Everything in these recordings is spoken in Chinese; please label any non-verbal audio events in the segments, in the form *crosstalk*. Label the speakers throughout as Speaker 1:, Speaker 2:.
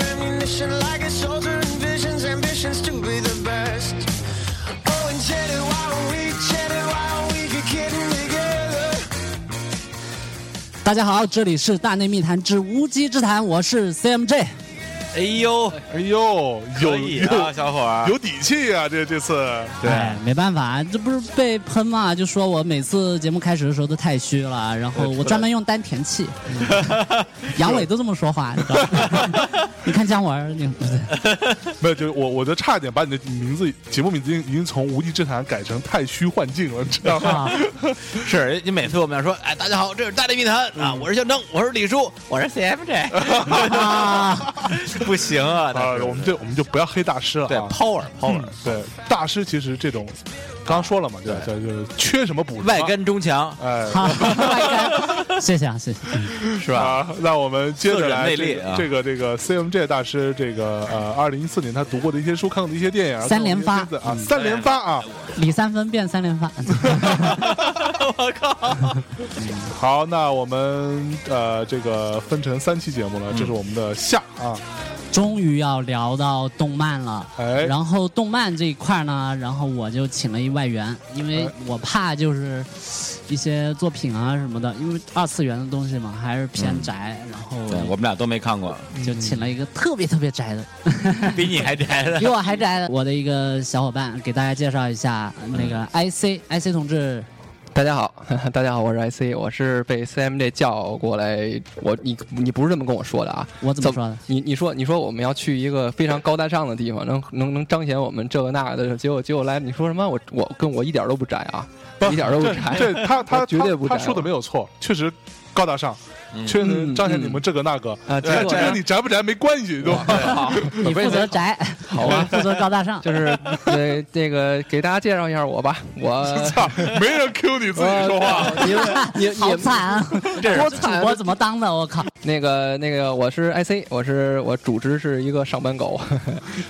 Speaker 1: passion like a soldier envisions ambitions to be the best. Oh, and Jenny, why don't we, Jenny, why don't we get kidding together?
Speaker 2: 大家好，这里是《大内密谈之无稽之谈》，我是 CMJ。
Speaker 3: 哎呦，
Speaker 4: 哎呦，有
Speaker 3: 可以啊，
Speaker 4: 有
Speaker 3: 小伙儿，
Speaker 4: 有底气啊！这这次，
Speaker 3: 对
Speaker 2: 哎，没办法，这不是被喷嘛，就说我每次节目开始的时候都太虚了，然后我专门用丹田气。杨伟都这么说话，你知道吗？你看姜文，你 *laughs* 不对，
Speaker 4: 没有，就我我就差点把你的名字节目名字已经已经从无稽之谈改成太虚幻境了，你知道吗？
Speaker 2: 啊，
Speaker 3: 是你每次我们要说，哎，大家好，这是大内密谈啊，我是象征，我是李叔，我是 *laughs* CFJ，不行啊，
Speaker 4: 啊
Speaker 3: 他，是
Speaker 4: 我们就我们就不要黑大师了、啊。
Speaker 3: 对 power power，
Speaker 4: 对，大师其实这种，刚刚说了嘛，对吧，就就缺什么补什么
Speaker 3: 外，干中强，
Speaker 4: 哎，
Speaker 2: 好， *laughs* 拜拜谢谢啊，谢谢。
Speaker 3: *laughs* 是吧？
Speaker 4: 啊，那我们接着来
Speaker 3: 个人魅力啊
Speaker 4: 这个这个这个 CMJ 大师，这个呃，二零一四年他读过的一些书，看过的一些电影，
Speaker 2: 三连发
Speaker 4: 看过的
Speaker 3: 嗯
Speaker 4: 一些片子啊，三连发啊。
Speaker 2: 李三分变三连发，
Speaker 3: 我靠，
Speaker 4: 好，那我们呃，这个分成三期节目了，这是我们的下啊，
Speaker 2: 终于要聊到动漫了。
Speaker 4: 哎，
Speaker 2: 然后动漫这一块呢，然后我就请了一外援，因为
Speaker 4: 哎
Speaker 2: 我怕就是一些作品啊什么的，因为二次元的东西嘛，还是偏宅，然
Speaker 3: 对
Speaker 2: 后
Speaker 3: 我们俩都没看过，
Speaker 2: 就请了一个特别特别宅的，
Speaker 3: 比你还宅
Speaker 2: 比
Speaker 3: 的，
Speaker 2: 我还宅的我的一个小伙伴，给大家介绍一下那个 IC IC 同志，
Speaker 5: 大家好， *laughs* 大家好，我是 IC，我是被 CMJ 叫过来，我你你不是这么跟我说的啊？
Speaker 2: 我怎么说的？
Speaker 5: 你你说你说我们要去一个非常高大上的地方，能能能彰显我们这个那个的，结果结果来你说什么？我我跟我一点都不宅啊，
Speaker 4: 不
Speaker 5: 一点都不
Speaker 4: 这
Speaker 5: 宅。 *laughs*
Speaker 4: 这他他
Speaker 5: 我哎绝对不
Speaker 4: 他
Speaker 5: 宅
Speaker 4: 他说的
Speaker 5: 我
Speaker 4: 没有错，确实高大上，
Speaker 3: 嗯
Speaker 4: 确实能
Speaker 5: 嗯
Speaker 4: 彰显你们这个那个
Speaker 5: 啊结
Speaker 4: 哎
Speaker 5: 果
Speaker 4: 这跟
Speaker 5: 呢
Speaker 4: 你宅不宅没关系，对吧？
Speaker 5: 好，
Speaker 2: 你负责宅，
Speaker 5: 好
Speaker 2: *laughs*
Speaker 5: 吧
Speaker 2: 负责高大上，
Speaker 5: 就是呃那个给大家介绍一下我吧，我
Speaker 4: *laughs* 操，没人 Q 你自己说话，
Speaker 5: 我，你们你你
Speaker 2: *laughs* 好
Speaker 5: 们
Speaker 2: 惨啊！
Speaker 5: 多
Speaker 2: 主
Speaker 5: 惨啊
Speaker 2: 播怎么当的？我靠！
Speaker 5: 那个那个，我是 IC，我是我主职是一个上班狗，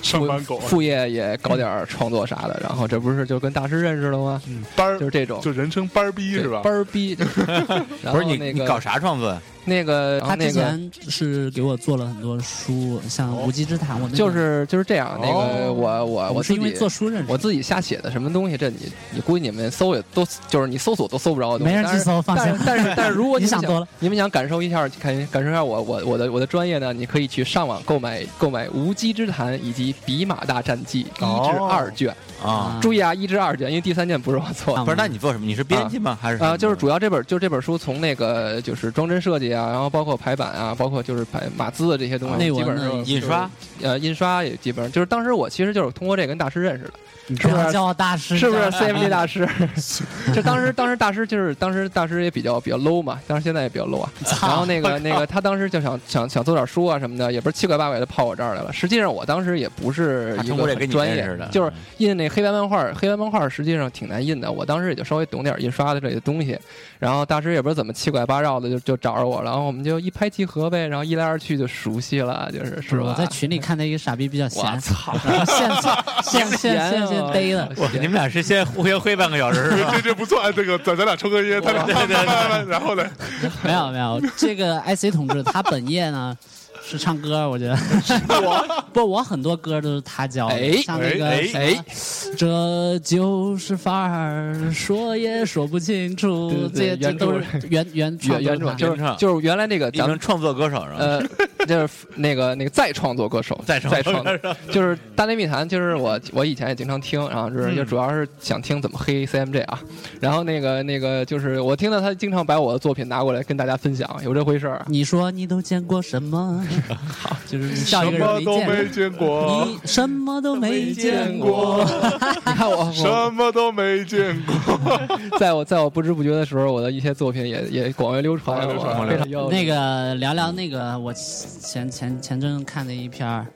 Speaker 4: 上班狗啊，
Speaker 5: 副业也搞点儿创作啥的，然后这不是就跟大师认识了吗？
Speaker 4: 嗯班 *laughs*
Speaker 5: 就是
Speaker 4: 儿
Speaker 5: 这种
Speaker 4: 就人称班儿逼
Speaker 5: 对
Speaker 4: 是吧？
Speaker 5: 班儿逼，
Speaker 3: 不
Speaker 5: 不
Speaker 3: 是你
Speaker 5: 那
Speaker 3: 你
Speaker 5: 个
Speaker 3: 搞啥创作？
Speaker 5: 那个然
Speaker 2: 他
Speaker 5: 后
Speaker 2: 之
Speaker 5: 那个
Speaker 2: 前是给我做了很多书，像《无稽之谈》，我那个
Speaker 5: 就是就是这样，那
Speaker 4: 哦
Speaker 5: 个我我
Speaker 2: 我
Speaker 5: 我
Speaker 2: 是
Speaker 5: 自
Speaker 2: 因为
Speaker 5: 己
Speaker 2: 做书认识的，
Speaker 5: 我自己瞎写的什么东西，这你你估计你们搜也都就是你搜索都搜不着的东西，
Speaker 2: 没人
Speaker 5: 但
Speaker 2: 去
Speaker 5: 是
Speaker 2: 搜，放
Speaker 5: 但
Speaker 2: 心
Speaker 5: 是。但是但是
Speaker 2: *laughs*
Speaker 5: 如果
Speaker 2: 你
Speaker 5: 你
Speaker 2: 想
Speaker 5: 想
Speaker 2: 多了，
Speaker 5: 你们想感受一下，感感受一下我我我的我的专业呢，你可以去上网购买购买《无稽之谈》以及《比马大战记》一至
Speaker 4: 哦
Speaker 5: 二卷。
Speaker 3: 啊，
Speaker 5: 注意啊，一至二卷，因为第三卷不是我做的。
Speaker 2: 啊
Speaker 3: 不是，那你做什么？你是编辑吗？还是什么
Speaker 5: 啊，就是主要这本就这本书从那个就是装帧设计啊，然后包括排版啊，包括就是排码字的这些东
Speaker 2: 啊
Speaker 5: 西，
Speaker 2: 内
Speaker 5: 基
Speaker 2: 文
Speaker 5: 本
Speaker 2: 呢
Speaker 5: 上就是
Speaker 3: 印刷，
Speaker 5: 呃，印刷也基本上就是当时我其实就是通过这个跟大师认识的，
Speaker 2: 你
Speaker 5: 是
Speaker 2: 不
Speaker 5: 不
Speaker 2: 要
Speaker 5: 是
Speaker 2: 叫我大师，
Speaker 5: 是不是
Speaker 3: *laughs*
Speaker 2: 叫我
Speaker 5: CMD 大师？就当时当时大师就是当时大师也比较比较 low 嘛，当时现在也比较 low 啊。然后那个那个他当时就想想想做点书啊什么的，也不是七拐八拐的跑我这儿来了。实际上我当时也不是
Speaker 3: 他
Speaker 5: 一
Speaker 3: 通过
Speaker 5: 个
Speaker 3: 这跟
Speaker 5: 很
Speaker 3: 你
Speaker 5: 专
Speaker 3: 认
Speaker 5: 业
Speaker 3: 识的
Speaker 5: 就是印那黑白漫画，黑白漫画实际上挺难印的。我当时也就稍微懂点印刷的这些东西，然后大师也不知道怎么七拐八绕的就就找着我了，然后我们就一拍即合呗，然后一来二去就熟悉了，就是
Speaker 2: 不
Speaker 5: *laughs* 是
Speaker 2: 是
Speaker 5: 吧？
Speaker 2: 我在群里看到一个傻逼比较闲
Speaker 5: 我，操！啊
Speaker 2: 然后 *laughs*
Speaker 5: *laughs*
Speaker 2: 现现现现现现逮
Speaker 5: 逮 *laughs*
Speaker 2: 的，
Speaker 3: 你们俩是先互约会半个小时是吧？
Speaker 4: 这这不错，哎，这个咱咱俩抽根烟，他俩
Speaker 3: 对对对
Speaker 4: *laughs* 然后呢，
Speaker 2: 没有没有，这个 IC 同志他本业呢。是唱歌，我觉得我 *laughs* 不，我很多歌都是他教的，
Speaker 5: 哎
Speaker 2: 像那个
Speaker 3: 哎
Speaker 2: 什么这就是范儿，说也说不清楚，这
Speaker 5: 对对
Speaker 2: 这
Speaker 5: 原
Speaker 2: 都是原原创
Speaker 5: 原原
Speaker 2: 都是他
Speaker 5: 创就
Speaker 3: 原创
Speaker 5: 是就是原来那个
Speaker 3: 变
Speaker 5: 咱
Speaker 3: 成
Speaker 5: 们
Speaker 3: 创作歌手是吧？
Speaker 5: 呃，就是 *laughs* 那个那个再创作歌手，
Speaker 3: 再
Speaker 5: 再
Speaker 3: 创
Speaker 5: 创
Speaker 3: 作
Speaker 5: 作
Speaker 3: 歌手，
Speaker 5: 就是《大内密谈》，就是我我以前也经常听，然后就是
Speaker 4: 嗯
Speaker 5: 就主要是想听怎么黑 CMJ 啊，然后那个那个就是我听到他经常把我的作品拿过来跟大家分享，有这回事儿。
Speaker 2: 你说你都见过什么？就是你笑
Speaker 4: 什
Speaker 2: 一个人
Speaker 4: 么
Speaker 2: 没
Speaker 4: 都
Speaker 2: 见过
Speaker 4: 没见过，
Speaker 2: 你什么都没见
Speaker 4: 过
Speaker 2: 过，
Speaker 5: *laughs* 你看我
Speaker 4: 什么都没见过。
Speaker 5: 我在我在我不知不觉的时候，我的一些作品也也广为流传，
Speaker 4: 广为流传
Speaker 5: 我非常优秀
Speaker 2: 那个聊聊那个我前前前阵看的一篇儿，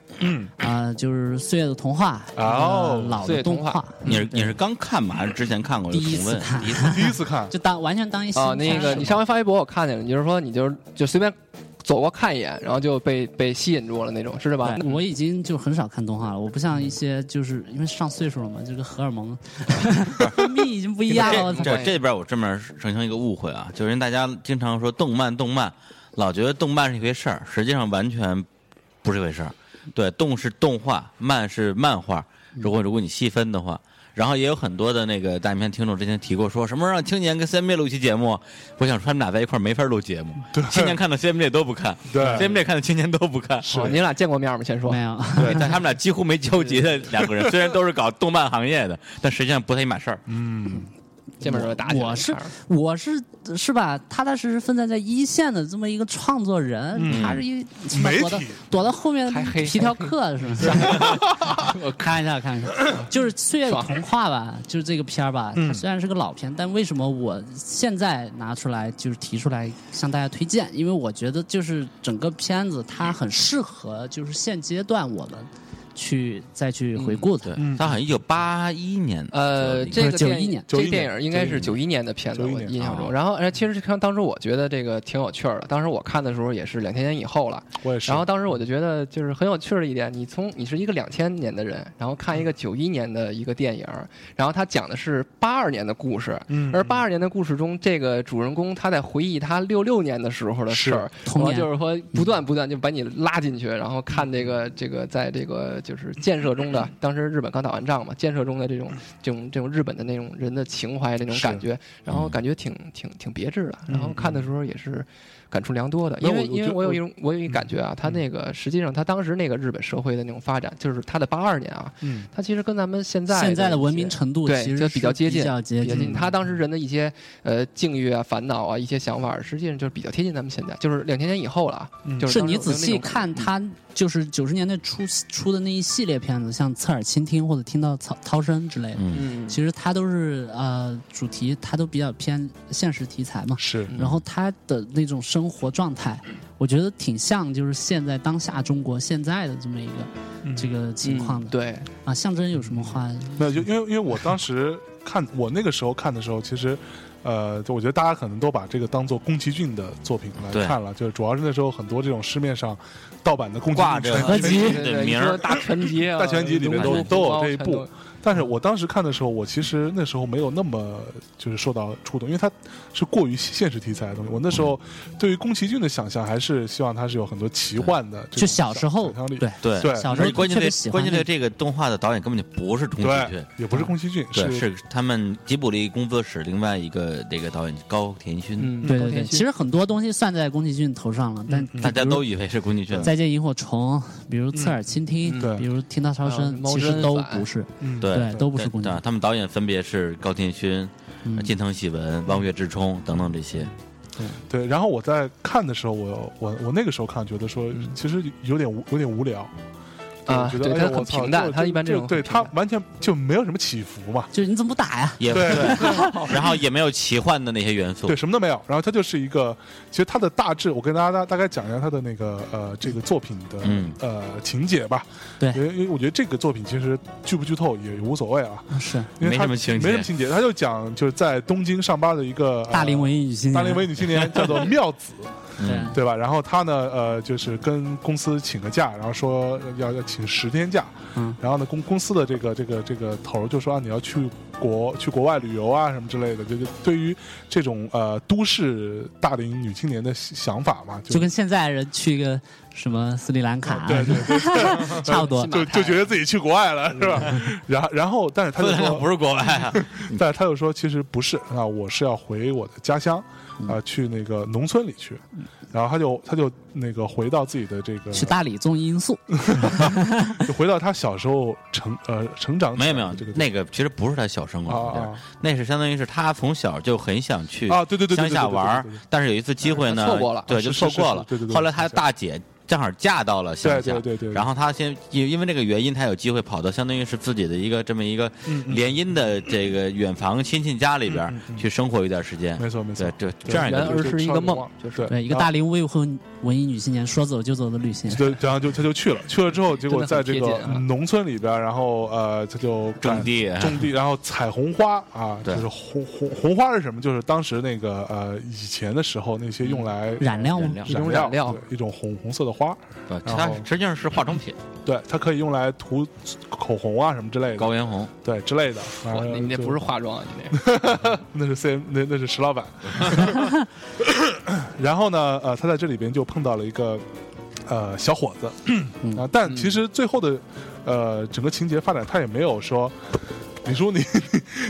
Speaker 2: 啊，就是《岁月的童话》
Speaker 4: 哦
Speaker 2: 呃老
Speaker 5: 岁
Speaker 2: 的
Speaker 5: 月童
Speaker 2: 动
Speaker 5: 话
Speaker 2: 画，
Speaker 3: 你是你是刚看吗？还是之前看过？
Speaker 2: 第一次
Speaker 3: 重温
Speaker 2: 看
Speaker 3: 第一次看
Speaker 4: 第一次看，
Speaker 2: 就当完全当一新
Speaker 5: 啊，那
Speaker 2: 片
Speaker 5: 个
Speaker 2: 儿
Speaker 5: 你上回发微博我看见了，你就是说你就是就随便走过看一眼，然后就被被吸引住了那种，是吧？
Speaker 2: 对我已经就很少看动画了，我不像一些就是因为上岁数了嘛，这个荷
Speaker 3: *laughs*
Speaker 2: 尔蒙分泌已经不一样了。我操
Speaker 3: 这这这边我这边澄清一个误会啊，就是大家经常说动漫动漫，老觉得动漫是一回事儿，实际上完全不是一回事儿。
Speaker 6: 对，动是动画，漫是漫画。如果如果你细分的话，然后也有很多的那个大片听众之前提过说，什么时候让青年跟 CMJ 录一期节目？我想说他们俩在一块儿没法录节目， *laughs* 青年看到 CMJ 都不看，
Speaker 4: 对
Speaker 6: CMJ 看到青年都不看，
Speaker 5: 哦你俩见过面吗？先说
Speaker 2: 没，有，
Speaker 6: 对，但他们俩几乎没交集的两个人，虽然都是搞动漫行业的，但实际上不太一码事儿。
Speaker 4: 嗯，
Speaker 5: 见面就打起来了。
Speaker 2: 我是我是是吧？踏踏实实奋战在一线的这么一个创作人，他是一
Speaker 4: 媒体
Speaker 2: 躲到躲到后面
Speaker 5: 还黑
Speaker 2: 皮条客是吧？开玩笑，开玩笑，就是《岁月的童话》吧，就是这个片儿吧。它虽然是个老片，但为什么我现在拿出来就是提出来向大家推荐？因为我觉得就是整个片子它很适合就是现阶段我们去再去回顾它
Speaker 6: 对。，
Speaker 4: 嗯
Speaker 6: 他好像一九八一年左右的
Speaker 5: 呃，
Speaker 6: 一个，
Speaker 5: 这
Speaker 2: 91
Speaker 5: 个电影
Speaker 2: 年
Speaker 5: 这
Speaker 4: 91
Speaker 5: 个电影应该是
Speaker 6: 91
Speaker 5: 九一年的片子，
Speaker 4: 91
Speaker 5: 我
Speaker 4: 年
Speaker 5: 印象
Speaker 6: 啊
Speaker 5: 中。然后，哎，其实看当时我觉得这个挺有趣儿的。当时我看的时候也是两千年以后了。
Speaker 4: 我也是。
Speaker 5: 然后当时我就觉得就是很有趣儿的一点，你从你是一个两千年的人，然后看一个九一年的一个电影儿，然后他讲的是八二年的故事，
Speaker 4: 嗯
Speaker 5: 而八二年的故事中，这个主人公他在回忆他六六年的时候的事儿，
Speaker 2: 童
Speaker 5: 然后
Speaker 2: 年
Speaker 5: 就是说不断不断就把你拉进去，然后看这个这个在这个就是建设中的，当时日本刚打完仗嘛，建设中的这种这种这种日本的那种人的情怀那种
Speaker 4: 是
Speaker 5: 感觉，然后感觉挺挺挺别致的，然后看的时候也是感触良多的，
Speaker 4: 那
Speaker 5: 因为
Speaker 4: 我我
Speaker 5: 因为
Speaker 4: 觉
Speaker 5: 我有
Speaker 4: 我
Speaker 5: 一种我有一感觉啊，他那个实际上他当时那个日本社会的那种发展，就是他的八二年啊，
Speaker 4: 嗯
Speaker 5: 他其实跟咱们现在
Speaker 2: 现在的
Speaker 5: 一
Speaker 2: 文
Speaker 5: 些
Speaker 2: 明程度
Speaker 5: 对
Speaker 2: 其
Speaker 5: 就
Speaker 2: 实
Speaker 5: 比较
Speaker 2: 是
Speaker 5: 接近
Speaker 2: 比较接嗯
Speaker 5: 比较接近他当时人的一些呃境遇啊、烦恼啊、一些想法，实际上就是比较贴近咱们现在，就是两千年以后了啊。
Speaker 4: 嗯
Speaker 5: 就是
Speaker 2: 是
Speaker 5: 当时
Speaker 2: 你
Speaker 5: 我
Speaker 2: 仔
Speaker 5: 就那
Speaker 2: 细
Speaker 5: 种
Speaker 2: 看
Speaker 5: 嗯
Speaker 2: 他，就是九十年代初出的那一系列片子，像《侧耳倾听》或者《听到涛涛声》之类的，
Speaker 6: 嗯，
Speaker 5: 嗯，
Speaker 2: 其实它都是呃主题，它都比较偏现实题材嘛。
Speaker 4: 是
Speaker 5: 嗯
Speaker 2: 然后他的那种生活状态，我觉得挺像就是现在当下中国现在的这么一个、这个情况
Speaker 5: 嗯
Speaker 2: 的。
Speaker 5: 对，
Speaker 2: 啊，象征有什么话？
Speaker 4: 没有，就因为因为我当时看我那个时候看的时候，其实，呃，就我觉得大家可能都把这个当做宫崎骏的作品来
Speaker 6: 对
Speaker 4: 看了，就是主要是那时候很多这种市面上盗版的宫崎
Speaker 6: 挂
Speaker 4: 骏
Speaker 6: 着
Speaker 4: 全
Speaker 6: 合
Speaker 4: 全
Speaker 6: 集
Speaker 5: 对
Speaker 6: 这
Speaker 5: 对对
Speaker 6: 名
Speaker 5: 你说
Speaker 6: 儿
Speaker 5: 大全集
Speaker 4: *laughs*
Speaker 5: 啊，
Speaker 4: 大全集里面
Speaker 5: 龙
Speaker 4: 都
Speaker 5: 珠
Speaker 4: 都有
Speaker 5: 红
Speaker 4: 这一
Speaker 5: 包
Speaker 4: 部
Speaker 5: 全都
Speaker 4: 但是我当时看的时候，我其实那时候没有那么就是受到触动，因为它是过于现实题材的东西。我那时候对于宫崎骏的想象还是希望它是有很多奇幻的这种想，
Speaker 2: 就小时候
Speaker 4: 想象力
Speaker 2: 对
Speaker 6: 对
Speaker 4: 对
Speaker 2: 小时
Speaker 6: 而
Speaker 2: 候
Speaker 6: 且关键
Speaker 2: 特别
Speaker 6: 这
Speaker 2: 喜
Speaker 6: 关
Speaker 2: 欢
Speaker 6: 键
Speaker 2: 那
Speaker 6: 这
Speaker 2: 个
Speaker 6: 这个动画的导演根本就不是宫崎
Speaker 4: 对
Speaker 6: 骏，，
Speaker 4: 也不是宫崎骏，
Speaker 6: 对，是
Speaker 4: 是
Speaker 6: 他们吉卜力工作室另外一个这个导演高田勋，
Speaker 5: 嗯，
Speaker 2: 对
Speaker 5: 高
Speaker 2: 对对，
Speaker 5: 田
Speaker 2: 其
Speaker 5: 勋
Speaker 2: 实很多东西算在宫崎骏头上了，但
Speaker 6: 大家都以为是宫崎骏
Speaker 2: 《再见萤火虫》，比如《刺耳倾听
Speaker 4: 嗯》对
Speaker 2: 比如《听到涛
Speaker 5: 还有
Speaker 2: 声》，
Speaker 5: 啊猫
Speaker 2: 其实
Speaker 5: 真
Speaker 2: 都
Speaker 5: 反
Speaker 2: 不是，
Speaker 4: 嗯
Speaker 6: 对
Speaker 2: 对，都不是
Speaker 6: 对
Speaker 2: 宫崎
Speaker 6: 对
Speaker 2: 骏。
Speaker 6: 他们导演分别是高田勋、
Speaker 2: 嗯
Speaker 6: 近藤喜文、望月之冲等等这些。
Speaker 4: 对，然后我在看的时候，我我我那个时候看，觉得说其实有点无有点无聊
Speaker 5: 啊
Speaker 4: 我觉得
Speaker 5: 对
Speaker 4: 哎呀
Speaker 5: 它很
Speaker 4: 我操
Speaker 5: 平淡
Speaker 4: 就
Speaker 5: 它一般这
Speaker 4: 就
Speaker 5: 种
Speaker 4: 对
Speaker 5: 很平
Speaker 4: 它
Speaker 5: 淡
Speaker 4: 完全就没有什么起伏
Speaker 5: *laughs*
Speaker 4: 嘛，
Speaker 2: 就是你怎么不打呀？
Speaker 6: 也
Speaker 4: 对，
Speaker 2: *laughs*
Speaker 6: 然后也没有奇幻的那些元素。
Speaker 4: 对，什么都没有。然后它就是一个，其实它的大致，我跟大家大大概讲一下它的那个呃这个作品的、
Speaker 6: 嗯
Speaker 4: 呃情节吧。
Speaker 2: 对
Speaker 4: 因为因为我觉得这个作品其实剧不剧透也无所谓啊，
Speaker 6: 嗯
Speaker 2: 是
Speaker 4: 因为
Speaker 6: 没什
Speaker 4: 它
Speaker 6: 么情节
Speaker 4: 没什么情节，它就讲就是在东京上班的一个、呃
Speaker 2: 大龄文艺女青年，
Speaker 4: 大龄文艺女青
Speaker 5: *laughs*
Speaker 4: 年叫做妙子，
Speaker 6: 嗯，
Speaker 4: 对吧？然后他呢，呃，就是跟公司请个假，然后说呃要要请十天假，
Speaker 2: 嗯，
Speaker 4: 然后呢，公公司的这个这个这个头儿就说啊，你要去国去国外旅游啊什么之类的，就是对于这种呃都市大龄女青年的想法嘛，
Speaker 2: 就跟现在人去一个什么斯里兰卡啊，
Speaker 4: 对对对，
Speaker 2: *laughs* 差不
Speaker 5: *laughs*
Speaker 2: 多。嗯
Speaker 4: 就就觉得自己去国外了是吧？然后然后但是他就
Speaker 2: *laughs*
Speaker 6: 斯里兰
Speaker 4: 说
Speaker 6: 卡不是国外
Speaker 4: *laughs*
Speaker 6: 啊，
Speaker 4: 但是他又说，其实不是啊，我是要回我的家乡，
Speaker 2: 嗯
Speaker 4: 啊、去那个农村里去。然后他就他就那个回到自己的这个，
Speaker 2: 去大理种罂粟，
Speaker 4: 就回到他小时候成呃成长起
Speaker 6: 没
Speaker 4: 来
Speaker 6: 有
Speaker 4: 的
Speaker 6: 没有
Speaker 4: 这个，
Speaker 6: 那个其实不是他小生活
Speaker 4: 啊
Speaker 6: 那边，
Speaker 4: 啊
Speaker 6: 那是相当于是他从小就很想去
Speaker 4: 啊对对对对对对对对
Speaker 6: 乡下玩儿
Speaker 4: 对对对对，
Speaker 6: 但是有一次机会呢，
Speaker 5: 错过了
Speaker 6: 对，
Speaker 4: 啊是
Speaker 6: 就是错过
Speaker 4: 是
Speaker 6: 了
Speaker 4: 对对。对
Speaker 6: 后来他大姐正好嫁到了乡下，
Speaker 4: 对对对对
Speaker 6: 然后他先因因为这个原因，他有机会跑到相当于是自己的一个这么一个联姻的这个远房亲戚家里边儿去生活一段时间，
Speaker 4: 嗯没错没错
Speaker 6: 对，这这样一
Speaker 5: 原
Speaker 6: 个
Speaker 5: 而是一个梦，就是
Speaker 4: 对
Speaker 2: 对，一个大龄未婚文艺女青年，说走就走的旅行。
Speaker 4: 对，然后就他就去了，去了之后，结果
Speaker 5: 真的
Speaker 4: 在
Speaker 5: 很
Speaker 4: 这
Speaker 5: 贴
Speaker 4: 个
Speaker 5: 近啊
Speaker 4: 农村里边，然后呃，他就
Speaker 6: 种
Speaker 4: 干
Speaker 6: 地，啊
Speaker 4: 种地，然后采红花啊，就
Speaker 6: 对
Speaker 4: 是红红红花是什么？就是当时那个呃以前的时候那些用来
Speaker 2: 嗯染料
Speaker 6: 染
Speaker 2: 吗？
Speaker 6: 料
Speaker 4: 一种
Speaker 5: 染料
Speaker 4: 对一种红红色的花，
Speaker 6: 对，
Speaker 4: 然
Speaker 6: 它
Speaker 4: 后
Speaker 6: 实际上是化妆品，
Speaker 4: 对，它可以用来涂口红啊什么之类的，
Speaker 6: 高原
Speaker 4: *laughs*
Speaker 6: 红。
Speaker 4: 对之类的。然
Speaker 5: *laughs* 哇
Speaker 4: 后
Speaker 5: 你那
Speaker 4: 就
Speaker 5: 不是化妆啊，你
Speaker 4: *laughs*
Speaker 5: 那个
Speaker 4: 那是 C M 那那是石
Speaker 5: *laughs*
Speaker 4: 老板。然后呢，呃，他在这里边就碰到了一个。呃小伙子
Speaker 5: 嗯
Speaker 4: 啊，但其实最后的呃整个情节发展，他也没有说。李叔，你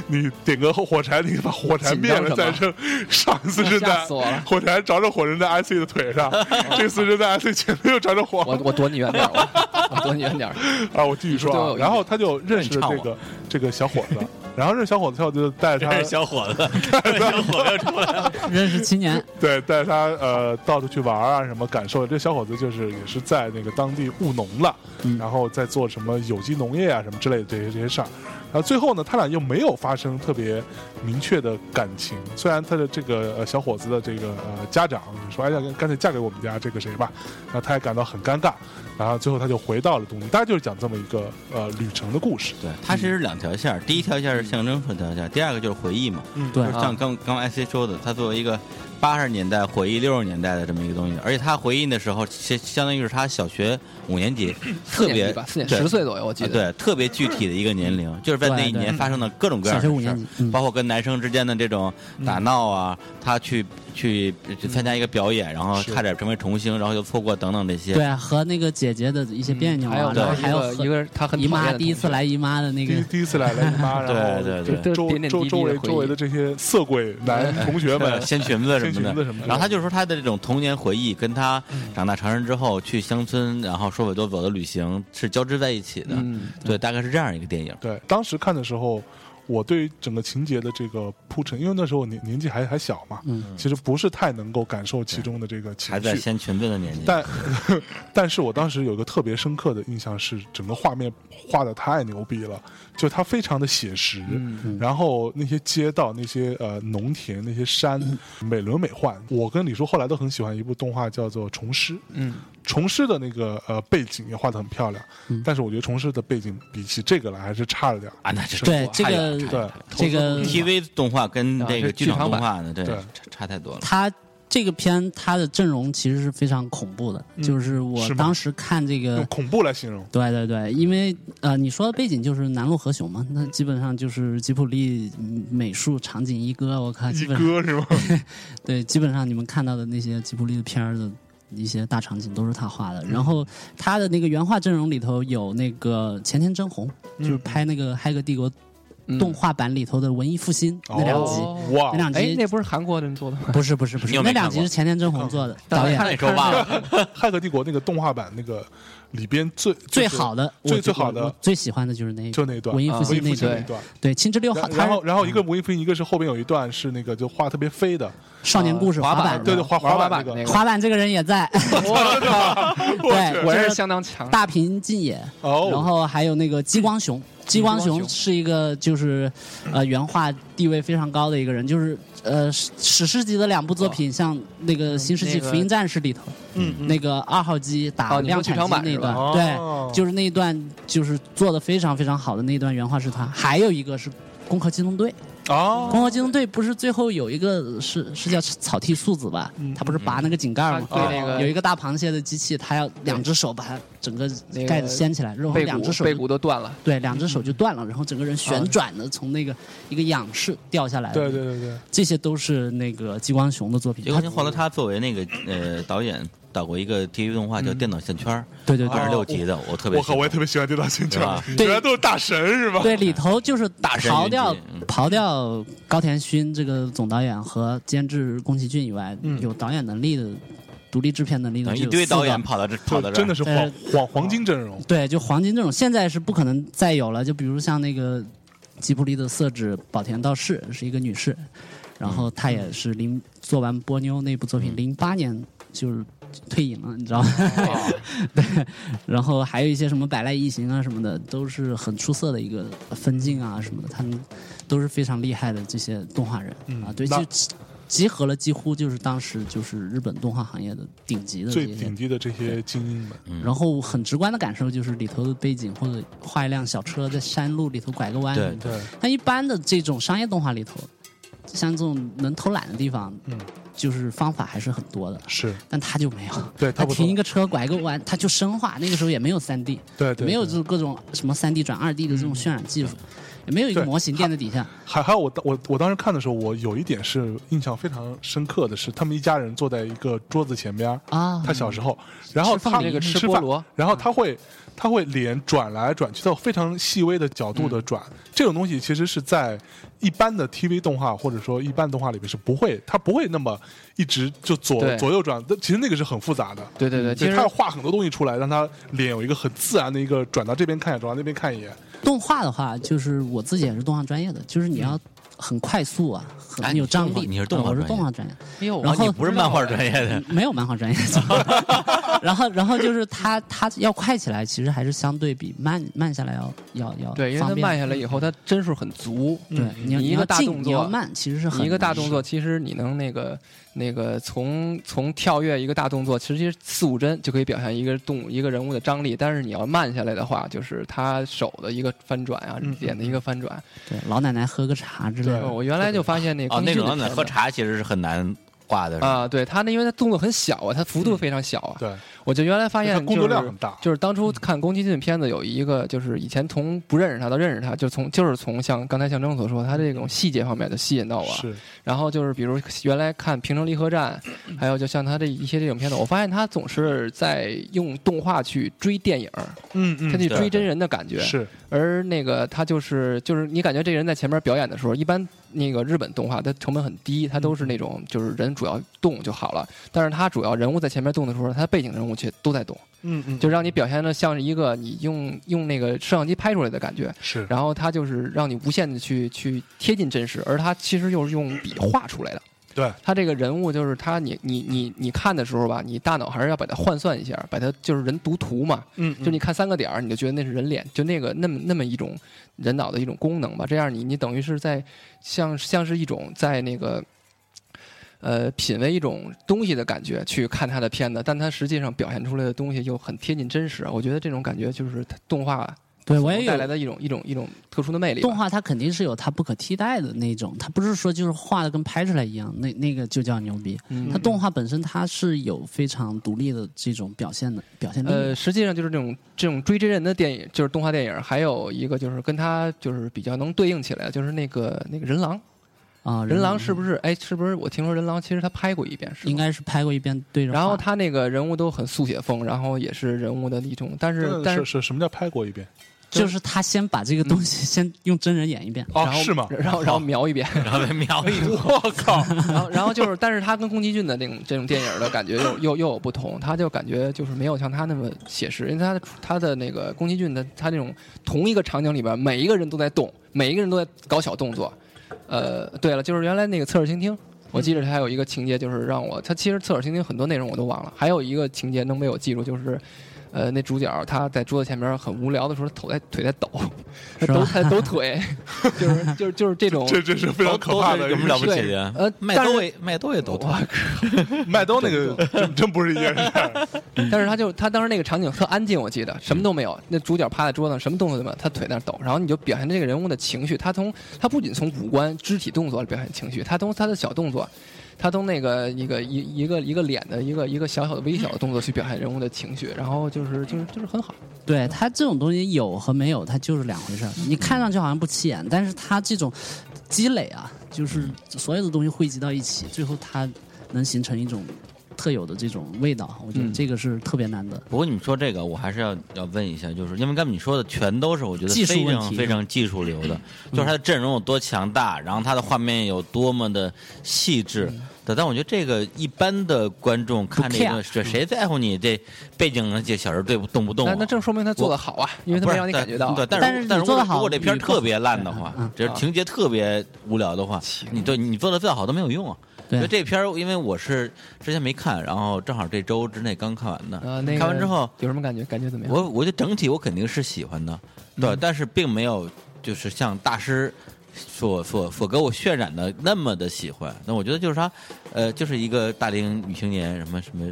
Speaker 4: 你你点个火柴，你把火柴灭了
Speaker 5: 紧张
Speaker 4: 再
Speaker 5: 什
Speaker 4: 扔，上一次是
Speaker 5: 吓
Speaker 4: 在
Speaker 5: 死我
Speaker 4: *laughs*
Speaker 5: 了
Speaker 4: 火柴着着火人在 IC 的腿
Speaker 5: *laughs*
Speaker 4: 上，这次是在 IC 前面又着着火。
Speaker 5: 我我躲你远点儿，我我躲你
Speaker 4: *laughs*
Speaker 5: 远点儿。
Speaker 4: 啊，我继续说
Speaker 5: 你说对
Speaker 4: 啊
Speaker 5: 我，有
Speaker 4: 然后他就认识了这
Speaker 6: 你唱
Speaker 4: 个这个小伙
Speaker 5: *laughs*
Speaker 4: 子，然后认识小伙子之后就带着
Speaker 6: 这
Speaker 4: 他
Speaker 6: 是小伙子，这是小伙子又出来了，
Speaker 2: 认识青
Speaker 6: *laughs*
Speaker 2: 年，
Speaker 4: 对带着他呃到处去玩啊什么感受，这小伙子就是也是在那个当地务农了，
Speaker 6: 嗯
Speaker 4: 然后在做什么有机农业啊什么之类的这些这些事儿，然后最后呢他俩又没有发生特别明确的感情，虽然他的这个、呃、小伙子的这个呃家长也说哎呀干脆嫁给我们家这个谁吧，然后他也感到很尴尬，然后最后他就回到了东京，大概就是讲这么一个呃旅程的故事，
Speaker 6: 对，它其实是两条线儿，第一条线是象征性条线儿，第二个就是回忆嘛。
Speaker 4: 嗯
Speaker 2: 对
Speaker 6: 就是
Speaker 5: 啊
Speaker 6: 像刚刚刚 IC 说的，它作为一个八十年代回忆六十年代的这么一个东西，而且他回忆的时候，其实相当于是他小学五年级，特
Speaker 5: 四年
Speaker 6: 别
Speaker 5: 级吧，四年
Speaker 6: 对
Speaker 5: 十岁左右，我记
Speaker 6: 啊，
Speaker 5: 得。
Speaker 6: 对，特别具体的一个年龄，就是在那一
Speaker 2: 对对
Speaker 6: 年发生的各种各样
Speaker 2: 小学
Speaker 6: 的事
Speaker 2: 五年级
Speaker 6: 儿，，
Speaker 2: 嗯，
Speaker 6: 包括跟男生之间的这种打闹啊，他去去
Speaker 2: 嗯
Speaker 6: 去参加一个表演，然后
Speaker 4: 是
Speaker 6: 差点成为童星，然后又错过等等这些。
Speaker 2: 对啊，和那个姐姐的一些别扭
Speaker 5: 嗯还
Speaker 2: 啊，
Speaker 5: 有
Speaker 2: 然后
Speaker 5: 呢
Speaker 2: 还有和
Speaker 5: 一个一个他很
Speaker 2: 姨
Speaker 5: 讨
Speaker 2: 妈
Speaker 5: 厌的
Speaker 2: 第一次
Speaker 5: 同学，
Speaker 2: 来姨妈的那
Speaker 4: 第
Speaker 2: 个
Speaker 4: 一，第一次来了
Speaker 6: *laughs*
Speaker 4: 姨妈，然
Speaker 6: 对
Speaker 4: 后
Speaker 6: 对对
Speaker 4: 就
Speaker 5: 这
Speaker 4: 周
Speaker 5: 点点滴
Speaker 4: 周
Speaker 5: 滴
Speaker 4: 周围
Speaker 5: 的回忆
Speaker 4: 周围的这些色鬼男同学们
Speaker 6: 对，掀裙子什么
Speaker 4: 掀裙
Speaker 6: 的
Speaker 4: 子什么的
Speaker 6: 然后他就说他的这种童年回忆，跟他
Speaker 2: 嗯
Speaker 6: 长大成人之后去乡村，然后说走就走的旅行是交织在一起的。
Speaker 5: 嗯，
Speaker 6: 对，大概是这样一个电影。
Speaker 4: 对，当时看的时候，我对于整个情节的这个铺陈，因为那时候年年纪还还小嘛，
Speaker 2: 嗯
Speaker 4: 其实不是太能够感受其中的这个情
Speaker 6: 还在
Speaker 4: 绪。
Speaker 6: 掀裙子的年纪，
Speaker 4: 但 *laughs* 但是我当时有一个特别深刻的印象是，整个画面画的太牛逼了，就它非常的写实，然后那些街道、那些呃农田、那些山，美轮美奂。我跟李叔后来都很喜欢一部动画叫做《虫师》，
Speaker 5: 嗯，
Speaker 4: 虫师的那个呃背景也画的很漂亮，但是我觉得虫师的背景比起这个来还是差了点儿。
Speaker 6: 啊，那是
Speaker 2: 对这
Speaker 6: 差
Speaker 5: 哎
Speaker 6: 远
Speaker 2: 个
Speaker 6: 了差远
Speaker 4: 对
Speaker 6: 了，
Speaker 2: 这个
Speaker 6: TV 动画跟
Speaker 5: 啊
Speaker 6: 这个
Speaker 5: 是
Speaker 6: 剧
Speaker 5: 剧
Speaker 6: 场
Speaker 5: 场
Speaker 6: 动
Speaker 5: 版
Speaker 6: 画呢，对
Speaker 4: 对
Speaker 6: 差差太多了。
Speaker 2: 他这个片他的阵容其实是非常恐怖的，就是我
Speaker 4: 是吗
Speaker 2: 当时看这个
Speaker 4: 用恐怖来形容，
Speaker 2: 对对对，因为呃，你说的背景就是南陆和雄嘛，那基本上就是吉卜力嗯美术场景一哥，我靠，基
Speaker 4: 一
Speaker 2: 本上
Speaker 4: 哥是吗？
Speaker 2: 对，基本上你们看到的那些吉卜力的片儿的一些大场景都是他画的。然后他的那个原画阵容里头有那个前田真宏，就是拍那个《黑客帝国》
Speaker 5: 嗯
Speaker 2: 动画版里头的文艺复兴那两集，
Speaker 5: 哦
Speaker 4: 哇
Speaker 2: 那，两
Speaker 5: 哎，
Speaker 2: 集
Speaker 5: 那不是韩国人做的吗？
Speaker 2: 不是不是不
Speaker 6: 你
Speaker 2: 是，
Speaker 6: 有没
Speaker 2: 那
Speaker 6: 有
Speaker 2: 两
Speaker 6: 看
Speaker 2: 集
Speaker 6: 过
Speaker 2: 是前田真宏做的
Speaker 5: 当
Speaker 2: 导
Speaker 5: 时
Speaker 2: 演
Speaker 5: 看
Speaker 6: 那时候忘了
Speaker 4: 《骇客帝国》那个动画版那个里边最
Speaker 2: 最
Speaker 4: 就是
Speaker 2: 好的，
Speaker 4: 最
Speaker 2: 我
Speaker 4: 最好的
Speaker 2: 我我最喜欢的就是那一
Speaker 4: 就那一段
Speaker 2: 文艺
Speaker 5: 啊
Speaker 2: 复
Speaker 4: 文艺
Speaker 2: 兴那
Speaker 4: 复
Speaker 2: 一
Speaker 4: 兴
Speaker 2: 段
Speaker 4: 那
Speaker 5: 对
Speaker 4: 一段，
Speaker 2: 对青之六号，
Speaker 4: 然
Speaker 2: 他
Speaker 4: 然后
Speaker 2: 是嗯
Speaker 4: 然后一个文艺复兴，一个是后边有一段是那个就画特别飞的，
Speaker 2: 少年故事
Speaker 5: 啊滑
Speaker 2: 滑
Speaker 5: 板
Speaker 2: 板
Speaker 5: 的，
Speaker 4: 对对滑
Speaker 5: 滑
Speaker 4: 板
Speaker 5: 板
Speaker 4: 那个
Speaker 5: 那个，
Speaker 2: 滑板这个人也
Speaker 4: *laughs*
Speaker 2: 在，对，
Speaker 5: 我
Speaker 2: 就
Speaker 5: 这是
Speaker 2: 是
Speaker 5: 相当强。
Speaker 2: 大平进也，
Speaker 4: 哦，嗯
Speaker 2: 然后还有那个激光熊，激光
Speaker 5: 激光
Speaker 2: 熊
Speaker 5: 熊
Speaker 2: 是一个就是呃原画地位非常高的一个人，就是呃史史诗级的两部作品，像那个《新世纪
Speaker 5: 嗯那个
Speaker 2: 福音战士》里头，
Speaker 4: 哦嗯
Speaker 2: 那个二号机打
Speaker 5: 哦你说
Speaker 2: 量
Speaker 5: 剧
Speaker 2: 产
Speaker 5: 场
Speaker 2: 机
Speaker 5: 版
Speaker 2: 那一段
Speaker 5: 是，
Speaker 4: 吧哦
Speaker 2: 对，就是那一段就是做的非常非常好的那一段原画是他，还有一个是。攻壳机动队，
Speaker 4: 啊
Speaker 2: 攻壳机动队不是最后有一个是是叫草剃素子吧？他不是拔那个井盖
Speaker 5: 他
Speaker 2: 吗？
Speaker 5: 嗯啊
Speaker 2: 啊
Speaker 5: 对那
Speaker 2: 有
Speaker 5: 个
Speaker 2: 一个大螃蟹的机器，它要两只手把它整个
Speaker 5: 那个
Speaker 2: 盖子掀起来，然后
Speaker 5: 背
Speaker 2: 两只
Speaker 5: 骨
Speaker 2: 手
Speaker 5: 背骨都断了，
Speaker 2: 对，两只手就断了，然后整个人旋转的从那个一个仰视掉下来。
Speaker 4: 对对，对对，
Speaker 2: 这些都是那个激光熊的作品。
Speaker 6: 结果后来他作为那个呃导演导过一个 TV 动画叫《电脑线圈儿》，
Speaker 2: 对对
Speaker 6: 二
Speaker 2: 对
Speaker 6: 十六集的，我特别
Speaker 4: 嗯哦我
Speaker 6: 喜
Speaker 4: 靠，
Speaker 6: 欢。
Speaker 4: 我也特别喜欢这段情节
Speaker 6: 对吧，
Speaker 4: *laughs* 原来都是大神是吧？
Speaker 2: 对，里头就是
Speaker 6: 大神
Speaker 2: 刨
Speaker 6: 云
Speaker 2: 掉
Speaker 6: 集嗯
Speaker 2: 刨掉高田勋这个总导演和监制宫崎骏以外，有导演能力的、独立制片能力的
Speaker 6: 等于
Speaker 2: 只
Speaker 6: 嗯一
Speaker 2: 有
Speaker 6: 堆
Speaker 2: 四个
Speaker 6: 导演跑到这跑到这
Speaker 4: 就
Speaker 6: 儿，
Speaker 4: 真的是黄
Speaker 2: 呃
Speaker 4: 黄黄金阵容，
Speaker 2: 对，就黄金这种，现在是不可能再有了。就比如像那个吉卜力的色指宝田道士是一个女士，然
Speaker 4: 嗯
Speaker 2: 后她也是零做完波妞那部作品，零八年就是退隐了，你知道吗？ *laughs*
Speaker 4: 哦
Speaker 2: 对，然后还有一些什么百濑异形啊什么的，都是很出色的一个分镜啊什么的，他们都是非常厉害的这些动画人、啊。对，
Speaker 4: 嗯那
Speaker 2: 就集集合了几乎就是当时就是日本动画行业的顶级的这
Speaker 4: 最
Speaker 2: 些
Speaker 4: 顶级的这些精英们，
Speaker 6: 嗯
Speaker 2: 然后很直观的感受就是里头的背景或者画一辆小车在山路里头拐个弯。
Speaker 6: 对
Speaker 4: 对，
Speaker 2: 但一般的这种商业动画里头，像这种能偷懒的地方，
Speaker 4: 嗯
Speaker 2: 就是方法还是很多的，
Speaker 4: 是
Speaker 2: 但他就没有。
Speaker 4: 对他
Speaker 2: 他
Speaker 4: 不
Speaker 2: 停
Speaker 4: 懂
Speaker 2: 一个车拐个弯，他就生化。那个时候也没有三 D，
Speaker 4: 对对
Speaker 2: 没有
Speaker 4: 对
Speaker 2: 这种各种什么三 D 转二 D 的这种渲染技术，也没有一个
Speaker 4: 对
Speaker 2: 模型垫在底下。
Speaker 4: 还还有我当我我当时看的时候，我有一点是印象非常深刻的是，他们一家人坐在一个桌子前边儿
Speaker 2: 啊
Speaker 4: 他小时候，然后
Speaker 5: 吃饭
Speaker 4: 他
Speaker 5: 那个吃菠
Speaker 4: 饭
Speaker 5: 萝嗯
Speaker 4: 然后他会他会脸转来转去，到非常细微的角度
Speaker 5: 嗯
Speaker 4: 的转，这种东西其实是在一般的 TV 动画或者说一般动画里面是不会，他不会那么一直就左
Speaker 5: 对
Speaker 4: 左右转，但其实那个是很复杂的。
Speaker 5: 对对对，其
Speaker 4: 对，
Speaker 5: 实
Speaker 4: 他要画很多东西出来，让他脸有一个很自然的一个转到这边看一眼，转到那边看一眼。
Speaker 2: 动画的话，就是我自己也是动画专业的，就是你要很快速啊，
Speaker 6: 哎
Speaker 2: 很
Speaker 6: 你
Speaker 2: 有张
Speaker 6: 动画
Speaker 2: 力。
Speaker 6: 你是
Speaker 2: 啊
Speaker 6: 动画
Speaker 2: 我是
Speaker 6: 专业
Speaker 2: 动画专业。
Speaker 5: 哎呦
Speaker 2: 然
Speaker 6: 哦
Speaker 2: 后
Speaker 6: 你不是漫画
Speaker 4: 啊
Speaker 6: 专业
Speaker 4: 嗯
Speaker 6: 的，
Speaker 2: 没有漫画专业， *laughs* 然后然后就是他他要快起来，其实还是相对比慢慢下来要要要
Speaker 5: 对，因为
Speaker 2: 方
Speaker 5: 它
Speaker 2: 便
Speaker 5: 慢下来以后，它帧数很足。
Speaker 2: 对你要
Speaker 5: 嗯你一
Speaker 2: 你
Speaker 5: 个
Speaker 2: 要
Speaker 5: 大
Speaker 2: 静
Speaker 5: 动
Speaker 2: 你要
Speaker 5: 作
Speaker 2: 慢其实是很
Speaker 5: 你一个大
Speaker 2: 难
Speaker 5: 动
Speaker 2: 的
Speaker 5: 作，其实你能那个那个从从跳跃一个大动作，其实四五帧就可以表现一个动物一个人物的张力。但是你要慢下来的话，就是他手的一个翻转啊，
Speaker 4: 嗯
Speaker 5: 脸的一个翻转。哦
Speaker 2: 对老奶奶喝个茶之类
Speaker 4: 对
Speaker 2: 的，
Speaker 5: 我原来就发现那个
Speaker 6: 哦，那种
Speaker 5: 宫崎骏的
Speaker 6: 呢，
Speaker 5: 片
Speaker 6: 喝
Speaker 5: 子
Speaker 6: 茶其实是很难画的，是吧
Speaker 5: 啊，对他那因为他动作很小啊，他幅度非常小啊。
Speaker 4: 嗯对，
Speaker 5: 我就原来发现
Speaker 4: 他
Speaker 5: 就是
Speaker 4: 工作量很大。嗯
Speaker 5: 就是当初看宫崎骏片子有一个，就是以前从不认识他到认识他，就从就是从像刚才象征所说，他这种细节方面就吸引到我。
Speaker 4: 是，
Speaker 5: 然后就是比如原来看《平城离合战》，还有就像他这一些这种片子，我发现他总是在用动画去追电影，
Speaker 4: 嗯
Speaker 5: 他
Speaker 4: 嗯，
Speaker 5: 去
Speaker 6: 对
Speaker 5: 追真人的感觉。
Speaker 4: 是
Speaker 5: 而那个他就是就是你感觉这个人在前面表演的时候，一般那个日本动画它成本很低，它都是那种就是人主要动就好了，但是他主要人物在前面动的时候，他背景人物却都在动。
Speaker 4: 嗯嗯，
Speaker 5: 就让你表现的像是一个你用用那个摄像机拍出来的感觉，
Speaker 4: 是
Speaker 5: 然后它就是让你无限的去去贴近真实，而它其实又是用笔画出来的。
Speaker 4: 对，
Speaker 5: 它这个人物就是他，你你你你看的时候吧，你大脑还是要把它换算一下，把它就是人读图嘛，
Speaker 4: 嗯
Speaker 5: 就你看三个点儿，你就觉得那是人脸，就那个那么那么一种人脑的一种功能吧。这样你你等于是在像像是一种在那个呃品味一种东西的感觉去看他的片子，但他实际上表现出来的东西又很贴近真实。啊我觉得这种感觉就是它动画
Speaker 2: 对我
Speaker 5: 所
Speaker 2: 也
Speaker 5: 带
Speaker 2: 有
Speaker 5: 来的一种一种一种特殊的魅力吧。
Speaker 2: 动画它肯定是有它不可替代的那种，它不是说就是画的跟拍出来一样，那那个就叫牛逼。
Speaker 5: 嗯
Speaker 2: 它动画本身它是有非常独立的这种表现的表现力的。
Speaker 5: 呃，实际上就是这种这种追真人的电影，就是动画电影，还有一个就是跟他就是比较能对应起来，就是那个那个人狼，
Speaker 2: 啊，
Speaker 5: 人狼是
Speaker 2: 不
Speaker 5: 不是？哎，是不是？我听说人狼其实他拍过一遍，是吗
Speaker 2: 应该是拍过一遍对着画？
Speaker 5: 然后他那个人物都很速写风，然后也是人物的一种，但是但
Speaker 4: 嗯是
Speaker 5: 是
Speaker 4: 是什么叫拍过一遍？
Speaker 2: 就是他先把这个
Speaker 5: 嗯
Speaker 2: 东西先用真人演一遍。
Speaker 4: 哦
Speaker 5: 然，后
Speaker 4: 是吗？
Speaker 5: 然后然后描一遍，
Speaker 6: 然后再描一
Speaker 4: *laughs*
Speaker 6: 个，
Speaker 4: 我靠！
Speaker 5: 然后然后就是，但是他跟宫崎骏的那种这种电影的感觉又又又有不同，他就感觉就是没有像他那么写实，因为他的他的那个宫崎骏的他那种同一个场景里边，每一个人都在动，每一个人都在搞小动作。呃，对了，就是原来那个侧耳倾听。我记着他有一个情节，就是让我他其实侧耳倾听很多内容我都忘了，还有一个情节能被我记住，就是，呃，那主角他在桌子前面很无聊的时候，头在腿在抖，
Speaker 2: 是吧
Speaker 5: 抖在抖腿， *laughs* 就是就是就是这种
Speaker 4: *laughs* 这这是非常可怕的
Speaker 6: 有
Speaker 4: 一
Speaker 6: 什么
Speaker 4: 个。
Speaker 6: 了不起的呀？
Speaker 5: 对呃
Speaker 6: 麦
Speaker 5: 但是
Speaker 6: 兜也麦兜也抖腿，
Speaker 4: 麦兜那个真真不是一 *laughs* 件事儿。
Speaker 5: *laughs* 但是他就他当时那个场景特安静，我记得什么都没有，那主角趴在桌子上，什么动作都没有，他腿在那儿抖，然后你就表现这个人物的情绪。他从他不仅从五官、肢体动作表现情绪，他从他的小动作，他从那个一个一一个一个脸的一个一个小小的微小的动作去表现人物的情绪，然后就是就是就是很好。
Speaker 2: 对他这种东西有和没有，它就是两回事儿。你看上去好像不起眼，但是它这种积累啊，就是所有的东西汇集到一起，最后它能形成一种特有的这种味道。我觉得
Speaker 5: 嗯
Speaker 2: 这个是特别难的。
Speaker 6: 不过你说这个，我还是要要问一下，就是因为刚才你说的全都是我觉得
Speaker 2: 技术
Speaker 6: 非
Speaker 2: 问
Speaker 6: 常
Speaker 2: 题嗯
Speaker 6: 非常技术流的，就是他的阵容有多强大，然后他的画面有多么的细致。对，但我觉得这个一般的观众看这个，
Speaker 2: 嗯 care
Speaker 6: 这谁在乎你这背景这小人对不动不动
Speaker 5: 那
Speaker 6: 啊？
Speaker 5: 那正说明他做的好啊，因为他
Speaker 6: 不
Speaker 5: 没
Speaker 6: 是
Speaker 5: 让你感觉到
Speaker 6: 对，
Speaker 5: 啊。
Speaker 6: 但
Speaker 2: 但
Speaker 6: 是
Speaker 2: 是
Speaker 6: 但
Speaker 2: 你做得好
Speaker 6: 如果这片儿
Speaker 2: 你不
Speaker 6: 特别烂的话
Speaker 2: 嗯嗯，
Speaker 6: 这情节特别无聊的话，你对你做的再好都没有用啊。
Speaker 2: 对
Speaker 6: 所以这片儿因为我是之前没看，然后正好这周之内刚看完的，
Speaker 5: 呃，那个
Speaker 6: 看完之后
Speaker 5: 有什么感觉？感觉怎么样？
Speaker 6: 我我觉得整体我肯定是喜欢的，对，但是并没有就是像大师所所所给我渲染的那么的喜欢。那我觉得就是他，呃，就是一个大龄女青年，什么什么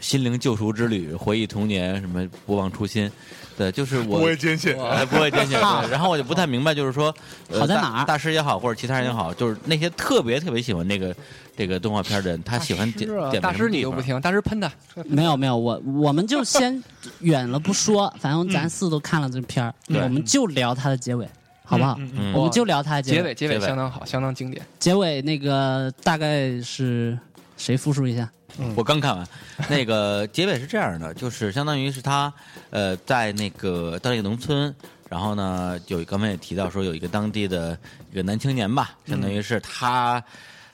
Speaker 6: 心灵救赎之旅，回忆童年，什么不忘初心，对，就是我
Speaker 4: 不畏艰险，
Speaker 6: 哎，不会真
Speaker 5: *laughs*
Speaker 6: 心。
Speaker 2: 好
Speaker 6: 对然后我就不太明白，就是说，呃
Speaker 2: 好在
Speaker 6: 大
Speaker 2: 哪儿
Speaker 6: 大师也好，或者其他人也好，就是那些特别特别喜欢这个这个动画片的人，他喜欢点
Speaker 5: 是啊
Speaker 6: 点
Speaker 5: 大
Speaker 6: 评什
Speaker 5: 师
Speaker 6: 么
Speaker 5: 你
Speaker 6: 地
Speaker 5: 又
Speaker 6: 方
Speaker 5: 不听，大师喷他，
Speaker 2: 没有没有，我我们就先远了不说，反正咱四都看了这片儿，
Speaker 6: 对
Speaker 2: 我们就聊它的结尾，好不好？
Speaker 6: 嗯
Speaker 2: 我们就聊它的
Speaker 5: 结
Speaker 2: 尾
Speaker 5: 尾，结尾
Speaker 6: 结尾
Speaker 5: 相当好，相当经典。
Speaker 2: 结尾那个大概是谁复述一下？
Speaker 6: 我刚看完，啊那个结尾是这样的，就是相当于是他呃，在那个到那个农村，然后呢，有刚才也提到说有一个当地的一个男青年吧，相当于是他、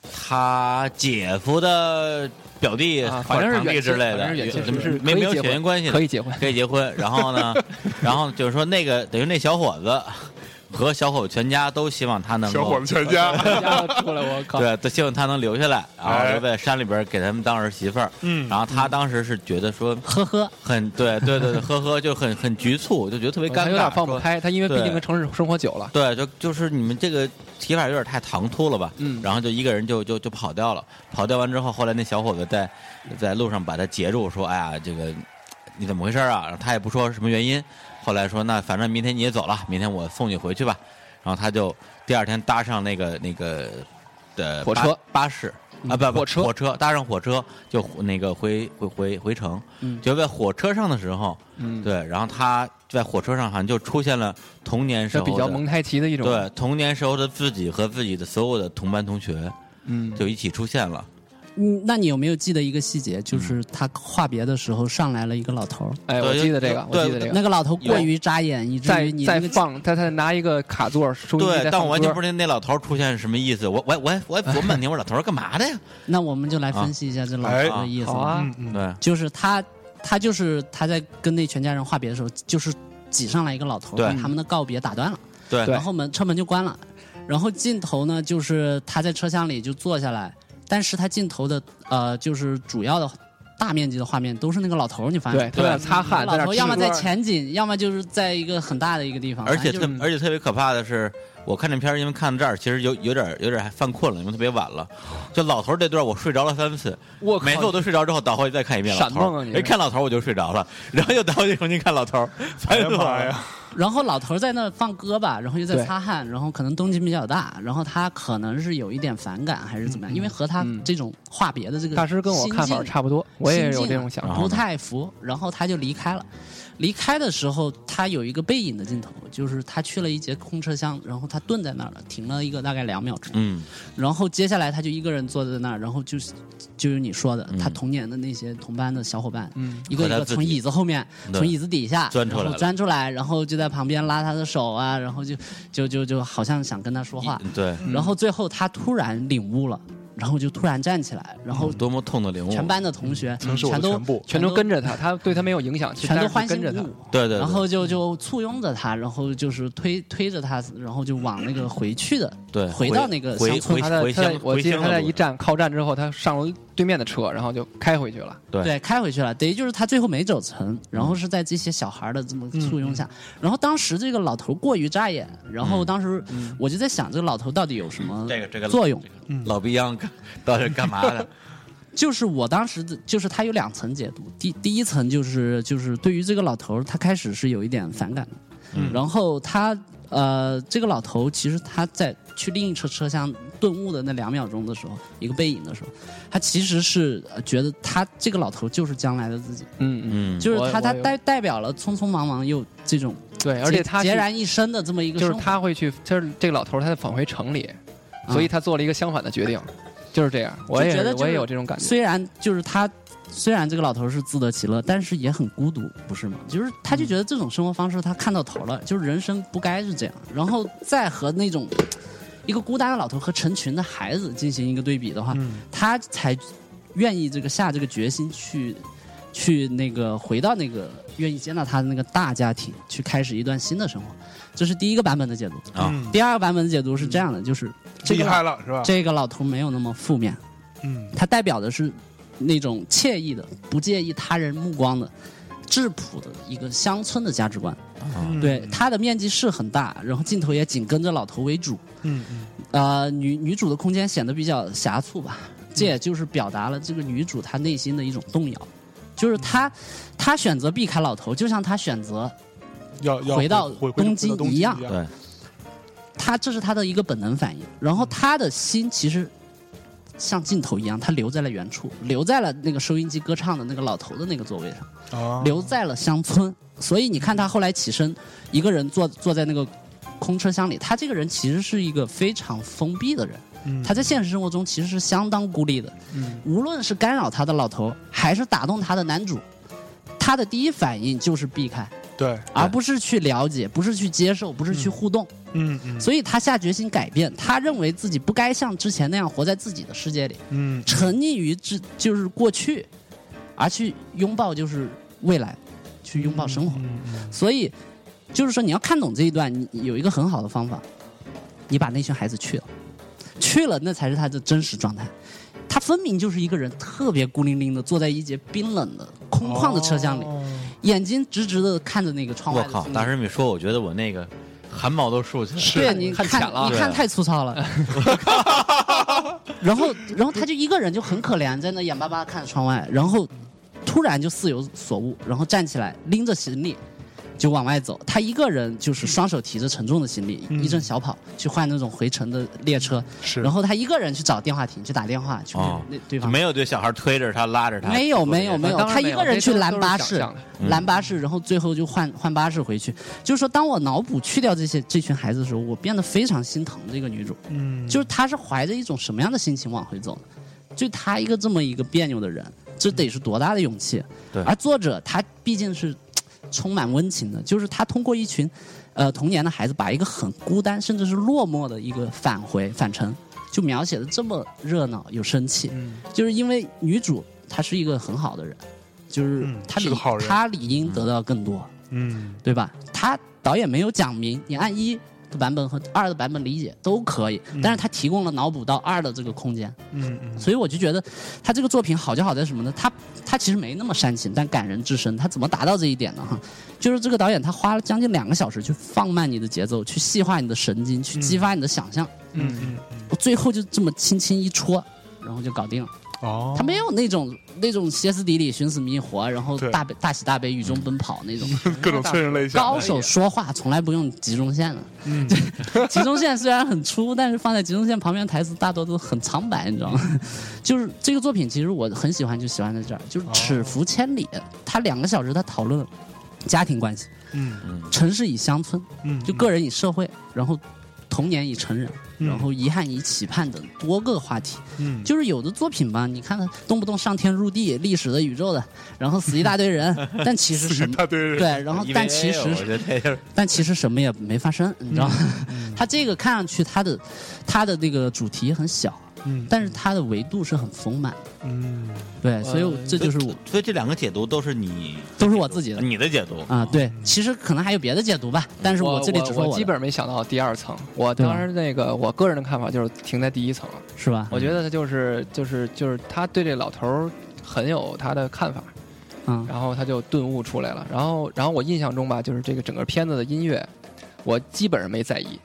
Speaker 6: 他姐夫的表弟、
Speaker 5: 啊
Speaker 6: 或
Speaker 5: 反
Speaker 6: 者
Speaker 5: 正是
Speaker 6: 堂弟
Speaker 5: 远
Speaker 6: 之
Speaker 5: 亲
Speaker 6: 类的，
Speaker 5: 反正是远亲
Speaker 6: 有
Speaker 5: 是
Speaker 6: 没
Speaker 5: 可以
Speaker 6: 没有
Speaker 5: 结
Speaker 6: 血
Speaker 5: 婚
Speaker 6: 缘关系的
Speaker 5: 可以结婚
Speaker 6: 可以结婚。然后呢， *laughs* 然后就是说那个等于那小伙子和小伙子全家都希望他能够
Speaker 4: 小伙子全家，
Speaker 5: *laughs* 出来，我靠！
Speaker 6: 对，都希望他能留下来，然后
Speaker 4: 哎
Speaker 6: 留在山里边给他们当儿媳妇儿。
Speaker 4: 嗯
Speaker 6: 然后他当时是觉得说
Speaker 2: 呵呵，
Speaker 6: 很对对对对，呵呵，就很很局促，就觉得特别
Speaker 5: 他
Speaker 6: 尴
Speaker 5: 有点
Speaker 6: 尬，
Speaker 5: 放不
Speaker 6: 说。
Speaker 5: 开，他因为毕
Speaker 6: 对
Speaker 5: 竟跟城市生活久了，
Speaker 6: 对，就就是你们这个提法有点太唐突了吧？
Speaker 5: 嗯
Speaker 6: 然后就一个人就就就跑掉了，跑掉完之后，后来那小伙子在在路上把他截住，说：“哎呀，这个你怎么回事啊？”然后他也不说什么原因，后来说：“那反正明天你也走了，明天我送你回去吧。”然后他就第二天搭上那个那个的
Speaker 5: 火
Speaker 6: 巴
Speaker 5: 车嗯
Speaker 6: 巴士。啊，不不，
Speaker 5: 火车
Speaker 6: 火车搭上火车就那个回回回回城，
Speaker 2: 嗯
Speaker 6: 就在火车上的时候，
Speaker 5: 嗯，
Speaker 6: 对，然后他在火车上好像就出现了童年时
Speaker 5: 这
Speaker 6: 候
Speaker 5: 比较
Speaker 6: 的
Speaker 5: 蒙太奇的一种，
Speaker 6: 对，童年时候的自己和自己的所有的同班同学
Speaker 5: 嗯，
Speaker 6: 就一起出现了。
Speaker 2: 嗯，那你有没有记得一个细节？就是
Speaker 5: 嗯
Speaker 2: 他话别的时候上来了一个老头儿，
Speaker 5: 哎，我
Speaker 6: 对
Speaker 5: 记得这个，我
Speaker 6: 对
Speaker 5: 记得这个
Speaker 2: 那。个老头过于扎眼，以至
Speaker 5: 再
Speaker 2: 于你
Speaker 5: 再
Speaker 2: 那个
Speaker 5: 放，他他拿一个卡座收音机
Speaker 6: 对，
Speaker 5: 在
Speaker 6: 但
Speaker 5: 放
Speaker 6: 我完全
Speaker 5: 歌
Speaker 6: 不，知道那老头儿出现是什么意思。我我我我琢磨半天，我说老头儿干嘛的呀？
Speaker 2: 那我们就来分析一下这老
Speaker 4: 哎
Speaker 2: 头的意思
Speaker 5: 好。啊
Speaker 4: 嗯，嗯，
Speaker 6: 对
Speaker 2: 就是他，他就是他在跟那全家人话别的时候，就是挤上来一个老头，
Speaker 6: 对
Speaker 2: 把他们的告别打断了，
Speaker 6: 对
Speaker 2: 然后门车门就关了，然后镜头呢就是他在车厢里就坐下来，但是他镜头的呃就是主要的大面积的画面都是那个老头，你发现吗？
Speaker 5: 对，他在那擦汗，在
Speaker 2: 老
Speaker 5: 那
Speaker 2: 头
Speaker 5: 吃
Speaker 2: 要么在
Speaker 5: 歌
Speaker 2: 前景，要么就是在一个很大的一个地方，
Speaker 6: 而且
Speaker 2: 反正
Speaker 6: 特
Speaker 2: 就是
Speaker 6: 而且特别可怕的是，我看这片儿，因为看到这儿，其实有有点有点还犯困了，因为特别晚了。就老头儿这段，我睡着了三次，
Speaker 5: 我靠
Speaker 6: 每次我都睡着之后倒回去再看一遍老头
Speaker 5: 闪梦啊
Speaker 6: 儿。
Speaker 5: 你
Speaker 6: 一看老头儿我就睡着了，然后又倒回去重新看老头儿，啊
Speaker 4: 哎
Speaker 6: 烦
Speaker 4: 呀
Speaker 6: 死我
Speaker 4: 妈
Speaker 6: 了。
Speaker 4: 呀，
Speaker 2: 然后老头在那放歌吧，然后又在
Speaker 5: 对
Speaker 2: 擦汗，然后可能动静比较大，然后他可能是有一点反感还是怎么样，因为和他
Speaker 5: 嗯
Speaker 2: 这种话别的这个
Speaker 5: 大师跟我看法
Speaker 2: 心境
Speaker 5: 差不多，我也有
Speaker 2: 心
Speaker 5: 这
Speaker 2: 境啊
Speaker 5: 种想
Speaker 6: 然
Speaker 5: 法
Speaker 2: 不
Speaker 6: 后。呢
Speaker 2: 太服，然后他就离开了。离开的时候，他有一个背影的镜头，就是他去了一节空车厢，然后他顿在那儿了，停了一个大概两秒钟，
Speaker 6: 嗯，
Speaker 2: 然后接下来他就一个人坐在那儿，然后就是就是你说的，
Speaker 6: 嗯
Speaker 2: 他童年的那些同班的小伙伴，
Speaker 5: 嗯，
Speaker 2: 一个一
Speaker 6: 和他
Speaker 2: 个
Speaker 6: 自己
Speaker 2: 从椅子后面，
Speaker 6: 对
Speaker 2: 从椅子底下
Speaker 6: 钻出来了
Speaker 2: 然后钻出来，然后就在旁边拉他的手啊，然后就就就就好像想跟他说话，
Speaker 6: 对，
Speaker 2: 然后最后他突然领悟了，然后就突然站起来，然后
Speaker 6: 多么痛的领悟。啊
Speaker 2: 全班的同学
Speaker 4: 曾是我的
Speaker 2: 全都
Speaker 4: 全部
Speaker 5: 嗯全都跟着他，他对他没有影
Speaker 2: 嗯
Speaker 5: 响，
Speaker 2: 全都
Speaker 5: 但是
Speaker 2: 欢欣
Speaker 5: 跟着
Speaker 2: 鼓
Speaker 5: 他
Speaker 2: 舞。
Speaker 6: 对对对，
Speaker 2: 然后就就簇拥着他，然后就是推推着他，然后就往那个回去的，
Speaker 6: 对，
Speaker 2: 回到那个
Speaker 6: 回
Speaker 2: 乡村
Speaker 6: 回
Speaker 5: 他在
Speaker 6: 回
Speaker 5: 他在
Speaker 6: 乡，
Speaker 5: 我
Speaker 6: 回
Speaker 5: 记得
Speaker 6: 乡
Speaker 5: 他
Speaker 6: 的
Speaker 5: 在
Speaker 6: 路
Speaker 5: 一站靠站之后，他上了对面的车，然后就开回去了。
Speaker 6: 对
Speaker 2: 对，开回去了。等于就是他最后没走成，然后是在这些小孩的这么簇拥下，
Speaker 6: 嗯
Speaker 2: 然后当时这个老头过于扎眼，然后当时我就在想，这个老头到底有什么
Speaker 6: 嗯这个这个
Speaker 2: 作用？
Speaker 6: 老逼样干到底干嘛的？
Speaker 2: 就是我当时的就是他有两层解读，第第一层就是就是对于这个老头儿，他开始是有一点反感的，
Speaker 6: 嗯
Speaker 2: 然后他呃这个老头其实他在去另一车车厢顿悟的那两秒钟的时候，一个背影的时候，他其实是呃觉得他这个老头就是将来的自己，
Speaker 5: 嗯嗯，
Speaker 6: 嗯，
Speaker 2: 就是
Speaker 5: 我
Speaker 2: 他他
Speaker 5: 我有
Speaker 2: 代代表了匆匆忙忙又这种
Speaker 5: 对，而且
Speaker 2: 孑
Speaker 5: 他
Speaker 2: 孑
Speaker 5: 是
Speaker 2: 然一身的这么一个
Speaker 5: 就是
Speaker 2: 生活
Speaker 5: 他会去，就是这个老头儿他返回城里，所以他做了一个相反的决定，啊就是这样。我也
Speaker 2: 觉得
Speaker 5: 是
Speaker 2: 就是
Speaker 5: 我也有这种感觉。
Speaker 2: 虽然就是他，虽然这个老头是自得其乐，但是也很孤独，不是吗？就是他就
Speaker 5: 嗯
Speaker 2: 觉得这种生活方式他看到头了，就是人生不该是这样。然后再和那种一个孤单的老头和成群的孩子进行一个对比的话，
Speaker 5: 嗯
Speaker 4: 嗯
Speaker 2: 他才愿意这个下这个决心去去那个回到那个愿意接纳他的那个大家庭，去开始一段新的生活。这是第一个版本的解读。
Speaker 6: 啊
Speaker 4: 嗯
Speaker 2: 第二个版本的解读是这样的，就是这
Speaker 4: 厉
Speaker 2: 个老
Speaker 4: 害了是吧？
Speaker 2: 这个老头没有那么负面。
Speaker 4: 嗯，
Speaker 2: 它代表的是那种惬意的、不介意他人目光的、质朴的一个乡村的价值观。
Speaker 4: 嗯
Speaker 2: 对，它的面积是很大，然后镜头也紧跟着老头为主。
Speaker 4: 嗯嗯
Speaker 2: 呃，女女主的空间显得比较狭促吧，这也就是表达了这个女主她内心的一种动摇。就是他他选择避开老头，就像他选择
Speaker 4: 要要
Speaker 2: 回到
Speaker 4: 回
Speaker 2: 东
Speaker 4: 京
Speaker 2: 京
Speaker 4: 东
Speaker 2: 一样
Speaker 6: 对，
Speaker 2: 他这是他的一个本能反应，然后他的心其实像镜头一样，他留在了原处，留在了那个收音机歌唱的那个老头的那个座位上，
Speaker 4: 啊，
Speaker 2: 留在了乡村。所以你看他后来起身，一个人坐坐在那个空车厢里，他这个人其实是一个非常封闭的人，
Speaker 4: 嗯
Speaker 2: 他在现实生活中其实是相当孤立的。
Speaker 4: 嗯
Speaker 2: 无论是干扰他的老头，还是打动他的男主，他的第一反应就是避开，
Speaker 4: 对，
Speaker 2: 而不是去了解，不是去接受，不是去互动。
Speaker 4: 嗯嗯
Speaker 2: 所以他下决心改变，他认为自己不该像之前那样活在自己的世界里，
Speaker 4: 嗯
Speaker 2: 沉溺于之就是过去，而去拥抱就是未来，去拥抱生活。
Speaker 4: 嗯嗯
Speaker 2: 所以，就是说你要看懂这一段，你你有一个很好的方法，你把那群孩子去了，去了那才是他的真实状态。他分明就是一个人特别孤零零的坐在一节冰冷的空旷的车厢里，
Speaker 4: 哦
Speaker 2: 眼睛直直的看着那个窗外
Speaker 6: 我
Speaker 2: 的风景。
Speaker 6: 靠！大师这么一说，我觉得我那个汗毛都竖起啊来了。
Speaker 2: 对你
Speaker 5: 看
Speaker 2: 看
Speaker 5: 浅了
Speaker 2: 你
Speaker 6: 对
Speaker 2: 看太粗糙了。然后，然后他就一个人就很可怜，在那眼巴巴地看着窗外，然后突然就似有所悟，然后站起来拎着行李就往外走。他一个人就是双手提着沉重的行李，
Speaker 4: 嗯
Speaker 2: 一阵小跑去换那种回程的列车，
Speaker 4: 是，
Speaker 2: 然后他一个人去找电话亭去打电话去
Speaker 6: 哦
Speaker 2: 那对
Speaker 6: 就
Speaker 2: 方。
Speaker 6: 没有对小孩推着他拉着
Speaker 5: 啊
Speaker 6: 他，
Speaker 2: 没有没有没有，
Speaker 5: 当然
Speaker 2: 他
Speaker 5: 没
Speaker 2: 一
Speaker 5: 有
Speaker 2: 个人
Speaker 5: 这
Speaker 2: 去
Speaker 5: 都
Speaker 2: 拦
Speaker 5: 都是
Speaker 2: 巴
Speaker 5: 想
Speaker 2: 士
Speaker 5: 象的，嗯
Speaker 2: 拦巴士，然后最后就换换巴士回去。就是说，当我脑补去掉这些这群孩子的时候，我变得非常心疼这个女主。
Speaker 4: 嗯
Speaker 2: 就是她是怀着一种什么样的心情往回走的？就她一个这么一个别扭的人，这得是多大的勇
Speaker 5: 嗯
Speaker 2: 气？
Speaker 6: 对
Speaker 2: 而作者他毕竟是充满温情的，就是他通过一群呃童年的孩子，把一个很孤单甚至是落寞的一个返回返程，就描写的这么热闹又生气。
Speaker 4: 嗯
Speaker 2: 就是因为女主她是一个很好的人，就是
Speaker 4: 嗯
Speaker 2: 她
Speaker 4: 是
Speaker 2: 理、
Speaker 4: 个好人
Speaker 2: 她理应得到更多，
Speaker 4: 嗯
Speaker 2: 对吧？她导演没有讲明，你按一的版本和二的版本理解都可以，但是她提供了脑补到二的这个空间，
Speaker 4: 嗯嗯
Speaker 2: 所以我就觉得她这个作品好就好在什么呢？她她其实没那么煽情，但感人至深。她怎么达到这一点呢？哈，就是这个导演他花了将近两个小时去放慢你的节奏，去细化你的神经，去激发你的想象，
Speaker 4: 嗯嗯
Speaker 2: 我最后就这么轻轻一戳，然后就搞定了。
Speaker 4: 哦，
Speaker 2: 他没有那种那种歇斯底里、寻死觅活，然后
Speaker 4: 对嗯
Speaker 2: 大悲大喜大悲、雨中奔跑那种。 *laughs*
Speaker 4: 各种催人泪下，
Speaker 2: 高手说话从来不用集中线的，嗯， *laughs* 集中线虽然很粗，但是放在集中线旁边的台词大多都很苍白，你知道吗？ *laughs* 就是这个作品，其实我很喜欢，就喜欢在这儿，
Speaker 4: 哦
Speaker 2: 就是尺幅千里。他两个小时，他讨论家庭关系，
Speaker 4: 嗯
Speaker 2: 城市与乡村，
Speaker 4: 嗯，
Speaker 2: 就个人与社会，然后童年与成人，
Speaker 4: 嗯
Speaker 2: 然后遗憾与期盼等多个话题。
Speaker 4: 嗯
Speaker 2: 就是有的作品吧，你看它动不动上天入地、历史的、宇宙的，然后死一大堆人，
Speaker 5: *laughs*
Speaker 2: 但其实什
Speaker 4: 一
Speaker 2: 么
Speaker 4: 大堆人，
Speaker 2: 对，
Speaker 6: *laughs*
Speaker 2: 然后
Speaker 6: 因为
Speaker 2: 但其
Speaker 6: 我觉
Speaker 2: 实
Speaker 6: 得这就是
Speaker 2: 但其实什么也没发生，
Speaker 5: 嗯
Speaker 2: 你知道吗？ *laughs* 它这个看上去它的它的那个主题很小，
Speaker 4: 嗯
Speaker 2: 但是它的维度是很丰满的，
Speaker 4: 嗯
Speaker 5: 呃
Speaker 2: 对，所以我这就是
Speaker 5: 嗯
Speaker 2: 我
Speaker 6: 所以这两个解读都是你
Speaker 2: 都是我自己的
Speaker 6: 你的解读
Speaker 2: 啊，对，其实可能还有别的解读吧，但是
Speaker 5: 我
Speaker 2: 这里只说的
Speaker 5: 我基本没想到第二层。我
Speaker 2: 对吧
Speaker 5: 当时那个我个人的看法就是停在第一层了。
Speaker 2: 是吧？
Speaker 5: 我觉得他就是就是就是他对这老头儿很有他的看法，
Speaker 2: 嗯
Speaker 5: 然后他就顿悟出来了。然后然后我印象中吧，就是这个整个片子的音乐，我基本上没在意，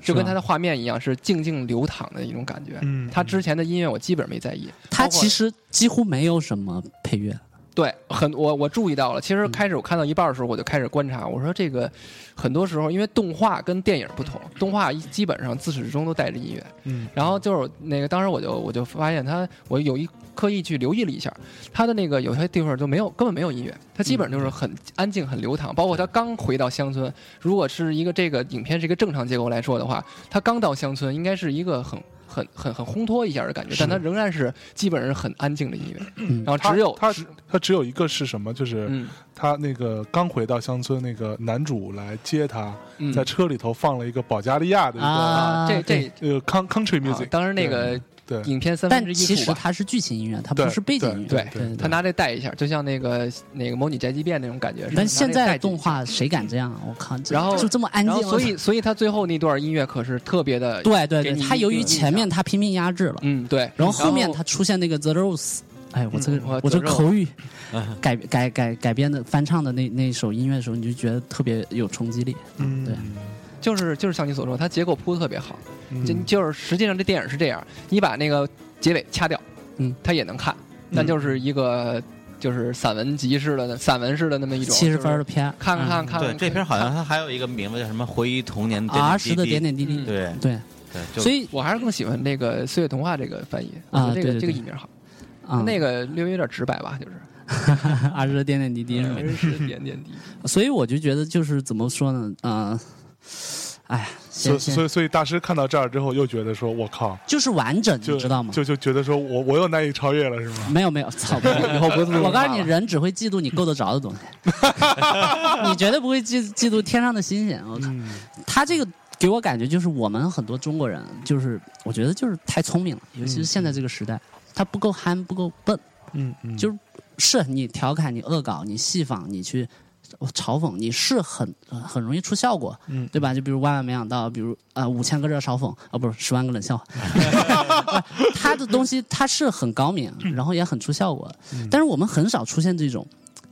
Speaker 2: 是
Speaker 5: 就
Speaker 2: 吧
Speaker 5: 跟他的画面一样，是静静流淌的一种感觉。
Speaker 4: 嗯，
Speaker 5: 他之前的音乐我基本上没在意，
Speaker 2: 它
Speaker 5: 包括
Speaker 2: 其实几乎没有什么配乐，
Speaker 5: 对，很我我注意到了。其实开始我看到一半的时候，我就开始观察，我说这个很多时候，因为动画跟电影不同，动画一基本上自始至终都带着音乐。
Speaker 4: 嗯
Speaker 5: 然后就是那个，当时我就我就发现他，我有一刻意去留意了一下，他的那个有些地方就没有根本没有音乐，他基本上就是很安静、很流淌。包括他刚回到乡村，如果是一个这个影片是一个正常结构来说的话，他刚到乡村应该是一个很。很很很烘托一下的感觉，但他仍然是基本上是很安静的音乐，
Speaker 2: 嗯
Speaker 5: 然后只有
Speaker 4: 他他只有一个是什么？就是
Speaker 5: 嗯
Speaker 4: 他那个刚回到乡村，那个男主来接他，
Speaker 5: 嗯
Speaker 4: 在车里头放了一个保加利亚的一个
Speaker 5: 啊，这这
Speaker 4: 呃 con country
Speaker 5: 啊
Speaker 4: music，
Speaker 5: 当时那个
Speaker 4: 对
Speaker 5: 影片三分
Speaker 2: 但
Speaker 5: 之
Speaker 2: 其
Speaker 5: 一
Speaker 2: 实
Speaker 5: 吧，
Speaker 2: 它是剧情音乐，它不是背景音乐。
Speaker 5: 对
Speaker 2: 对对
Speaker 4: 对
Speaker 5: 他拿这带一下，就像那个那个模拟宅急便那种感觉。是吧
Speaker 2: 但现
Speaker 5: 拿这
Speaker 2: 在
Speaker 5: 带进去
Speaker 2: 动画谁敢这样啊？我靠！这
Speaker 5: 然后
Speaker 2: 就这么安
Speaker 5: 然
Speaker 2: 静
Speaker 5: 后
Speaker 2: 了，
Speaker 5: 所以 *laughs* 所以他最后那段音乐可是特别的，
Speaker 2: 对对
Speaker 5: 给
Speaker 2: 对，
Speaker 5: 你
Speaker 2: 他
Speaker 5: 一
Speaker 2: 由
Speaker 5: 个
Speaker 2: 于
Speaker 5: 印
Speaker 2: 前面
Speaker 5: 象
Speaker 2: 他拼命压制了，
Speaker 5: 嗯对，
Speaker 2: 然后后面他出现那个 The Rose，哎，我这个、
Speaker 5: 嗯我
Speaker 2: 我这
Speaker 5: The Rose 嗯
Speaker 2: 口语 *laughs* 改改改改编的翻唱的那那首音乐的时候，你就觉得特别有冲击力。
Speaker 4: 嗯
Speaker 2: 对
Speaker 5: 就是就是像你所说，它结构铺的特别好，
Speaker 4: 嗯
Speaker 5: 就就是实际上这电影是这样，你把那个结尾掐掉，
Speaker 2: 嗯，
Speaker 5: 他也能看，但就是一个就是散文集式的、散文式的那么一种
Speaker 2: 七十分的，片儿
Speaker 5: 就是，看看看看，
Speaker 6: 嗯对，这篇好像它还有一个名字叫什么“回忆童年点点
Speaker 2: R
Speaker 6: 滴滴
Speaker 2: 嗯十啊的点点滴
Speaker 5: 嗯
Speaker 2: 滴，
Speaker 6: 对
Speaker 2: 对，
Speaker 6: 对，就
Speaker 2: 所以
Speaker 5: 我还是更喜欢这个《岁月童话》这个翻译
Speaker 2: 啊
Speaker 5: 我觉得这
Speaker 2: 对对
Speaker 5: 个这
Speaker 2: 对
Speaker 5: 个译名好，
Speaker 2: 啊，
Speaker 5: 那个略微有点直白吧，就是
Speaker 2: R 十的点点滴滴是吗？
Speaker 5: 真是点点滴滴。
Speaker 2: 所以我就觉得就是怎么说呢，嗯，哎呀，
Speaker 4: 所以
Speaker 2: 先
Speaker 4: 所
Speaker 2: 先
Speaker 4: 以所以大师看到这儿之后，又觉得说：“我靠，
Speaker 2: 就是完整，
Speaker 4: 就
Speaker 2: 你知道吗？
Speaker 4: 就就觉得说我我又难以超越了，是吗？
Speaker 2: 没有没有，操！ *laughs* 以后不我告诉你，人只会嫉妒你够得着的东西， *laughs* 你绝对不会嫉嫉妒天上的星星。我靠，他这个给我感觉就是我们很多中国人，就是我觉得就是太聪明了，尤其是现在这个时代，他不够憨，不够笨。
Speaker 4: 嗯嗯
Speaker 2: 就是是你调侃、你恶搞、你戏仿、你去嘲讽，你是很呃很容易出效果，
Speaker 4: 嗯
Speaker 2: 对吧？就比如万万没想到，比如呃五千个热嘲讽啊，不是十万个冷
Speaker 4: *laughs*
Speaker 2: 笑话，他的东西他是很高明，
Speaker 4: 嗯
Speaker 2: 然后也很出效果，但是我们很少出现这种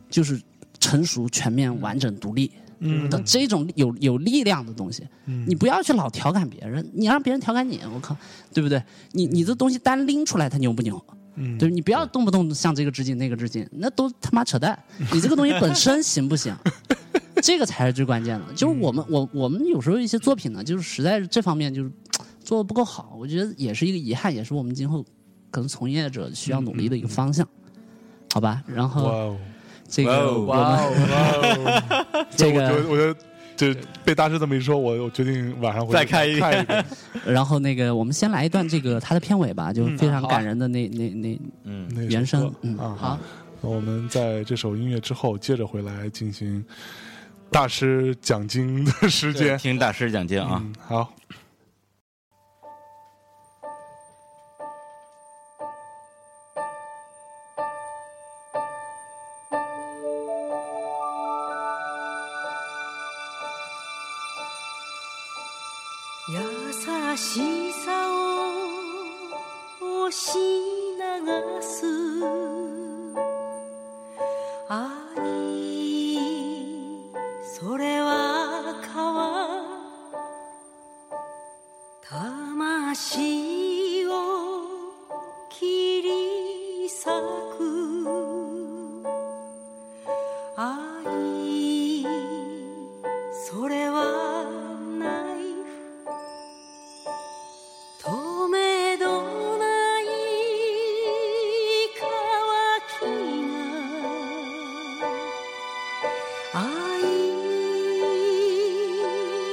Speaker 2: 就是成熟、全面、完整、独立。
Speaker 4: 嗯
Speaker 2: 的这种有有力量的东西，你不要去老调侃别人，你让别人调侃你，我靠，对不对？你你这东西单拎出来，它牛不牛？
Speaker 4: 嗯
Speaker 2: 对，你不要动不动向这个致敬那个致敬，那都他妈扯淡。你这个东西本身行
Speaker 6: *laughs*
Speaker 2: 不行，这个才是最关键的。就是我们
Speaker 6: 嗯
Speaker 2: 我我们有时候一些作品呢，就是实在是这方面就是做的不够好，我觉得也是一个遗憾，也是我们今后可能从业者需要努力的一
Speaker 6: 嗯
Speaker 2: 个方向，好吧？然
Speaker 4: 哇
Speaker 2: 后
Speaker 4: 哦，
Speaker 2: 这
Speaker 6: *laughs* 哇
Speaker 2: 个
Speaker 6: 哦
Speaker 2: 我们这
Speaker 4: 我觉
Speaker 2: 个
Speaker 4: 得，我觉得就被大师这么一说，我我决定晚上回去
Speaker 6: 再看一
Speaker 4: 看一遍。
Speaker 2: 然后那个我们先来一段这个它的片尾吧，就非常
Speaker 5: 好啊
Speaker 2: 感人的那那那
Speaker 6: 嗯，
Speaker 4: 那首
Speaker 2: 原声
Speaker 4: 歌，
Speaker 2: 嗯，
Speaker 4: 啊，
Speaker 2: 好，，
Speaker 4: 那我们在这首音乐之后，接着回来进行大师讲经的时间。
Speaker 6: 听大师讲经啊。
Speaker 4: 嗯，好，
Speaker 7: 優しさを押し流す愛それは川魂を切り裂く愛それはナイフ透明度ない乾きが愛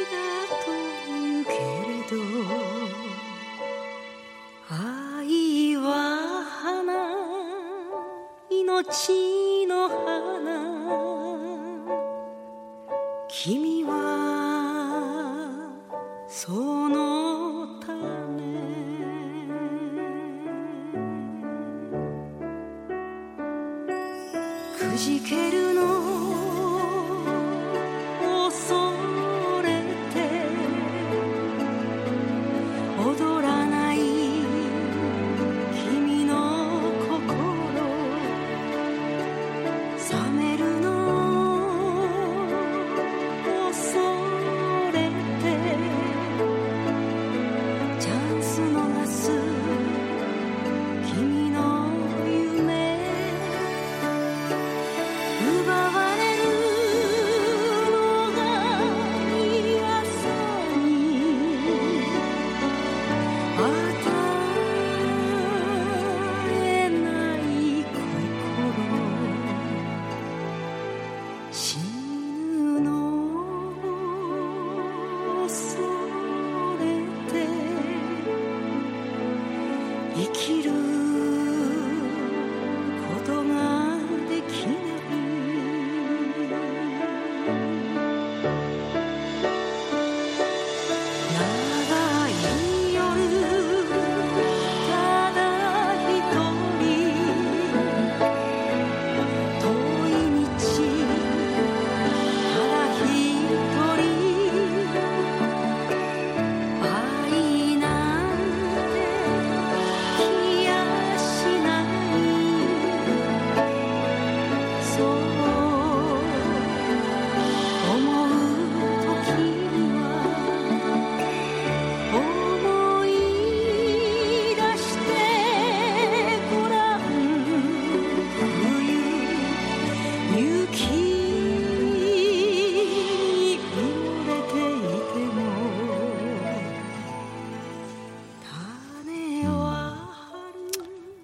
Speaker 7: だと言うけれど愛は花命の花君はその種くじけるのを恐れて踊らない君の心冷めるのを恐れてチャンス逃す君の夢奪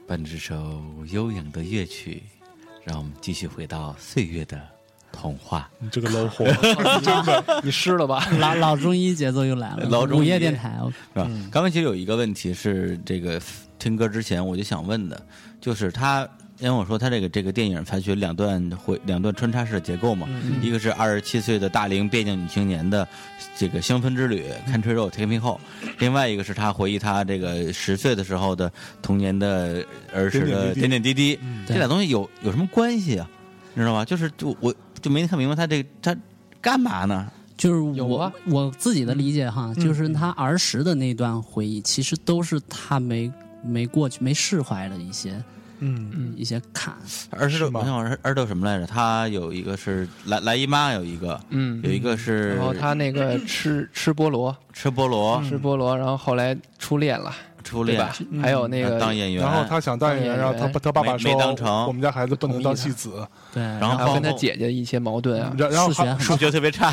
Speaker 6: 伴着这首悠扬的乐曲，让我们继续回到岁月的童话。
Speaker 4: 你这个 low 货，
Speaker 5: *laughs* 你湿了吧？
Speaker 2: 老老中医节奏又来了，
Speaker 6: 嗯老中医
Speaker 2: 午夜电台，我
Speaker 6: 是吧？刚才其实有一个问题是，这个听歌之前我就想问的，就是他，因为我说他这个这个电影采取两段回两段穿插式的结构嘛，一个是二十七岁的大龄别扭女青年的这个香氛之旅，看吹肉 t a k 后；另外一个是他回忆他这个十岁的时候的童年的儿时的点
Speaker 4: 点
Speaker 6: 点滴嗯滴，这俩东西有有什么关系啊？你知道吗？就是就我就没看明白他这个他干嘛呢？
Speaker 2: 就是
Speaker 5: 有
Speaker 2: 我
Speaker 5: 啊
Speaker 2: 我自己的理解哈，
Speaker 6: 嗯
Speaker 2: 就是他儿时的那段回忆，其实都是他没没过去、没释怀的一些
Speaker 4: 嗯，
Speaker 2: 一些坎。
Speaker 6: 儿时
Speaker 4: 是
Speaker 6: 的
Speaker 4: 吗
Speaker 6: 我想儿儿时有什么来着？他有一个是来来姨妈，有一个，
Speaker 5: 嗯
Speaker 6: 有一个是
Speaker 5: 然后他那个吃吃菠萝，
Speaker 6: 吃菠萝
Speaker 5: 吃菠萝，然后后来初恋了，
Speaker 6: 初
Speaker 5: 对
Speaker 6: 恋嗯
Speaker 5: 吧，？还有那个
Speaker 6: 当演员，
Speaker 4: 然后他想当演员，然后他他爸爸说
Speaker 6: 没没当成，
Speaker 4: 我们家孩子不能当戏子。
Speaker 2: 对，然
Speaker 6: 然后嗯
Speaker 5: 还有
Speaker 6: 包
Speaker 5: 跟他姐姐一些矛盾啊，
Speaker 4: 然然后
Speaker 2: 数学
Speaker 4: 还
Speaker 2: 很
Speaker 6: 数学特别差，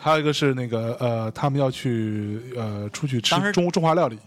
Speaker 4: 还有一个是那个呃，他们要去呃出去吃
Speaker 6: 当时
Speaker 4: 中中华料理，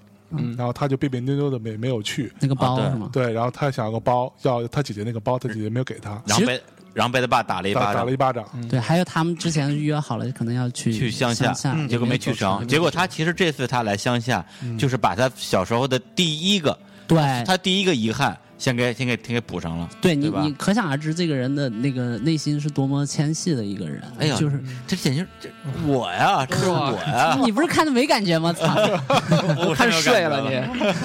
Speaker 4: 然后他就别别扭扭的没没有去。
Speaker 2: 那个包
Speaker 6: 啊对
Speaker 2: 是吗？
Speaker 4: 对，然后他想要个包，要他姐姐那个包，他姐姐没有给他，
Speaker 6: 然后被然后被他爸打了一
Speaker 4: 打
Speaker 6: 巴
Speaker 4: 打
Speaker 6: 掌
Speaker 4: 了一，巴掌。
Speaker 2: 对，还有他们之前预约好了，可能要去
Speaker 6: 去乡嗯
Speaker 2: 下，
Speaker 6: 结果没去成。
Speaker 2: 嗯
Speaker 6: 结果他其实这次他来乡下，就是把他小时候的第一个，
Speaker 2: 对
Speaker 6: 他第一个遗憾，先给先给先给补上了。
Speaker 2: 哎对你
Speaker 6: 对吧
Speaker 2: 你可想而知，这个人的那个内心是多么纤细的一个人。
Speaker 6: 哎呀，
Speaker 2: 就是
Speaker 6: 这简直这我呀，这是我呀，
Speaker 2: 你不是看的没感觉
Speaker 6: *laughs*
Speaker 2: 吗？操，
Speaker 6: 我
Speaker 5: 看
Speaker 6: 真有
Speaker 5: 睡
Speaker 6: 感觉
Speaker 5: 了你。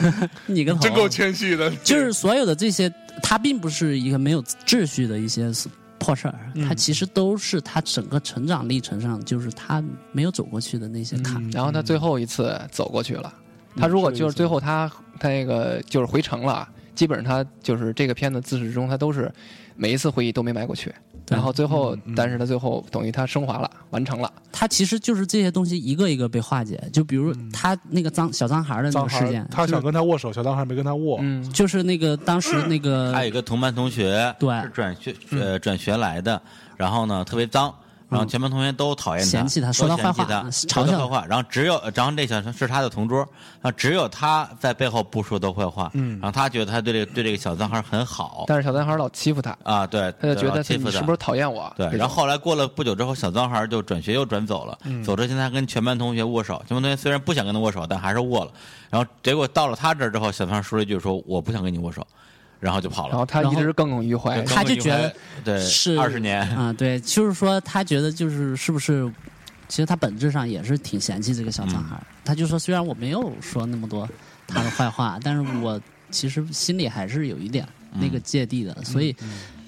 Speaker 2: 你个头！啊
Speaker 4: 真够谦虚的，
Speaker 2: 就是所有的这些，它并不是一个没有秩序的一些破事儿，
Speaker 4: 嗯
Speaker 2: 它其实都是他整个成长历程上，就是他没有走过去的那些
Speaker 4: 嗯
Speaker 2: 坎。
Speaker 5: 嗯然后他最后一次走过去了。
Speaker 6: 嗯
Speaker 5: 他如果就是最后他他那个就是回城了，基本上他就是这个片子自始至终他都是每一次回忆都没迈过去。
Speaker 2: 对
Speaker 5: 然后最
Speaker 6: 嗯
Speaker 5: 后，但是他最后等于他升华了，完成了。
Speaker 2: 他其实就是这些东西一个一个被化解。就比如他那个脏小脏孩儿的那
Speaker 4: 张
Speaker 2: 个
Speaker 4: 嗯孩
Speaker 2: 事
Speaker 4: 儿
Speaker 2: 件，
Speaker 4: 他想跟他握手，小张孩儿没跟他握。
Speaker 5: 嗯，
Speaker 2: 就是那个当时那
Speaker 4: *clears throat* 哎
Speaker 2: 个
Speaker 6: 还有一个同班同学，
Speaker 2: 对
Speaker 6: 是转学呃转学来的，然后呢特别脏，然后全班同学都讨厌他，
Speaker 2: 嫌弃他
Speaker 6: 都
Speaker 2: 说他
Speaker 6: 嫌弃
Speaker 2: 坏话
Speaker 6: 他
Speaker 2: 嘲
Speaker 6: 说他
Speaker 2: 笑
Speaker 6: 坏话，然后只有然后那小是他的同桌，然后只有他在背后不说他坏话，嗯，然后他觉得他对这个对这个小男孩很好
Speaker 5: 但是小男孩老欺负他，
Speaker 6: 啊，对，
Speaker 5: 他就觉
Speaker 6: 然后
Speaker 5: 得
Speaker 6: 欺负
Speaker 5: 你
Speaker 6: 他
Speaker 5: 是不是讨厌我？
Speaker 6: 对
Speaker 5: 这，种
Speaker 6: 然后后来过了不久之后，小脏孩儿就转学又转走了。走之前，他跟全班同学握手，全班同学虽然不想跟他握手，但还是握了。然后结果到了他这儿之后，小脏孩儿说了一句说：“我不想跟你握手。”然后就跑了。
Speaker 5: 然后他一直耿耿于怀
Speaker 6: 对。
Speaker 2: 哎他就觉得
Speaker 6: 对
Speaker 2: 是
Speaker 6: 呃二十年，
Speaker 2: 啊，对，就是说他觉得就是是不是，其实他本质上也是挺嫌弃这个小男孩儿。他就说，虽然我没有说那么多他的坏话，但是我其实心里还是有一点那个芥蒂的，所以。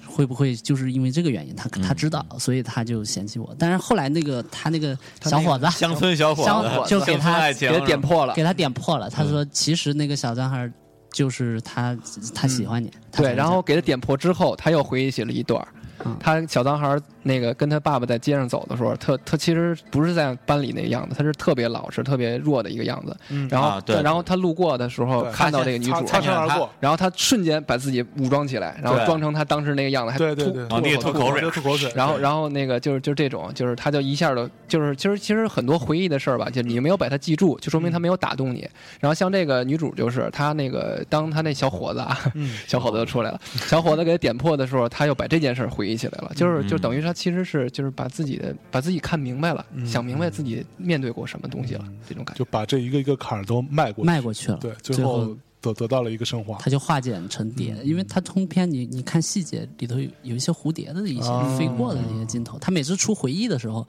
Speaker 2: 会不会就是因为这个原因，他他知道，所以他就嫌弃我。但是后来那个他那个小伙子，
Speaker 6: 乡村小
Speaker 2: 乡
Speaker 6: 伙子
Speaker 2: 就给
Speaker 6: 乡村
Speaker 2: 他
Speaker 6: 爱情
Speaker 5: 给他点破了，
Speaker 2: 给他点破了，他说其实那个小男孩儿就是他，他喜欢你。他才
Speaker 5: 对，
Speaker 2: 会
Speaker 5: 然
Speaker 2: 这
Speaker 5: 后
Speaker 2: 样
Speaker 5: 给他点破之后，他又回忆起了一段儿
Speaker 2: 嗯。
Speaker 5: 他小男孩儿那个跟他爸爸在街上走的时候，特他其实不是在班里那个样子，他是特别老实、特别弱的一个样子。
Speaker 2: 嗯
Speaker 5: 然后
Speaker 6: 啊对
Speaker 5: 然后他路过的时候
Speaker 4: 对
Speaker 5: 看到这嗯个女
Speaker 4: 擦
Speaker 5: 主，
Speaker 4: 擦身而过，
Speaker 5: 然后他瞬间把自己武装起来，然后
Speaker 6: 对哦
Speaker 5: 装成他当时那个样子，还
Speaker 4: 对对
Speaker 5: 吐
Speaker 4: 对
Speaker 5: *laughs* 吐
Speaker 6: 往地
Speaker 5: 了
Speaker 6: 吐
Speaker 5: 口
Speaker 6: 口
Speaker 4: 我
Speaker 6: 水
Speaker 4: 就吐口水。
Speaker 5: 然后，
Speaker 4: 后
Speaker 5: 然后那个就是就是这种，就是他就一下就就是其实其实很多回忆的事儿吧，就你没有把它记住，就说
Speaker 4: 嗯
Speaker 5: 明他没有打动你。然后像这个女主就是她那个当她那小伙子啊，
Speaker 4: 嗯
Speaker 5: 小伙子就出
Speaker 4: *laughs*
Speaker 5: 来了，小伙子给他点破的时候，他又把这件事儿回忆起来了，就是就
Speaker 4: 嗯
Speaker 5: 等于他其实是就是把自己的把自己看明白了，想明
Speaker 4: 嗯
Speaker 5: 白自己面对过什么东西了，这种感觉。
Speaker 4: 就把这一个一个坎儿都迈过去，
Speaker 2: 迈过去了，
Speaker 4: 对，最
Speaker 2: 最后
Speaker 4: 后得得到了一个升华。
Speaker 2: 它就化茧成蝶，
Speaker 4: 嗯
Speaker 2: 因为它通篇你你看细节里头有有一些蝴蝶的一些
Speaker 4: 哦嗯
Speaker 2: 飞过的那些镜头，它每次出回忆的时候，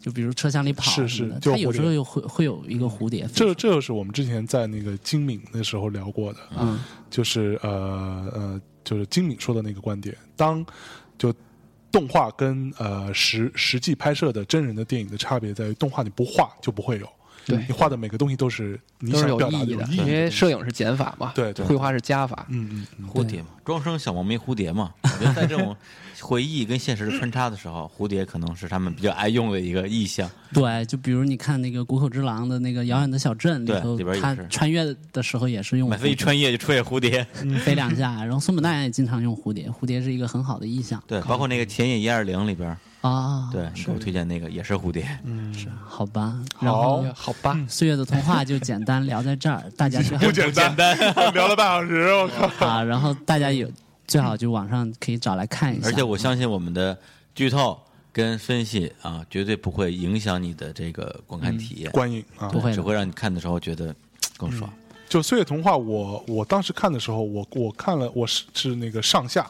Speaker 2: 就比如车厢里跑
Speaker 4: 是
Speaker 2: 什么
Speaker 4: 是
Speaker 2: 的
Speaker 4: 就
Speaker 2: 它有
Speaker 4: 蝴蝶嗯
Speaker 2: 时候有会会有一个蝴蝶飞
Speaker 4: 这
Speaker 2: 过
Speaker 4: 这就是我们之前在那个金敏的时候聊过的，
Speaker 2: 嗯，
Speaker 4: 就是呃呃，就是金敏说的那个观点，当就动画跟呃实实际拍摄的真人的电影的差别在于，动画你不画就不会有，
Speaker 5: 对
Speaker 4: 你画的每个东西都是你
Speaker 5: 都是
Speaker 4: 想
Speaker 5: 有
Speaker 4: 表达
Speaker 5: 意义
Speaker 4: 有
Speaker 5: 的，
Speaker 4: 意
Speaker 5: 因为
Speaker 4: 义的，
Speaker 5: 摄影是减法嘛，
Speaker 4: 对对
Speaker 5: 绘画是加法，
Speaker 4: 嗯嗯嗯，
Speaker 6: 蝴蝶嘛，庄生小猫咪蝴蝶嘛。我觉得在
Speaker 2: *laughs*
Speaker 6: 这种回忆跟现实穿插的时候，蝴蝶可能是他们比较爱用的一个意象。
Speaker 2: 对，就比如你看那个谷口之狼的那个遥远的小镇里
Speaker 6: 对
Speaker 2: 头
Speaker 6: 里边，也
Speaker 2: 他
Speaker 6: 是
Speaker 2: 穿越的时候也是用
Speaker 6: 每次一
Speaker 2: 蝴蝶
Speaker 6: 穿越就出现蝴蝶，
Speaker 2: 飞两下，然后松本大也经常用蝴蝶，蝴蝶是一个很好的意象
Speaker 6: 对，包括那个《田野一二零》里边，
Speaker 2: 啊，
Speaker 4: 哦
Speaker 6: 对，给我推荐那个也是蝴蝶，
Speaker 2: 嗯好吧。然
Speaker 4: 好嗯
Speaker 2: 后
Speaker 5: 哎呀好吧，
Speaker 2: 岁月的童话就简单聊在这儿，大家最好
Speaker 4: 不简单， *laughs* 聊了半小时，我
Speaker 2: *laughs*
Speaker 4: 靠，
Speaker 2: 啊，然后大家有最好就网上可以找来看一下。
Speaker 6: 而且我相信我们的剧透跟分析啊，绝对不会影响你的这个观看体验，
Speaker 4: 观影啊
Speaker 2: 嗯不，会
Speaker 6: 只
Speaker 2: 的嗯
Speaker 6: 会让你看的时候觉得嘖更爽。
Speaker 4: 就《岁月童话》我，我当时看的时候，我我看了，我是是那个上下，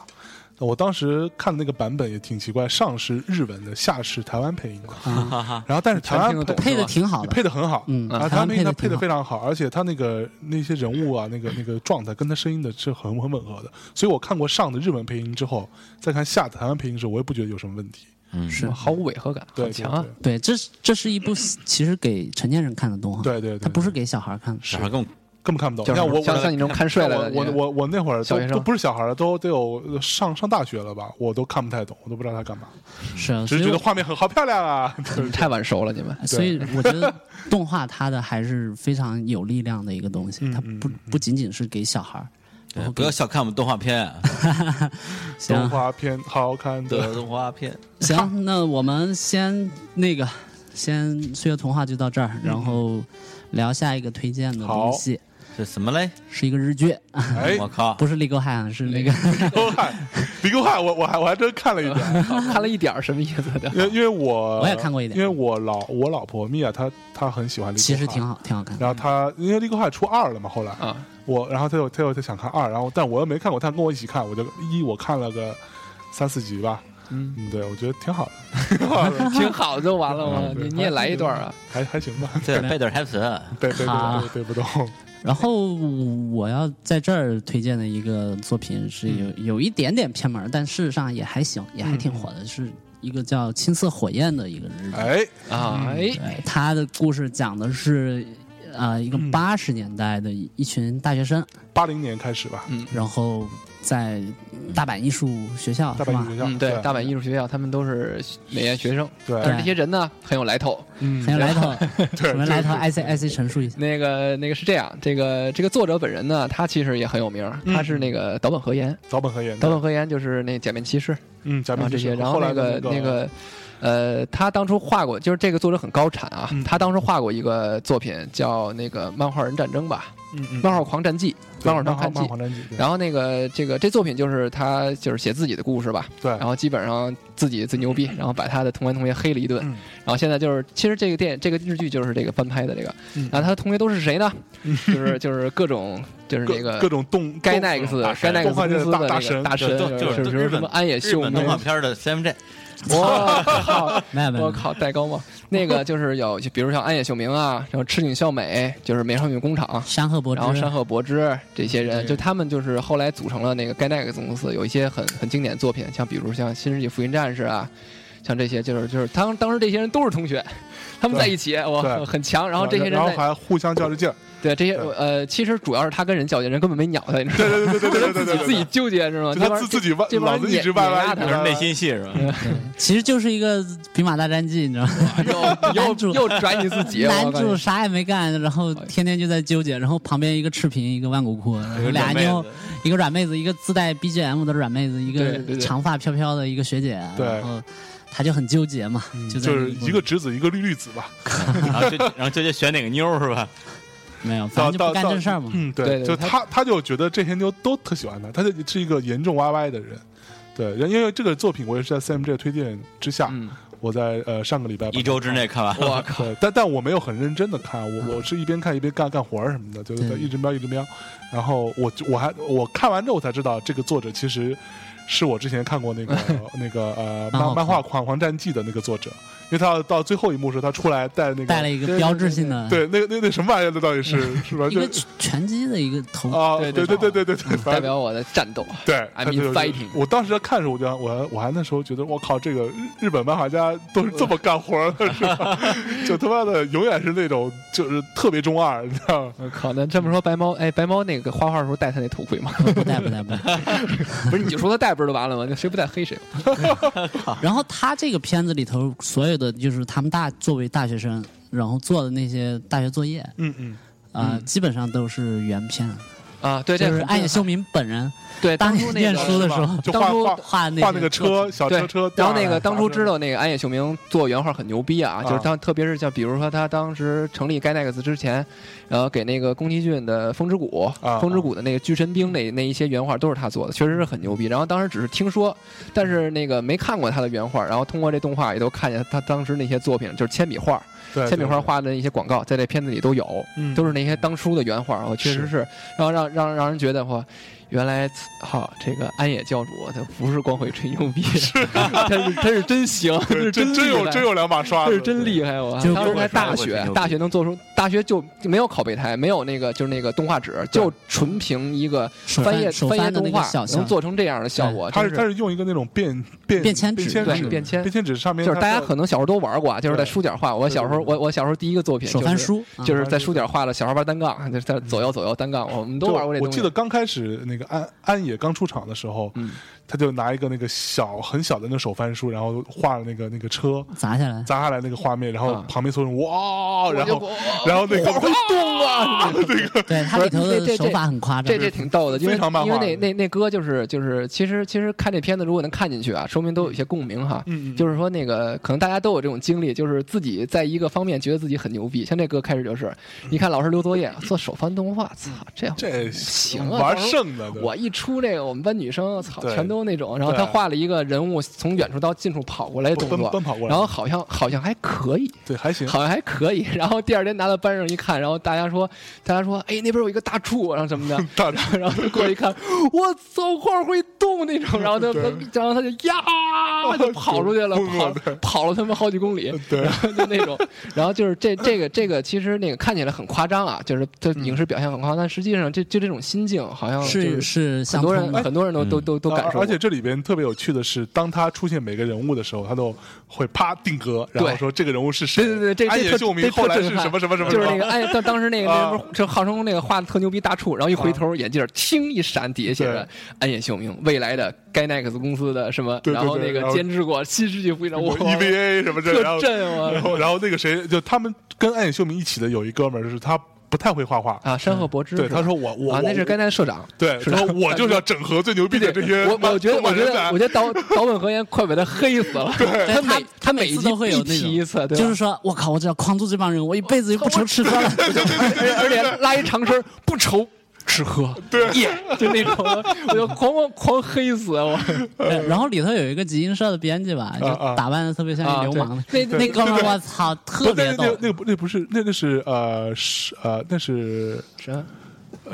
Speaker 4: 我当时看的那个版本也挺奇怪，上是日文的，下是台湾配音的，
Speaker 2: 啊
Speaker 4: 然后但是台湾
Speaker 5: 全听得
Speaker 4: 啊配
Speaker 5: 懂
Speaker 2: 配的挺好
Speaker 4: 你
Speaker 2: 的，
Speaker 4: 配的很好，
Speaker 2: 嗯
Speaker 4: 啊，
Speaker 2: 台
Speaker 4: 他
Speaker 2: 湾
Speaker 4: 那
Speaker 2: 配得
Speaker 4: 他
Speaker 2: 挺好
Speaker 4: 配的非常好，而且他那个那些人物啊，那个那个状态跟他声音的是很很吻合的，所以我看过上的日文配音之后，再看下的台湾配音的时候，我也不觉得有什么问题，
Speaker 6: 嗯，
Speaker 2: 是
Speaker 5: 毫无违和感，
Speaker 4: 对，
Speaker 5: 好强啊！
Speaker 2: 对，这是这是一部其实给成年人看的动画，
Speaker 4: 对对对对，
Speaker 2: 它不是给小孩看的。
Speaker 6: 小孩更
Speaker 4: 根本看不懂，
Speaker 5: 叫什
Speaker 4: 像
Speaker 5: 么
Speaker 4: 我
Speaker 5: 像
Speaker 4: 我
Speaker 5: 像你这种看帅了的，
Speaker 4: 我我我我那会儿
Speaker 5: 小
Speaker 4: 都
Speaker 5: 学生
Speaker 4: 都不是小孩了，都得有上上大学了吧，我都看不太懂，我都不知道他干嘛，
Speaker 2: 是啊，
Speaker 4: 只
Speaker 2: 所
Speaker 4: 是觉
Speaker 2: 以
Speaker 4: 得画面很好漂
Speaker 2: *laughs*
Speaker 4: 亮啊。
Speaker 5: 你们太晚熟了，你们。
Speaker 2: 所以我觉得动画它的还是非常有力量的一个东
Speaker 4: 嗯
Speaker 2: 西，它不不仅仅是给小孩儿。然
Speaker 6: 对
Speaker 2: 后
Speaker 6: 不要小看我们动画
Speaker 2: *laughs*
Speaker 6: 片啊，
Speaker 4: 动
Speaker 2: 行
Speaker 4: 画片好看
Speaker 6: 对
Speaker 4: 的，
Speaker 6: 动画片，
Speaker 2: 行，那我们先那个，先《岁月童话》就到这儿，
Speaker 4: 嗯
Speaker 2: 然后聊下一个推荐的东西，
Speaker 6: 这什么嘞？
Speaker 2: 是一个日剧，
Speaker 4: 哎，
Speaker 6: 我靠，
Speaker 2: 不是《立沟汉》，是那个
Speaker 4: 李沟汉，李沟汉，我我还我还真看了一点，
Speaker 2: *laughs*
Speaker 5: *laughs* 看了一点儿什么意思的？
Speaker 4: 因为因为我
Speaker 2: 我也看过一点
Speaker 4: 因为我老我老婆米娅她她很喜欢
Speaker 2: *laughs*
Speaker 4: 李，
Speaker 2: 其实挺。好，挺嗯好看的。
Speaker 4: 然后她因为《立沟汉》出二了嘛，后来
Speaker 5: 啊，
Speaker 4: 我然后她又她又她想看二，然后但我又没看过，她跟我一起看，我就一我看了个三四集吧，
Speaker 5: 嗯，
Speaker 4: 嗯，对我觉得挺好的，
Speaker 5: 啊 *laughs* 挺好的就完了吗？
Speaker 4: 嗯对
Speaker 5: 你你也来一段啊？
Speaker 4: 还还行吧， *laughs*
Speaker 6: 对，贝德台词，
Speaker 4: 背背
Speaker 2: 好
Speaker 4: 背背不动，
Speaker 2: 然后我要在这儿推荐的一个作品是有、有一点点偏门，但事实上也还行，也还挺火的，是一个叫《青色火焰》的一个日剧。
Speaker 4: 哎，
Speaker 5: 啊，哎，
Speaker 2: 对，他的故事讲的是，呃，一个八十年代的一一群大学生，
Speaker 4: 八零年开始吧，
Speaker 2: 然后在大阪艺术学校
Speaker 4: 大
Speaker 2: 是
Speaker 4: 阪
Speaker 2: 吧
Speaker 4: 艺术？学校，啊
Speaker 5: 嗯，对，大阪艺术学校他们都是美院学生，但是
Speaker 4: 对，
Speaker 5: 这些人呢很有来头。
Speaker 4: 嗯
Speaker 2: *laughs* 很有来头，
Speaker 4: 对
Speaker 2: 什么
Speaker 4: 这
Speaker 2: 来
Speaker 4: 个
Speaker 2: 头？IC IC 陈述一下。
Speaker 5: 那个那个是这样，这个这个作者本人呢，他其实也很有名
Speaker 4: 嗯
Speaker 5: 儿，他是那个岛本和彦，
Speaker 4: 岛本和演
Speaker 5: 岛
Speaker 4: 的，
Speaker 5: 本和彦就是那假面骑士，
Speaker 4: 嗯，假
Speaker 5: 然
Speaker 4: 面
Speaker 5: 后
Speaker 4: 骑
Speaker 5: 这
Speaker 4: 士
Speaker 5: 些，然
Speaker 4: 后
Speaker 5: 后
Speaker 4: 来
Speaker 5: 那个
Speaker 4: 的
Speaker 5: 那个，呃，他当初画过，就是这个作者很高产啊
Speaker 4: 嗯，
Speaker 5: 他当时画过一个作品叫那个《漫画人战争》吧，
Speaker 4: 嗯
Speaker 5: 《
Speaker 4: 嗯，
Speaker 5: 漫画狂战记》，《漫
Speaker 4: 漫
Speaker 5: 画
Speaker 4: 漫漫》。
Speaker 5: 狂战记
Speaker 4: 画战记，对
Speaker 5: 然后那个这个这作品就是他就是写自己的故事吧，
Speaker 4: 对
Speaker 5: 然，后基本上自己最牛逼，然后把他的同班同学黑了一顿，
Speaker 4: 嗯
Speaker 5: 然后现在就是其实这个电影这个日剧就是这个翻拍的这个，
Speaker 4: 嗯
Speaker 5: 然后他的同学都是谁呢？就是就是各种就是
Speaker 4: 各
Speaker 5: 那个
Speaker 4: 各种动
Speaker 5: 该
Speaker 4: 动
Speaker 5: 奈克斯
Speaker 6: 大
Speaker 5: 该
Speaker 6: 神
Speaker 5: 奈克
Speaker 4: 动
Speaker 5: 斯
Speaker 4: 画界
Speaker 5: 公
Speaker 4: 的
Speaker 5: 司
Speaker 4: 大
Speaker 5: 的
Speaker 4: 大
Speaker 5: 那
Speaker 4: 神
Speaker 5: 个大
Speaker 6: 对都
Speaker 5: 神，
Speaker 6: 就是
Speaker 5: 是
Speaker 6: 都
Speaker 5: 是
Speaker 6: 日
Speaker 5: 什
Speaker 6: 本
Speaker 5: 么安野
Speaker 6: 日
Speaker 5: 秀
Speaker 6: 本
Speaker 5: 明
Speaker 6: 动画，片的 CMJ，
Speaker 4: *laughs*
Speaker 5: 我靠！
Speaker 2: 没有没
Speaker 5: 我
Speaker 2: 有，
Speaker 5: 靠，戴高帽，那个就是有，就比如像安野秀明啊，然后赤井孝美，就是美少女工厂，
Speaker 2: 山河博之
Speaker 5: 然后山河博之这些人，就他们就是后来组成了那个 Gainax 公司，有一些很很经典的作品，像比如像《新世纪福音战士》啊，像这些就是就是当当时这些人都是同学，他们在一起，
Speaker 4: 对
Speaker 5: 我很强。然后这些人
Speaker 4: 然后
Speaker 5: 在
Speaker 4: 还互相较着劲儿，
Speaker 5: 对这些
Speaker 4: 对
Speaker 5: 呃，其实主要是他跟人较劲，人根本没鸟 *laughs* 他，你知道吗？
Speaker 4: 对对对对对对对
Speaker 5: 自己
Speaker 4: 对，
Speaker 5: 自己纠结是吗？
Speaker 4: 就
Speaker 5: 那
Speaker 4: 他
Speaker 5: 帮
Speaker 4: 自自己弯，
Speaker 5: 这帮
Speaker 4: 脑
Speaker 5: 人
Speaker 4: 子一
Speaker 5: 碾
Speaker 4: 直歪
Speaker 5: 碾
Speaker 4: 歪，
Speaker 5: 压
Speaker 4: 一
Speaker 5: 他
Speaker 4: 直
Speaker 6: 就
Speaker 4: 歪
Speaker 6: 是内
Speaker 4: 歪
Speaker 6: 心戏是吧？
Speaker 2: 嗯其实就是一个兵马大战记，你知道吗？
Speaker 4: *laughs*
Speaker 5: 又
Speaker 2: 男主
Speaker 5: 又又拽你自己，我
Speaker 2: 男
Speaker 5: 感
Speaker 2: 主
Speaker 5: 觉
Speaker 2: 啥也没干，然
Speaker 4: 哎
Speaker 2: 后天天就在纠结，然后旁边一个赤贫，一个万骨
Speaker 4: *laughs*
Speaker 2: 枯，然后俩妞，一个软妹子，一个自带 BGM 的软妹子，一
Speaker 5: 对对
Speaker 2: 个
Speaker 5: 对
Speaker 2: 长发飘飘的一个学姐，啊
Speaker 4: 对嗯
Speaker 2: 然后他就很纠结嘛，就在
Speaker 4: 就是
Speaker 2: 那
Speaker 4: 一个侄子一个绿绿子吧，
Speaker 6: 然后就然后就就选哪个妞儿是吧？
Speaker 2: 没有，反
Speaker 4: 到
Speaker 2: 正就
Speaker 4: 到
Speaker 2: 不干
Speaker 4: 到
Speaker 2: 正事儿嘛。
Speaker 4: 嗯，
Speaker 5: 对
Speaker 4: 对，
Speaker 5: 对
Speaker 4: 就
Speaker 5: 他
Speaker 4: 他他就觉得这些妞都特喜欢他，他就是一个严重歪歪的人。对，人因为这个作品，我也是在 CMJ 推荐之下，
Speaker 5: 嗯，
Speaker 4: 我在呃上个礼拜把
Speaker 6: 一周之内看完，
Speaker 5: 我
Speaker 4: *laughs*
Speaker 5: 靠，
Speaker 4: 对，但但我没有很认真的看，
Speaker 2: 嗯
Speaker 4: 我我是一边看一边干干活儿什么的，就是在
Speaker 2: 对
Speaker 4: 一直瞄一直瞄。然后我就我还我看完之后我才知道，这个作者其实是我之前看过
Speaker 2: *laughs*
Speaker 4: 那个那个呃
Speaker 2: 漫画
Speaker 4: 漫漫画《狂狂战记》的那个作者，因为他到到最后一幕时候，他出来带那
Speaker 2: 带
Speaker 4: 个
Speaker 2: 了一个标志性的，
Speaker 4: 对那个那那什么玩意儿，那到底是是吧？
Speaker 2: 一
Speaker 4: 就
Speaker 2: 个拳击的一个头，
Speaker 4: 啊，
Speaker 5: 对
Speaker 4: 对
Speaker 5: 对
Speaker 4: 对对对对对，反
Speaker 5: 代
Speaker 4: 正
Speaker 5: 表我的战斗。
Speaker 4: 对
Speaker 5: *laughs* I
Speaker 4: 他
Speaker 5: mean
Speaker 4: 就是
Speaker 5: fighting
Speaker 4: 我当时在看的时候，我就我还我还那时候觉得，我靠，这个日日本漫画家都是这么干活儿的，是
Speaker 5: *laughs*
Speaker 4: 吧？就他妈的永远是那种就是特别中二，你知道吗？
Speaker 5: 我靠，那这么说，白猫哎，白猫那个画画的时候戴他那头盔吗？
Speaker 2: 不带不带不带。
Speaker 5: *laughs* 不是，你就说他戴不是就完了吗？那谁不戴黑谁吧。
Speaker 4: 啊
Speaker 2: 然后他这个片子里头所有的就是他们大作为大学生，然后做的那些大学作业，
Speaker 4: 嗯嗯，
Speaker 2: 啊，基本上都是原片。
Speaker 5: 啊，对，这
Speaker 2: 就
Speaker 5: 个
Speaker 2: 是
Speaker 5: 很
Speaker 2: 暗夜
Speaker 5: 震
Speaker 2: 秀明本人
Speaker 5: 撼对
Speaker 2: 当
Speaker 5: 哎当
Speaker 2: 年
Speaker 5: 初那个
Speaker 2: 念书的时候
Speaker 4: 是吧就
Speaker 5: 当
Speaker 4: 画
Speaker 5: 初
Speaker 4: 画
Speaker 2: 画那
Speaker 4: 画那个车小
Speaker 5: 对
Speaker 4: 车车，
Speaker 5: 然后
Speaker 4: 大
Speaker 5: 那个当初知
Speaker 4: 啥
Speaker 5: 道那个安野秀明做原画很牛逼啊，就是他特别是像比如说他当时成立 Gainax 之前，然后给那个宫崎骏的《风之谷》
Speaker 4: 啊
Speaker 5: 风之谷》的那个巨神兵那那一些原画都是他做的，确实是很牛逼。然后当时只是听说，但是那个没看过他的原画，然后通过这动画也都看见他当时那些作品，就是铅笔画、
Speaker 4: 哎对
Speaker 5: 铅笔画
Speaker 4: 对
Speaker 5: 画的一些广告，在这片子里都有，
Speaker 4: 嗯
Speaker 5: 都是那些当初的原画，我确实是，然后让让让人觉得哇，原来好这个安野教主他不是光会吹牛逼， *laughs* 他是他是真行，他是
Speaker 4: 对真真
Speaker 5: 厉
Speaker 4: 有
Speaker 5: 害
Speaker 4: 真，有两把刷
Speaker 5: 他
Speaker 4: 子，
Speaker 5: 是真厉害，我
Speaker 2: 就
Speaker 5: 当时才
Speaker 6: 不
Speaker 5: 大
Speaker 6: 会吹
Speaker 5: 学
Speaker 6: 牛，逼
Speaker 5: 大学能做出大学就没有拷贝台，没有那个就是那个动画纸，就纯凭一个
Speaker 2: 手
Speaker 5: 翻
Speaker 2: 翻
Speaker 5: 页
Speaker 2: 手
Speaker 5: 翻页
Speaker 2: 翻的那
Speaker 5: 动
Speaker 2: 个
Speaker 5: 画
Speaker 2: 小
Speaker 5: 能
Speaker 2: 象，
Speaker 5: 做成这样的效果，
Speaker 4: 他
Speaker 5: 真
Speaker 4: 是他
Speaker 5: 是
Speaker 4: 是用一个那种便便
Speaker 2: 便签纸
Speaker 4: 便
Speaker 2: 他是
Speaker 4: 签
Speaker 5: 对
Speaker 4: 纸
Speaker 5: 便签
Speaker 4: 便。签纸上面
Speaker 5: 就是
Speaker 4: 它
Speaker 5: 大家
Speaker 4: 是
Speaker 5: 可能小时候都玩过啊，就是在
Speaker 4: 对
Speaker 5: 书点画。我小时候，我我小时候第一个作品
Speaker 2: 手
Speaker 5: 就
Speaker 2: 翻
Speaker 5: 是
Speaker 2: 书，啊
Speaker 5: 就是在书点画了小孩玩单杠，就是在左右左右单杠，我们都
Speaker 4: 对
Speaker 5: 玩过这
Speaker 4: 我
Speaker 5: 东西。
Speaker 4: 记得刚开始那个安安野刚出场的时候，
Speaker 5: 嗯
Speaker 4: 他就拿一个那个小很小的那个手翻书，然后画了那个那个车
Speaker 2: *laughs* 砸
Speaker 4: *laughs*
Speaker 2: 下来，
Speaker 4: 砸下来那个画面，然后
Speaker 5: 啊
Speaker 4: 旁边所有人哇，然
Speaker 5: 我
Speaker 4: 后然后那个
Speaker 5: 会动啊！
Speaker 2: 对它里头
Speaker 5: 不是这
Speaker 2: 的
Speaker 5: 这
Speaker 2: 手法很夸张
Speaker 5: 这，这挺逗的，因为
Speaker 4: 非常漫
Speaker 5: 因为
Speaker 4: 画
Speaker 5: 那那那歌就是就是，其实其实看这片子如果能看进去啊，说明都有一些共鸣哈。
Speaker 4: 嗯嗯
Speaker 5: 就是说那个可能大家都有这种经历，就是自己在一个方面觉得自己很牛逼，像这歌开始就是，你看老师留作业做手翻动画，操，这
Speaker 4: 嗯这
Speaker 5: 行啊
Speaker 4: 玩
Speaker 5: 当时
Speaker 4: 剩的，对
Speaker 5: 我一出这个，我们班女生操，
Speaker 4: 对
Speaker 5: 全都那种。然后
Speaker 4: 对
Speaker 5: 他画了一个人物从远处到近处跑过来的动
Speaker 4: 奔
Speaker 5: 作，
Speaker 4: 奔跑过来
Speaker 5: 然后好像好像还可以，
Speaker 4: 对还行，，
Speaker 5: 好像还可以。 *laughs* 然后第二天拿到班上一看，然后大家说，大家说，哎，那边有一个大柱，然后什么的
Speaker 4: *laughs* 大大
Speaker 5: 然后就过去一看，我操，画会动那
Speaker 4: *laughs*
Speaker 5: 种，然后他，然后他就呀就跑出去了，
Speaker 4: 疯
Speaker 5: 跑
Speaker 4: 了对
Speaker 5: 跑了他妈好几公里，
Speaker 4: 对
Speaker 5: 然后就那
Speaker 4: *laughs*
Speaker 5: 种，然后就是这这个这个其实那个看起来很夸张啊，就是它影视表现很夸张，但实际上这就这种心境好像就是
Speaker 2: 是
Speaker 5: 很
Speaker 2: 相
Speaker 5: 多
Speaker 2: 通
Speaker 5: 人
Speaker 2: 的，
Speaker 5: 很多人都都都都感受
Speaker 4: 哎而
Speaker 5: 过，
Speaker 4: 而且这里边特别有趣的是，当他出现每个人物的时候，他都会啪定格，然后
Speaker 5: 对
Speaker 4: 说这个人物是谁。
Speaker 5: 对对对，这
Speaker 4: 安
Speaker 5: 这
Speaker 4: 野
Speaker 5: 特
Speaker 4: 秀
Speaker 5: 这
Speaker 4: 明
Speaker 5: 特
Speaker 4: 后来
Speaker 5: 震
Speaker 4: 是
Speaker 5: 撼
Speaker 4: 什么什么什么，
Speaker 5: 就是那
Speaker 4: 什
Speaker 5: 个
Speaker 4: 么
Speaker 5: 哎，当当时那个那
Speaker 4: 啊
Speaker 5: 不是就浩成那个画的特牛逼大处，然后一回头眼镜儿听一闪，底下写着安野秀明，未来的 Gainax 公司的什么，
Speaker 4: 对对对
Speaker 5: 然后那个
Speaker 4: 然后
Speaker 5: 监制过新世纪福音战，我
Speaker 4: EVA 什么，E 这，然
Speaker 5: 特
Speaker 4: 后
Speaker 5: 震
Speaker 4: 然
Speaker 5: 我
Speaker 4: 后然后那个谁，就他们跟安野秀明一起的有一哥们儿，就是他不太会画画，
Speaker 5: 啊！山河博之
Speaker 4: 对，
Speaker 5: 是吧
Speaker 4: 他说我我
Speaker 5: 啊，那是
Speaker 4: 我
Speaker 5: Gainax 社长。
Speaker 4: 对，
Speaker 5: 是吧
Speaker 4: 然后我
Speaker 5: *laughs*
Speaker 4: 就是要整合最牛逼的这些
Speaker 5: 我我觉得
Speaker 4: 动漫
Speaker 5: 我觉
Speaker 4: 人
Speaker 5: 得
Speaker 4: 才
Speaker 5: 我觉得导导本和彦快把他黑死了，他每他每
Speaker 2: 哎每
Speaker 5: 一
Speaker 2: 次
Speaker 5: 集
Speaker 2: 都会有
Speaker 5: 必
Speaker 2: 那
Speaker 5: 提一次，
Speaker 2: 种，
Speaker 5: 对吧
Speaker 2: 就是说我靠，我只要框住这帮人，我一辈子就不愁吃喝了。
Speaker 5: 而且
Speaker 4: *laughs*
Speaker 5: 而且拉一长声，不愁吃喝， *laughs* 对，就那种，我就狂狂狂黑死我。
Speaker 2: *laughs* 对然后里头有一个集英社的编辑吧，就
Speaker 4: 啊
Speaker 2: 打扮的特别像
Speaker 5: 啊
Speaker 2: 一流氓的，
Speaker 5: 对
Speaker 2: 那那哥们儿我操，特
Speaker 4: 不，那
Speaker 2: 别
Speaker 4: 那
Speaker 2: 逗
Speaker 4: 那，不那不是那那是呃是呃那是
Speaker 5: 啥？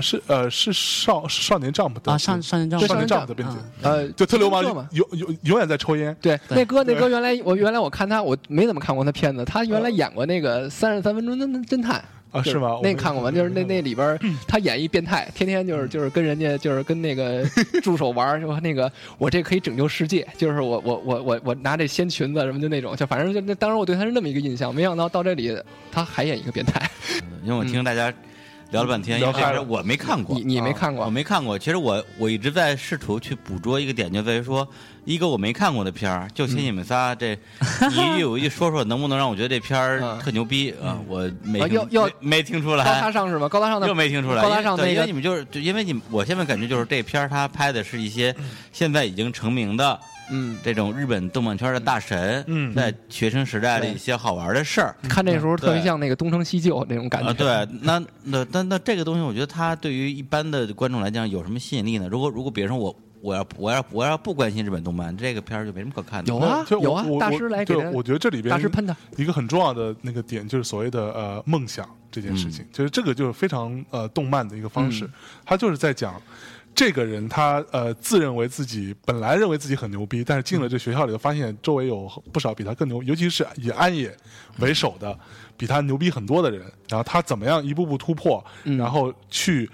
Speaker 4: 是呃是少少年 Jump 的
Speaker 2: 啊上少年 Jump
Speaker 4: 少年
Speaker 5: 少
Speaker 4: Jump
Speaker 5: 年
Speaker 4: 的编辑
Speaker 2: 啊，
Speaker 5: 呃，
Speaker 4: 就特流氓
Speaker 5: 星座嘛，
Speaker 4: 永永永远在抽烟，
Speaker 5: 对，
Speaker 2: 对
Speaker 5: 那哥，那哥，原来我原来我看他，我没怎么看过他片子。他原来演过那个《三十三分钟的侦探》
Speaker 4: 啊
Speaker 5: 就是
Speaker 4: 吗
Speaker 5: 那
Speaker 4: 我
Speaker 5: 你看过吗？就是那那里边儿他演一变态，天天就是就是跟人家就是跟
Speaker 4: *laughs*
Speaker 5: 那个助手玩儿，说那个我这可以拯救世界，就是我我我我我拿这掀裙子什么就那种，就反正就那当时我对他是那么一个印象，没想到到这里他还演一个变态。
Speaker 6: 因为我听大家聊了半天，
Speaker 4: 聊
Speaker 6: 因为这
Speaker 4: 嗨
Speaker 6: 片儿
Speaker 4: 了
Speaker 6: 我没看过
Speaker 5: 你，你没
Speaker 4: 啊
Speaker 5: 看过
Speaker 6: 我？没看过。其实我我一直在试图去捕捉一个点，就在于说，一个我没看过的片儿，就请你们仨这你一句我一句说说，能不能让我觉得这片儿
Speaker 5: 嗯
Speaker 6: 特牛逼啊？我没
Speaker 5: 啊
Speaker 6: 听
Speaker 5: 要要
Speaker 6: 没没听出
Speaker 5: 高大
Speaker 6: 来。
Speaker 5: 上是吗？高大上
Speaker 6: *laughs*
Speaker 5: 的
Speaker 6: 又没听出来，
Speaker 5: 高
Speaker 6: 因
Speaker 5: 大
Speaker 6: 为
Speaker 5: 上
Speaker 6: 对
Speaker 5: 那
Speaker 6: 因为
Speaker 5: 个
Speaker 6: 你们就是，就因为你们，我现在感觉就是这片儿他拍的是一些现在已经成名的
Speaker 5: 嗯。
Speaker 6: 这种日本动漫圈的大神，
Speaker 4: 嗯
Speaker 6: 在学生时代的一些好玩的事儿，
Speaker 5: 看这时候特别
Speaker 6: 对
Speaker 5: 像那个东成西就那种感觉，
Speaker 6: 啊，对，那那那那这个东西，我觉得它对于一般的观众来讲有什么吸引力呢？如果如果比如说我我要我要我要不关心日本动漫，这个片儿就没什么可看的。
Speaker 5: 有啊
Speaker 4: 所以我
Speaker 5: 有啊
Speaker 4: 我
Speaker 5: 大
Speaker 4: 我
Speaker 5: 师来给
Speaker 4: 对
Speaker 5: 他，
Speaker 4: 我觉得这里边
Speaker 5: 大师喷他
Speaker 4: 一个很重要的那个点就是所谓的呃梦想这件事
Speaker 5: 嗯
Speaker 4: 情，就是这个就是非常呃动漫的一个方式，他就是在讲。这个人他呃自认为自己本来认为自己很牛逼，但是进了这学校里头，发现周围有不少比他更牛，尤其是以安野为首的比他牛逼很多的人，然后他怎么样一步步突破，
Speaker 5: 嗯
Speaker 4: 然后去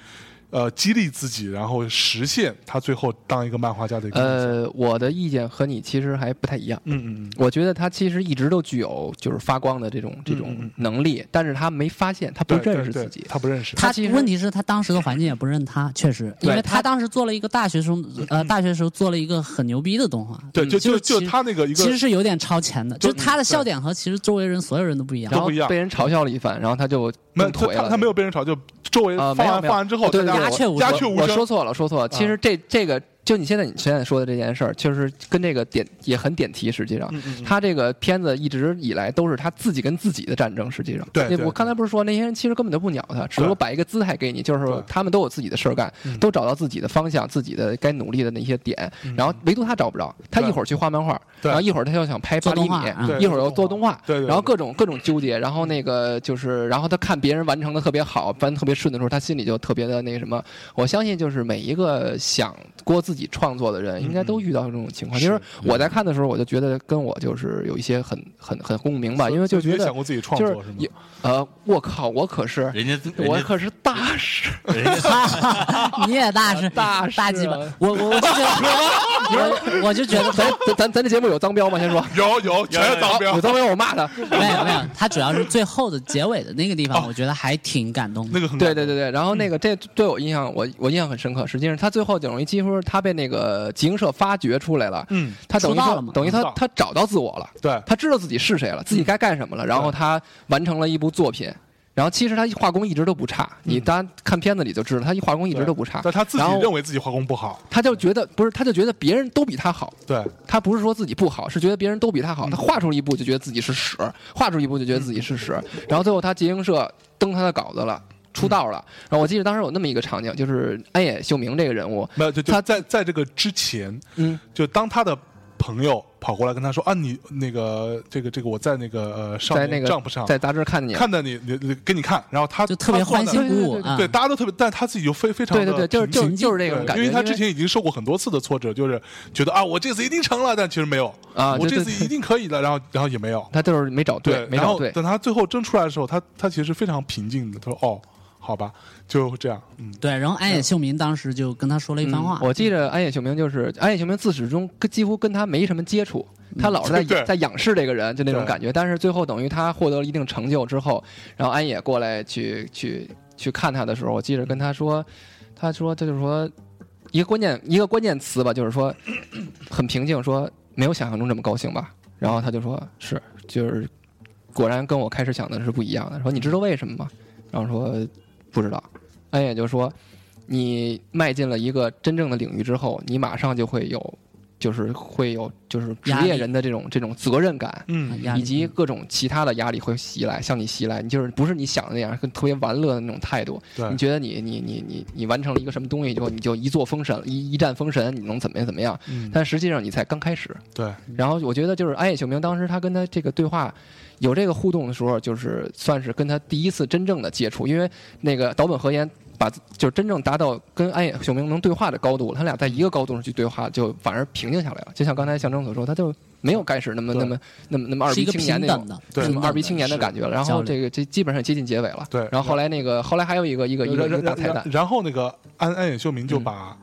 Speaker 4: 呃激励自己，然后实现他最后当一个漫画家的一个梦想。
Speaker 5: 呃，我的意见和你其实还不太一样。
Speaker 4: 嗯嗯
Speaker 5: 我觉得他其实一直都具有就是发光的这种这种能力，但是他没发现，他不
Speaker 4: 嗯，
Speaker 5: 认识
Speaker 4: 对对
Speaker 5: 自己。
Speaker 4: 他不认识。
Speaker 2: 他
Speaker 5: 其实
Speaker 2: 问题是，他当时的环境也不认他，确实，因
Speaker 5: 对
Speaker 2: 为
Speaker 5: 他
Speaker 2: 他当时做了一个大学生，呃，大学时候做了一个很牛逼的动画，嗯
Speaker 4: 对，
Speaker 5: 嗯
Speaker 4: 就就
Speaker 2: 就是
Speaker 4: 就
Speaker 2: 其实
Speaker 4: 他那个一个
Speaker 2: 其实是有点超前的，
Speaker 4: 就
Speaker 2: 就是他的笑点和其实周围人所有人都不一样
Speaker 5: 然
Speaker 4: 都
Speaker 5: 后
Speaker 4: 不一样
Speaker 5: 被人嘲笑了一番，然后他就
Speaker 4: 没有
Speaker 5: 更
Speaker 4: 他
Speaker 5: 颓了
Speaker 4: 他他没有被人嘲，就周围
Speaker 5: 啊
Speaker 4: 放
Speaker 5: 没有
Speaker 4: 完
Speaker 5: 没有哦
Speaker 4: 放完之后，
Speaker 5: 对
Speaker 4: 大家
Speaker 5: 对，
Speaker 2: 鸦
Speaker 5: 我
Speaker 2: 雀无
Speaker 4: 鸦
Speaker 2: 声
Speaker 4: 雀无
Speaker 5: 我
Speaker 4: 声啊
Speaker 5: 说错了，说错了。其实这这个，就你现在你现在说的这件事儿，就是跟这个点也很点题。实际上，
Speaker 4: 嗯
Speaker 5: 他这个片子一直以来都是他自己跟自己的战争。实际上，
Speaker 4: 对
Speaker 5: 那
Speaker 4: 对
Speaker 5: 我刚才不是说那些人其实根本就不鸟他，只不过摆一个姿态给你，就是
Speaker 4: 对嗯
Speaker 5: 他们都有自己的事儿干，都找到自己的方向，自己的该努力的那些点。然后唯独他找不着，他一会儿去画漫画，
Speaker 4: 对
Speaker 5: 然后一会儿他又想拍
Speaker 2: 做
Speaker 5: 八厘
Speaker 2: 动
Speaker 5: 米
Speaker 2: 画啊，
Speaker 4: 对
Speaker 5: 一会儿又做动画，
Speaker 4: 对对对
Speaker 5: 然后各种各种纠结，然后那个就是，然后他看别人完成的特别好，完特别顺的时候，他心里就特别的那个什么。我相信就是每一个想过自己创作的人，应该
Speaker 4: 嗯
Speaker 5: 都遇到这种情况。就是我在看的时候，我就觉得跟我就是有一些很很很共鸣吧，因为就
Speaker 4: 你
Speaker 5: 觉
Speaker 4: 也
Speaker 5: 得
Speaker 4: 想过自己创
Speaker 5: 就是
Speaker 4: 作是吗？
Speaker 5: 有呃，我靠，我可是
Speaker 6: 人家
Speaker 5: 我
Speaker 6: 人家
Speaker 5: 可是大师，
Speaker 2: *laughs* 你也大是
Speaker 5: 大是
Speaker 2: 大鸡巴
Speaker 5: 啊，
Speaker 2: 我我我就觉得我我就觉得
Speaker 5: 咱咱咱咱这节目有脏标吗？先说。
Speaker 4: 有有全是脏
Speaker 5: 有
Speaker 4: 标，
Speaker 5: 脏标我骂他，
Speaker 2: 没有没有，他主要是最后的结尾的那个地方，我觉得还挺感动
Speaker 4: 那
Speaker 2: 的。
Speaker 4: 个很
Speaker 5: 对对对对，然后那个
Speaker 2: 嗯
Speaker 5: 这对我印象，我我印象很深刻。实际上，他最后等于几乎他被那个集英社发掘出来了，
Speaker 4: 嗯，
Speaker 5: 他等于
Speaker 2: 出道
Speaker 5: 说
Speaker 2: 了嘛
Speaker 5: 等于
Speaker 4: 出
Speaker 5: 他
Speaker 4: 道嗯
Speaker 5: 他找到自我了，
Speaker 4: 对
Speaker 5: 他知道自己是谁了，自己该干什么了，然后他完成了一部作品。然后其实他画工一直都不差，你当然看片子里就知道，他画工一直
Speaker 4: 嗯对
Speaker 5: 都不差。
Speaker 4: 但他自己
Speaker 5: 然后
Speaker 4: 认为自己画工不好，
Speaker 5: 他就觉得不是，他就觉得别人都比他好，
Speaker 4: 对
Speaker 5: 他不是说自己不好，是觉得别人都比他
Speaker 4: 嗯
Speaker 5: 好。他画出一步就觉得自己是屎，画出一步就觉得自己是屎。
Speaker 4: 嗯
Speaker 5: 然后最后他集英社登他的稿子了，出道了。
Speaker 4: 嗯
Speaker 5: 然后我记得当时有那么一个场景，就是安野秀明这个人物，
Speaker 4: 没有就就
Speaker 5: 他
Speaker 4: 在在这个之前，
Speaker 5: 嗯，
Speaker 4: 就当他的朋友跑过来跟他说啊，你那个这个这个我在那个呃少
Speaker 5: 在
Speaker 4: 年
Speaker 5: 那
Speaker 4: Jump 上
Speaker 5: 个在杂志看见你，
Speaker 4: 看到你你你给你看，然后他
Speaker 2: 就特别
Speaker 4: 他做
Speaker 2: 欢
Speaker 4: 的
Speaker 2: 欣鼓舞
Speaker 5: 对对对
Speaker 2: 啊！
Speaker 4: 对，大家都特别，但他自己就非非常
Speaker 5: 嗯对
Speaker 4: 地
Speaker 5: 对对，就是就
Speaker 4: 平静
Speaker 5: 是就是这种感觉。
Speaker 4: 对因为他之前已经受过很多次的挫折，就是觉得啊，我这次一定成了，但其实没有
Speaker 5: 啊
Speaker 4: 我
Speaker 5: 对
Speaker 4: 这
Speaker 5: 对
Speaker 4: 次
Speaker 5: 对
Speaker 4: 一定可以的，然后然后也没有，
Speaker 5: 他就是没找 *laughs* 对，没
Speaker 4: 然
Speaker 5: 找
Speaker 4: 后
Speaker 5: 对。
Speaker 4: 等他最后真出来的时候，他他其实非常平静的，他说哦，好吧，就这样，嗯，
Speaker 2: 对，然后安野秀明当时就跟他说了一番话，
Speaker 5: 嗯
Speaker 2: 啊
Speaker 5: 我记得安野秀明就是安野秀明自始至终跟几乎跟他没什么接触，
Speaker 2: 嗯
Speaker 5: 他老是
Speaker 4: *laughs*
Speaker 5: 在
Speaker 4: 对
Speaker 5: 在仰视这个人，就那种
Speaker 4: 对
Speaker 5: 感觉。但是最后等于他获得了一定成就之后，然后安野过来去去去看他的时候，我记得跟他说，他说他就是说一个关键一个关键词吧，就是说 *coughs* 很平静，说没有想象中这么高兴吧。然后他就说是就是果然跟我开始想的是不一样的。说你知道为什么吗？然后说不知道。安野就说你迈进了一个真正的领域之后，你马上就会有，就是会有就是职
Speaker 2: 压力
Speaker 5: 业人的这种这种责任感。
Speaker 2: 啊
Speaker 4: 嗯，
Speaker 2: 压力
Speaker 5: 以及各种其他的压力会袭来，向你袭来，你就是不是你想的那样，跟特别玩乐的那种态度。
Speaker 4: 对
Speaker 5: 你觉得你你你你你完成了一个什么东西之后，你就一座封神，一一战封神，你能怎么样怎么样？
Speaker 4: 嗯
Speaker 5: 但实际上你才刚开始。
Speaker 4: 对，
Speaker 5: 然后我觉得就是安野秀明当时他跟他这个对话有这个互动的时候，就是算是跟他第一次真正的接触，因为那个岛本和彦把就是真正达到跟安野秀明能对话的高度，他俩在一个高度上去对话，就反而平静下来了。就像刚才象征所说，他就没有开始那么
Speaker 4: 对
Speaker 5: 那么那么那么二
Speaker 2: 是一
Speaker 5: 逼
Speaker 2: 个
Speaker 5: 青年
Speaker 2: 平
Speaker 5: 那
Speaker 2: 等
Speaker 5: 种。
Speaker 2: 的，
Speaker 4: 对
Speaker 2: 平等
Speaker 5: 二逼青年的
Speaker 2: 是
Speaker 5: 感觉了，然
Speaker 2: 交
Speaker 5: 后
Speaker 2: 流
Speaker 5: 这个这基本上接近结尾了。
Speaker 4: 对
Speaker 5: 然后后来那个后来还有一个一个一个一个大彩
Speaker 4: 然
Speaker 5: 蛋，
Speaker 4: 然后那个安安野秀明就
Speaker 5: 嗯
Speaker 4: 把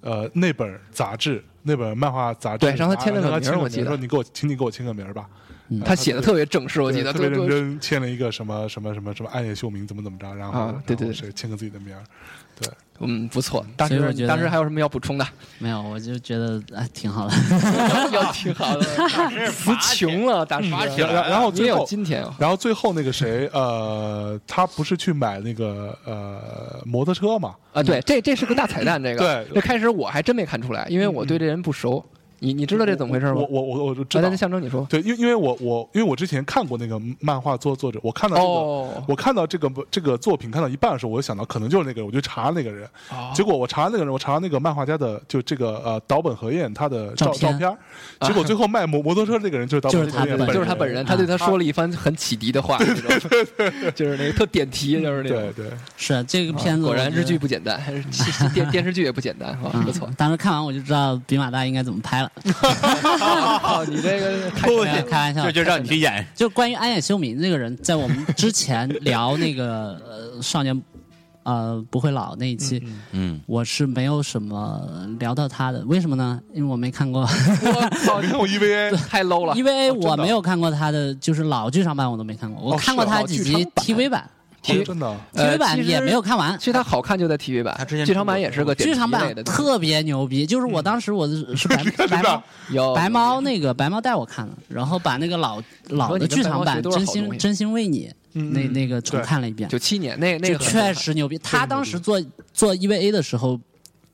Speaker 4: 呃那本杂志。那本漫画杂志，
Speaker 5: 对让他签了个
Speaker 4: 然后让他
Speaker 5: 名儿
Speaker 4: 签
Speaker 5: 我记得
Speaker 4: 说你给我，请你给我签个名儿吧。
Speaker 2: 嗯
Speaker 5: 他写的特别正式，我记得
Speaker 4: 特别认
Speaker 5: 对对
Speaker 4: 真，签了一个什么什么什么什么暗夜秀明怎么怎么着，然后
Speaker 5: 啊对对
Speaker 4: 然后
Speaker 5: 对
Speaker 4: 谁签个自己的名儿，
Speaker 5: 嗯，不错。当
Speaker 2: 所以我觉
Speaker 5: 时
Speaker 2: 得
Speaker 5: 当时还有什么要补充的？
Speaker 2: 没有，我就觉得啊挺好的。 *laughs*
Speaker 5: *laughs* 要挺好的， *laughs* 词穷了，大师。
Speaker 6: 拔起
Speaker 4: 然
Speaker 6: 来
Speaker 4: 然然后
Speaker 5: 你也
Speaker 4: 最
Speaker 5: 有
Speaker 4: 后
Speaker 5: 今天 *laughs* 啊，
Speaker 4: 然后最后那个谁，呃，他不是去买那个呃摩托车嘛？
Speaker 5: 啊，对，这这是个大彩蛋，这
Speaker 4: *laughs*
Speaker 5: 个。
Speaker 4: 对嗯
Speaker 5: 这开始我还真没看出来，因为我对这人不熟。你你知道这怎么回事吗
Speaker 4: 我？我我我就知
Speaker 5: 啊，
Speaker 4: 道
Speaker 5: 那，象征你说。
Speaker 4: 对，因为因为我我因为我之前看过那个漫画作作者，我看到这个。
Speaker 5: 哦，
Speaker 4: 我看到这个这个作品看到一半的时候，我就想到可能就是那个人，我就查那个人。
Speaker 5: 哦
Speaker 4: 结果我查那个人，我查那个漫画家的，就这个呃岛本和彦他的照
Speaker 2: 照片
Speaker 4: 片儿。 *laughs* 结果最后卖摩摩托车这个人啊就是岛本
Speaker 2: 就是他
Speaker 4: 和
Speaker 2: 本
Speaker 4: 彦
Speaker 2: 人
Speaker 5: 就是他本人，他对他说了一番很启
Speaker 4: *laughs*
Speaker 5: 迪的话，那种就是那个特点题，就是那
Speaker 4: 对
Speaker 5: 种。
Speaker 4: 对，嗯
Speaker 2: 是啊这个片子，
Speaker 5: 果然日剧。不简单， *laughs* 其实电电视剧也不
Speaker 4: *laughs*
Speaker 5: 简单，哈，
Speaker 2: 嗯
Speaker 5: 不错。
Speaker 2: 当时看完我就知道比马大应该怎么拍了。
Speaker 5: 哦，你这个太
Speaker 2: 没有开玩笑
Speaker 6: 就，就让你去演，
Speaker 2: 就关于安野秀明这个人，在我们之前聊那个呃少年呃不会老那一期，
Speaker 6: 嗯，
Speaker 2: 我是没有什么聊到他的。为什么呢？因为我没看过
Speaker 5: 我
Speaker 4: *laughs*
Speaker 5: 靠，
Speaker 4: 没看过 EVA，
Speaker 5: 太 low 了。
Speaker 2: 因为我没有看过他的，就是老剧场版我都没看过，我
Speaker 4: 哦
Speaker 2: 看过
Speaker 4: 是
Speaker 2: 他
Speaker 4: 老
Speaker 2: 几
Speaker 4: 剧
Speaker 2: 集
Speaker 4: 场版
Speaker 2: TV 版，
Speaker 5: 其
Speaker 4: 哦真的
Speaker 2: 体育版
Speaker 5: 呃其实
Speaker 2: 也没有看完
Speaker 5: 其，实它好看就在体育版
Speaker 6: 它之前，
Speaker 5: 剧场版也是个点
Speaker 2: 剧场
Speaker 5: 题
Speaker 2: 版
Speaker 5: 类的东西
Speaker 2: 特别牛逼，就是我当时我是是白白猫
Speaker 5: 有
Speaker 2: 白猫那个白猫带我看了，然后把那个老老的剧场版
Speaker 5: 你跟白
Speaker 2: 《真
Speaker 5: 猫学多少好东西
Speaker 2: 心真心为你》
Speaker 4: 嗯
Speaker 2: 那
Speaker 4: 嗯
Speaker 2: 那个重
Speaker 4: 对
Speaker 2: 看了一遍，
Speaker 5: 九七年那那
Speaker 2: 就
Speaker 5: 个很
Speaker 2: 确实牛逼。他
Speaker 4: 真的
Speaker 2: 当
Speaker 4: 牛
Speaker 2: 时做做 EVA 的时候，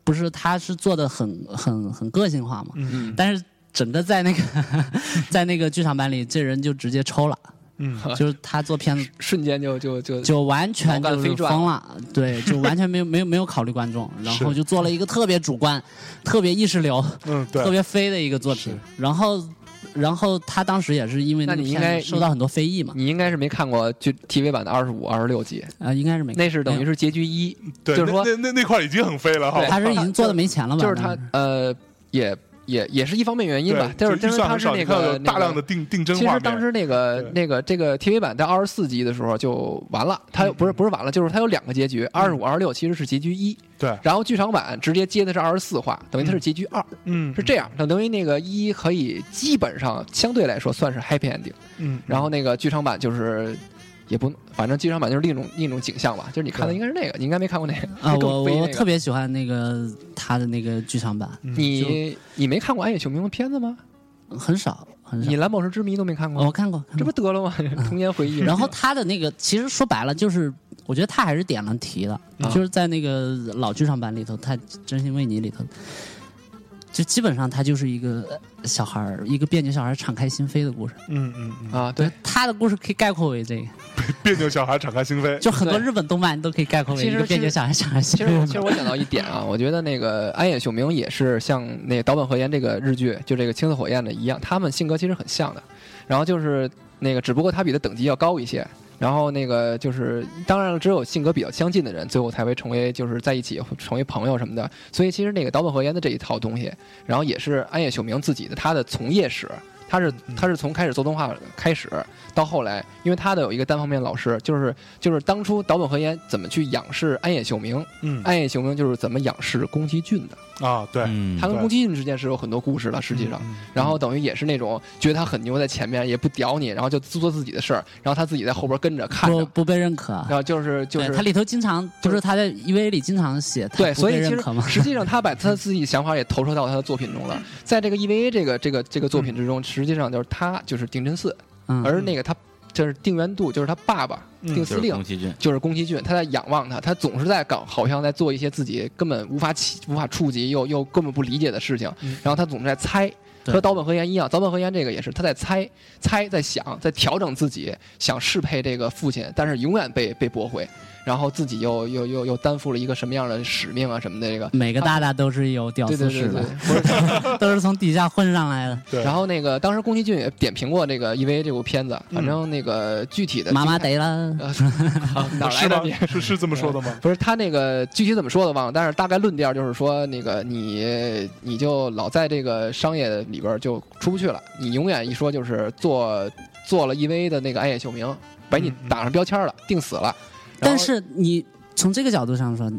Speaker 2: 不是他是做的很很很个性化嘛，
Speaker 4: 嗯
Speaker 2: 但是整个在那个 *laughs* 在那个剧场版里，这人就直接抽了，
Speaker 5: *laughs*
Speaker 4: 嗯，
Speaker 2: 就是他做片子
Speaker 5: 瞬间就就就
Speaker 2: 就完全
Speaker 5: 啊脑
Speaker 2: 就
Speaker 5: 干飞
Speaker 2: 是
Speaker 5: 转
Speaker 2: 疯了，对，就完全没有没有没有考虑观众，然后
Speaker 4: 是
Speaker 2: 就做了一个特别主观、特别意识流、
Speaker 4: 嗯，对，
Speaker 2: 特别飞的一个作品，然后。然后他当时也是因为
Speaker 5: 那
Speaker 2: 那个
Speaker 5: 你应
Speaker 2: 片子
Speaker 5: 该
Speaker 2: 受到很多非议嘛，
Speaker 5: 你应该是没看过就 TV 版的二十五、二十六集，
Speaker 2: 啊、应该是没
Speaker 5: 那是等于
Speaker 2: 是
Speaker 5: 是结局一，
Speaker 4: 对，
Speaker 5: 就是
Speaker 4: 那
Speaker 5: 说
Speaker 4: 那那那块儿已经很飞了哈
Speaker 5: 对，
Speaker 2: 他是已经做的没钱了吧？
Speaker 5: 就是
Speaker 2: 当
Speaker 5: 它
Speaker 2: 时
Speaker 5: 呃也也也是一方面原因
Speaker 4: 对
Speaker 5: 吧，但是
Speaker 4: 就
Speaker 5: 但
Speaker 4: 预
Speaker 5: 是
Speaker 4: 算
Speaker 5: 它
Speaker 4: 很
Speaker 5: 是
Speaker 4: 少，
Speaker 5: 那
Speaker 4: 你看到
Speaker 5: 个
Speaker 4: 有大量的
Speaker 5: 那个
Speaker 4: 定定帧
Speaker 5: 其
Speaker 4: 画
Speaker 5: 实
Speaker 4: 面，
Speaker 5: 当时那个
Speaker 4: 对
Speaker 5: 那个这个 TV 版在二十四集的时候就完了，它
Speaker 2: 嗯
Speaker 5: 不是不是完了，就是它有两个结局，二十五、二十六其实是结局一，
Speaker 4: 对，
Speaker 5: 然后剧场版直接接的是二十四话，等于它是结局二，
Speaker 4: 嗯
Speaker 5: 是这样，等于那个一可以基本上相对来说算是 happy ending。
Speaker 4: 嗯，
Speaker 5: 然后那个剧场版就是也不，反正剧场版就是另一种另一种景象吧，就是你看的
Speaker 4: 对
Speaker 5: 应该是那个，你应该没看过 *laughs* 那个嗯
Speaker 2: 啊，我我特
Speaker 5: 别
Speaker 2: 别喜欢那个他的那个剧场版，
Speaker 5: 你你没看过《暗夜雄明》的片子吗？
Speaker 2: 很少很少哦
Speaker 5: 你。《蓝宝石之谜》都没看
Speaker 2: 我
Speaker 5: 过，
Speaker 2: 看过，看
Speaker 5: 这不
Speaker 2: 过
Speaker 5: 得了吗？ *laughs* 童年回忆。
Speaker 2: 嗯然后他的那个，其实说白了就是，我觉得他还是点了题的，
Speaker 5: 啊
Speaker 2: 就是在那个老剧场版里头，他《真心为你》里头，就基本上他就是一个呃小孩儿，一个别扭小孩儿敞开心扉的故事。
Speaker 4: 嗯嗯嗯，
Speaker 5: 啊，对，
Speaker 2: 他的故事可以概括为这个，
Speaker 4: 别扭小孩敞开心扉，
Speaker 2: 就很多
Speaker 5: 对
Speaker 2: 日本动漫都可以概括为
Speaker 5: 其
Speaker 2: 一
Speaker 5: 实
Speaker 2: 个别扭
Speaker 5: 其实
Speaker 2: 小孩儿敞开
Speaker 5: 其
Speaker 2: 心
Speaker 5: 实
Speaker 2: 扉 *laughs* 的
Speaker 5: 其
Speaker 2: 故
Speaker 5: 实
Speaker 2: 事。
Speaker 5: 我想到一点啊，我觉得那个安野秀明也是像那岛本和彦这个日剧，就这个《青色火焰》的一样，他们性格其实很像的。然后就是那个，只不过他比他等级要高一些。然后那个就是，当然了，只有性格比较相近的人，最后才会成为就是在一起成为朋友什么的。所以其实那个岛本和彦的这一套东西，然后也是安野秀明自己的他的从业史，他是他是从开始做动画开始到后来，因为他的有一个单方面老师，就是就是当初岛本和彦怎么去仰视安野秀明，
Speaker 4: 嗯
Speaker 5: 暗夜雄明就是怎么仰视宫崎骏的，
Speaker 4: 啊，对，
Speaker 6: 嗯
Speaker 5: 他跟
Speaker 4: 对嗯
Speaker 5: 宫崎骏之间是有很多故事的，实际上。然后等于也是那种觉得他很牛，在前面也不屌你，然后就做自己的事儿，然后他自己在后边跟着看
Speaker 2: 不
Speaker 5: 着，
Speaker 2: 不被认可，
Speaker 5: 然后就是就
Speaker 2: 对
Speaker 5: 是
Speaker 2: 他里头经常不是他在 EVA 里经常写他
Speaker 5: 对，
Speaker 2: 不
Speaker 5: 所
Speaker 2: 被
Speaker 5: 以其
Speaker 2: 认
Speaker 5: 实
Speaker 2: 可吗？
Speaker 5: 实际上他把他自己想法也投射到他的作品中了。在这个 EVA 这个这个这个作品之中，实际上就是他就是定真寺，
Speaker 2: *laughs* 嗯，
Speaker 5: 而那个他就是定元度，就是他爸爸
Speaker 4: 嗯
Speaker 5: 定
Speaker 6: 就
Speaker 5: 司
Speaker 6: 是
Speaker 5: 令
Speaker 6: 宫，崎骏，
Speaker 5: 就是宫崎骏，他在仰望他，他总是在搞，好像在做一些自己根本无法起、无法触及又又根本不理解的事情，
Speaker 4: 嗯
Speaker 5: 然后他总是在猜。
Speaker 2: 对
Speaker 5: 和岛本和彦一样，岛本和彦这个也是他在猜、猜、在想、在调整自己，想适配这个父亲，但是永远被被驳回，然后自己又又又又担负了一个什么样的使命啊什么的这个。
Speaker 2: 每个大大都是有屌
Speaker 5: 对
Speaker 2: 丝
Speaker 5: 对
Speaker 2: 式
Speaker 5: 对对
Speaker 2: 的，，
Speaker 5: 不是
Speaker 2: 都是从底下混上来的。
Speaker 4: 对，
Speaker 5: 然后那个当时宫崎骏也点评过这个 EVA 这部片子，反正那个具体
Speaker 2: 嗯
Speaker 5: 的
Speaker 2: 妈妈得了，
Speaker 5: 呃 *laughs* 哪儿来
Speaker 4: 是
Speaker 5: 的
Speaker 4: 吗
Speaker 5: 你？？
Speaker 4: 是是这么说的吗？
Speaker 5: 不是他那个具体怎么说的忘了，但是大概论调就是说，那个你你就老在这个商业里边儿就出不去了，你永远一说就是做做了 EVA 的那个暗夜秀明，把你
Speaker 4: 嗯嗯
Speaker 5: 打上标签了，定死了。然后
Speaker 2: 嗯但是你从这个角度上说，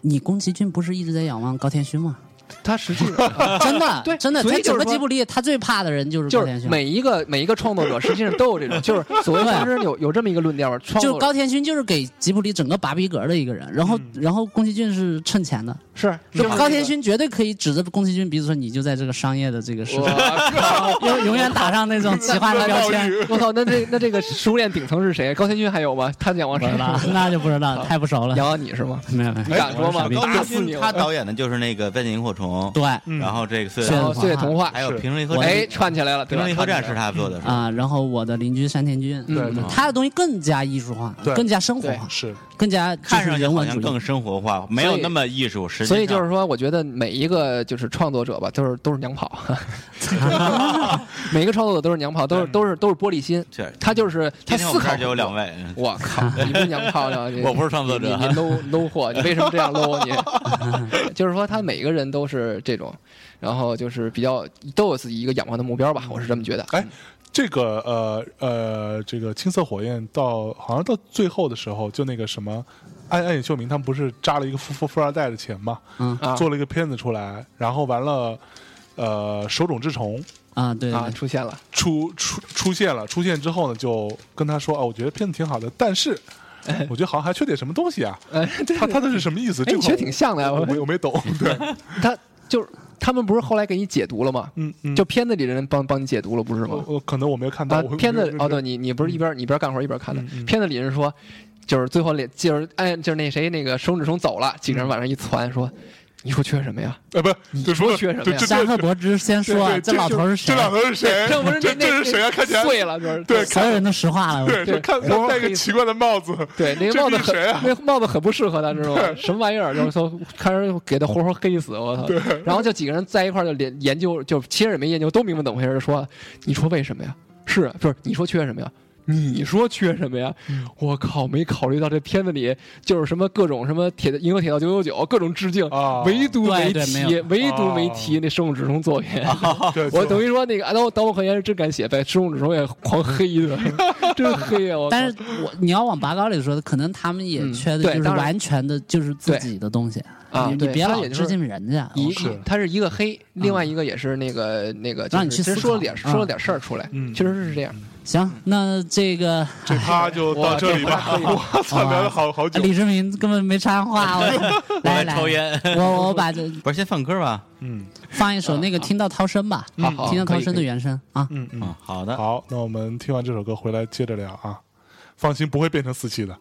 Speaker 2: 你宫崎骏不是一直在仰望高田勋
Speaker 5: *laughs*
Speaker 2: 吗？
Speaker 5: 他
Speaker 2: *laughs*
Speaker 5: 实际上
Speaker 2: 真的，
Speaker 5: 对
Speaker 2: 真的，
Speaker 5: 所以
Speaker 2: 在
Speaker 5: 就
Speaker 2: 整
Speaker 5: 是
Speaker 2: 个
Speaker 5: 说
Speaker 2: 吉卜力，他最怕的人就是
Speaker 5: 就
Speaker 2: 高
Speaker 5: 是
Speaker 2: 田勋。
Speaker 5: 每一个每一个创作者实际上都有这种，就是
Speaker 2: *laughs*
Speaker 5: 所谓当时有有这么一个论调嘛，创
Speaker 2: 就是
Speaker 5: 作者
Speaker 2: 高田勋就是给吉卜力整个拔逼格的一个人，然后、
Speaker 4: 嗯
Speaker 2: 然后宫崎骏是趁钱的，
Speaker 5: *laughs* 是
Speaker 2: 就高田。勋绝对可以指着宫崎骏鼻子说你就在这个商业的这个市
Speaker 5: 我
Speaker 2: 场，
Speaker 5: 靠！ *laughs*
Speaker 2: 永永远打上那种奇幻的标签，
Speaker 5: 我操！那这那这个食物链顶层是谁？高田勋还有吗？他仰望
Speaker 2: 不
Speaker 5: 谁
Speaker 2: 知？
Speaker 5: *laughs*
Speaker 2: 道， *laughs* 那就不知道，太不熟了
Speaker 5: 仰，望你是吗？
Speaker 2: 没有没有，
Speaker 5: 你敢说吗？
Speaker 6: 高
Speaker 5: 打
Speaker 6: 田
Speaker 5: 死你！
Speaker 6: 勋他导演的就是那个《变形萤火虫》，
Speaker 2: 对
Speaker 4: 嗯
Speaker 6: 然后这个岁
Speaker 2: 是
Speaker 6: 月
Speaker 5: 然后岁月童话
Speaker 6: 还有
Speaker 4: 是
Speaker 6: 平论和
Speaker 5: 哎，串起来了，
Speaker 6: 平
Speaker 5: 对吧？
Speaker 6: 论和战
Speaker 5: 串起
Speaker 6: 是
Speaker 5: 来了
Speaker 6: 他做的，是吧？
Speaker 2: 啊，然后我的邻居山田君，
Speaker 5: 嗯
Speaker 4: 对对
Speaker 2: 嗯他的东西更加艺术化，
Speaker 4: 对
Speaker 2: 更加生活
Speaker 5: 对
Speaker 2: 化，
Speaker 4: 是，
Speaker 2: 更加就
Speaker 6: 看
Speaker 2: 是
Speaker 6: 上去
Speaker 2: 人
Speaker 6: 好
Speaker 2: 文
Speaker 6: 像
Speaker 2: 主义。
Speaker 6: 更生活化，没有那么艺术。实际
Speaker 5: 所以
Speaker 6: 上
Speaker 5: 就是说，我觉得每一个就是创作者吧，都是都是
Speaker 6: *laughs*
Speaker 5: 娘炮，每一个创作者都是娘炮，都是都是都是玻璃心。
Speaker 6: 确实，
Speaker 5: 他就是他
Speaker 6: 今天我
Speaker 5: 思
Speaker 6: 们这
Speaker 5: 考
Speaker 6: 儿就有两位，嗯
Speaker 5: 我靠，你不是娘炮呢？
Speaker 6: *laughs*
Speaker 5: 你
Speaker 6: 我不是创作者
Speaker 5: 你你 low low 货，你为什么
Speaker 6: *laughs*
Speaker 5: 这样 low 啊你？就是说，他每个人都是这种，然后就是比较都有自己一个仰望的目标吧，我是这么觉得。
Speaker 4: 哎，这个呃呃，这个青色火焰到好像到最后的时候，就那个什么。暗暗影秀明他们不是扎了一个富富富二代的钱嘛，
Speaker 2: 嗯
Speaker 5: 啊
Speaker 4: 做了一个片子出来，然后完了，呃，手冢治虫
Speaker 2: 啊，对对
Speaker 5: 啊，出现了， *laughs*
Speaker 4: 出出出现了，出现之后呢，就跟他说啊，我觉得片子挺好的，但是我觉得好像还缺点什么东西啊。
Speaker 5: 呃，对
Speaker 4: 他他的是什么意思？
Speaker 5: 哎，
Speaker 4: 这
Speaker 5: 你
Speaker 4: 块
Speaker 5: 学
Speaker 4: 我
Speaker 5: 挺像的呀，
Speaker 4: 我没我没
Speaker 5: *laughs*
Speaker 4: 懂。对，
Speaker 5: 他就是他们不是后来给你解读了吗？
Speaker 4: 嗯嗯，
Speaker 5: 就片子里的人帮帮你解读了，不是
Speaker 4: 我
Speaker 5: 吗？
Speaker 4: 我可能我没有看
Speaker 5: 啊
Speaker 4: 到。我，
Speaker 5: 片
Speaker 4: 我
Speaker 5: 子
Speaker 4: 没有
Speaker 5: 哦，对你你不是一边你一边干活一边看的
Speaker 4: 嗯嗯，
Speaker 5: 片子里人说，就是最后脸就是哎就是那谁那个手指虫走了，几个人往上一传说，你说缺什么呀？
Speaker 4: 哎，不是，就
Speaker 5: 说
Speaker 4: 说
Speaker 5: 缺什么
Speaker 4: 对
Speaker 5: 呀
Speaker 4: 这
Speaker 2: 山
Speaker 4: 这
Speaker 2: 河伯之先
Speaker 4: 对
Speaker 2: 说啊，
Speaker 4: 对
Speaker 2: 这老头是谁
Speaker 4: 这？老头是谁？
Speaker 5: 这不是那
Speaker 4: *laughs* 这
Speaker 5: 那
Speaker 4: 这是谁啊？看起来
Speaker 5: 碎了，就是
Speaker 4: 对
Speaker 2: 所有人都石化了。
Speaker 4: 对，
Speaker 5: 对
Speaker 4: 就看
Speaker 5: 然后
Speaker 4: 他戴个奇怪的帽子，
Speaker 5: *laughs* 对，那
Speaker 4: 这
Speaker 5: 个帽子
Speaker 4: 是
Speaker 5: 很
Speaker 4: 谁啊，
Speaker 5: 那个帽子很不适
Speaker 4: *laughs*
Speaker 5: 合他，知道吗？什么玩意儿？就是说，看人给他活活黑死，我操！然后就几个人在一块儿就研研究，就其实也没研究，都明白怎么回事儿。说，你说为什么呀？是啊，不是？你说缺什么呀？你说缺什么呀？
Speaker 4: 嗯
Speaker 5: 我靠，没考虑到这片子里就是什么各种什么铁的《银河铁道九九九》各种致敬，
Speaker 4: 啊
Speaker 5: 唯独
Speaker 2: 对
Speaker 5: 没
Speaker 2: 对没
Speaker 5: 提
Speaker 2: 有，
Speaker 5: 唯独没
Speaker 4: 哦
Speaker 5: 提那生物指虫作品。
Speaker 4: 对
Speaker 5: *laughs* 我等
Speaker 4: 于
Speaker 5: 于说那个，当我当我很严是真敢写，在生物指虫也狂黑一顿， *laughs* 真黑啊！我靠
Speaker 2: 但是我你要往拔高里说，可能他们也
Speaker 5: 嗯
Speaker 2: 缺的
Speaker 5: 对
Speaker 2: 就是
Speaker 5: 当然
Speaker 2: 完全的就是自己的东西
Speaker 5: 啊
Speaker 2: 你你
Speaker 5: 对
Speaker 2: 别
Speaker 5: 他
Speaker 2: 老
Speaker 5: 也就
Speaker 2: 致
Speaker 5: 是
Speaker 2: 敬人
Speaker 6: 啊
Speaker 2: 家。
Speaker 5: 一
Speaker 2: 我靠
Speaker 5: 一他是一个黑，
Speaker 6: 嗯
Speaker 5: 另外一个也是那个那个，就
Speaker 2: 让
Speaker 5: 是
Speaker 2: 你去
Speaker 5: 其实
Speaker 2: 思
Speaker 5: 说
Speaker 2: 考
Speaker 5: 了点说
Speaker 2: 嗯
Speaker 5: 了点事儿出来
Speaker 4: 嗯，
Speaker 5: 确实是这样。
Speaker 2: 行，
Speaker 5: 嗯
Speaker 2: 那这个
Speaker 4: 这趴就到这里 *laughs* 吧。我操，
Speaker 5: 啊
Speaker 4: 聊了好好久。
Speaker 2: 李志明根本没插话，我
Speaker 5: *laughs*
Speaker 2: 来
Speaker 6: 我
Speaker 2: 来，
Speaker 6: 抽烟，
Speaker 2: 我我把这
Speaker 6: 不是先放歌吧？
Speaker 4: 嗯
Speaker 2: 放一
Speaker 5: *laughs*
Speaker 2: 首那个听到涛声吧，
Speaker 5: 啊好好，
Speaker 2: 听到
Speaker 5: 可
Speaker 2: 涛
Speaker 5: 以
Speaker 2: 声
Speaker 5: 可
Speaker 2: 的
Speaker 5: 以
Speaker 2: 原声啊。
Speaker 4: 嗯嗯，
Speaker 6: 嗯，好的，
Speaker 4: 好，那我们听完这首歌回来接着聊啊。放心，不会变成四期的。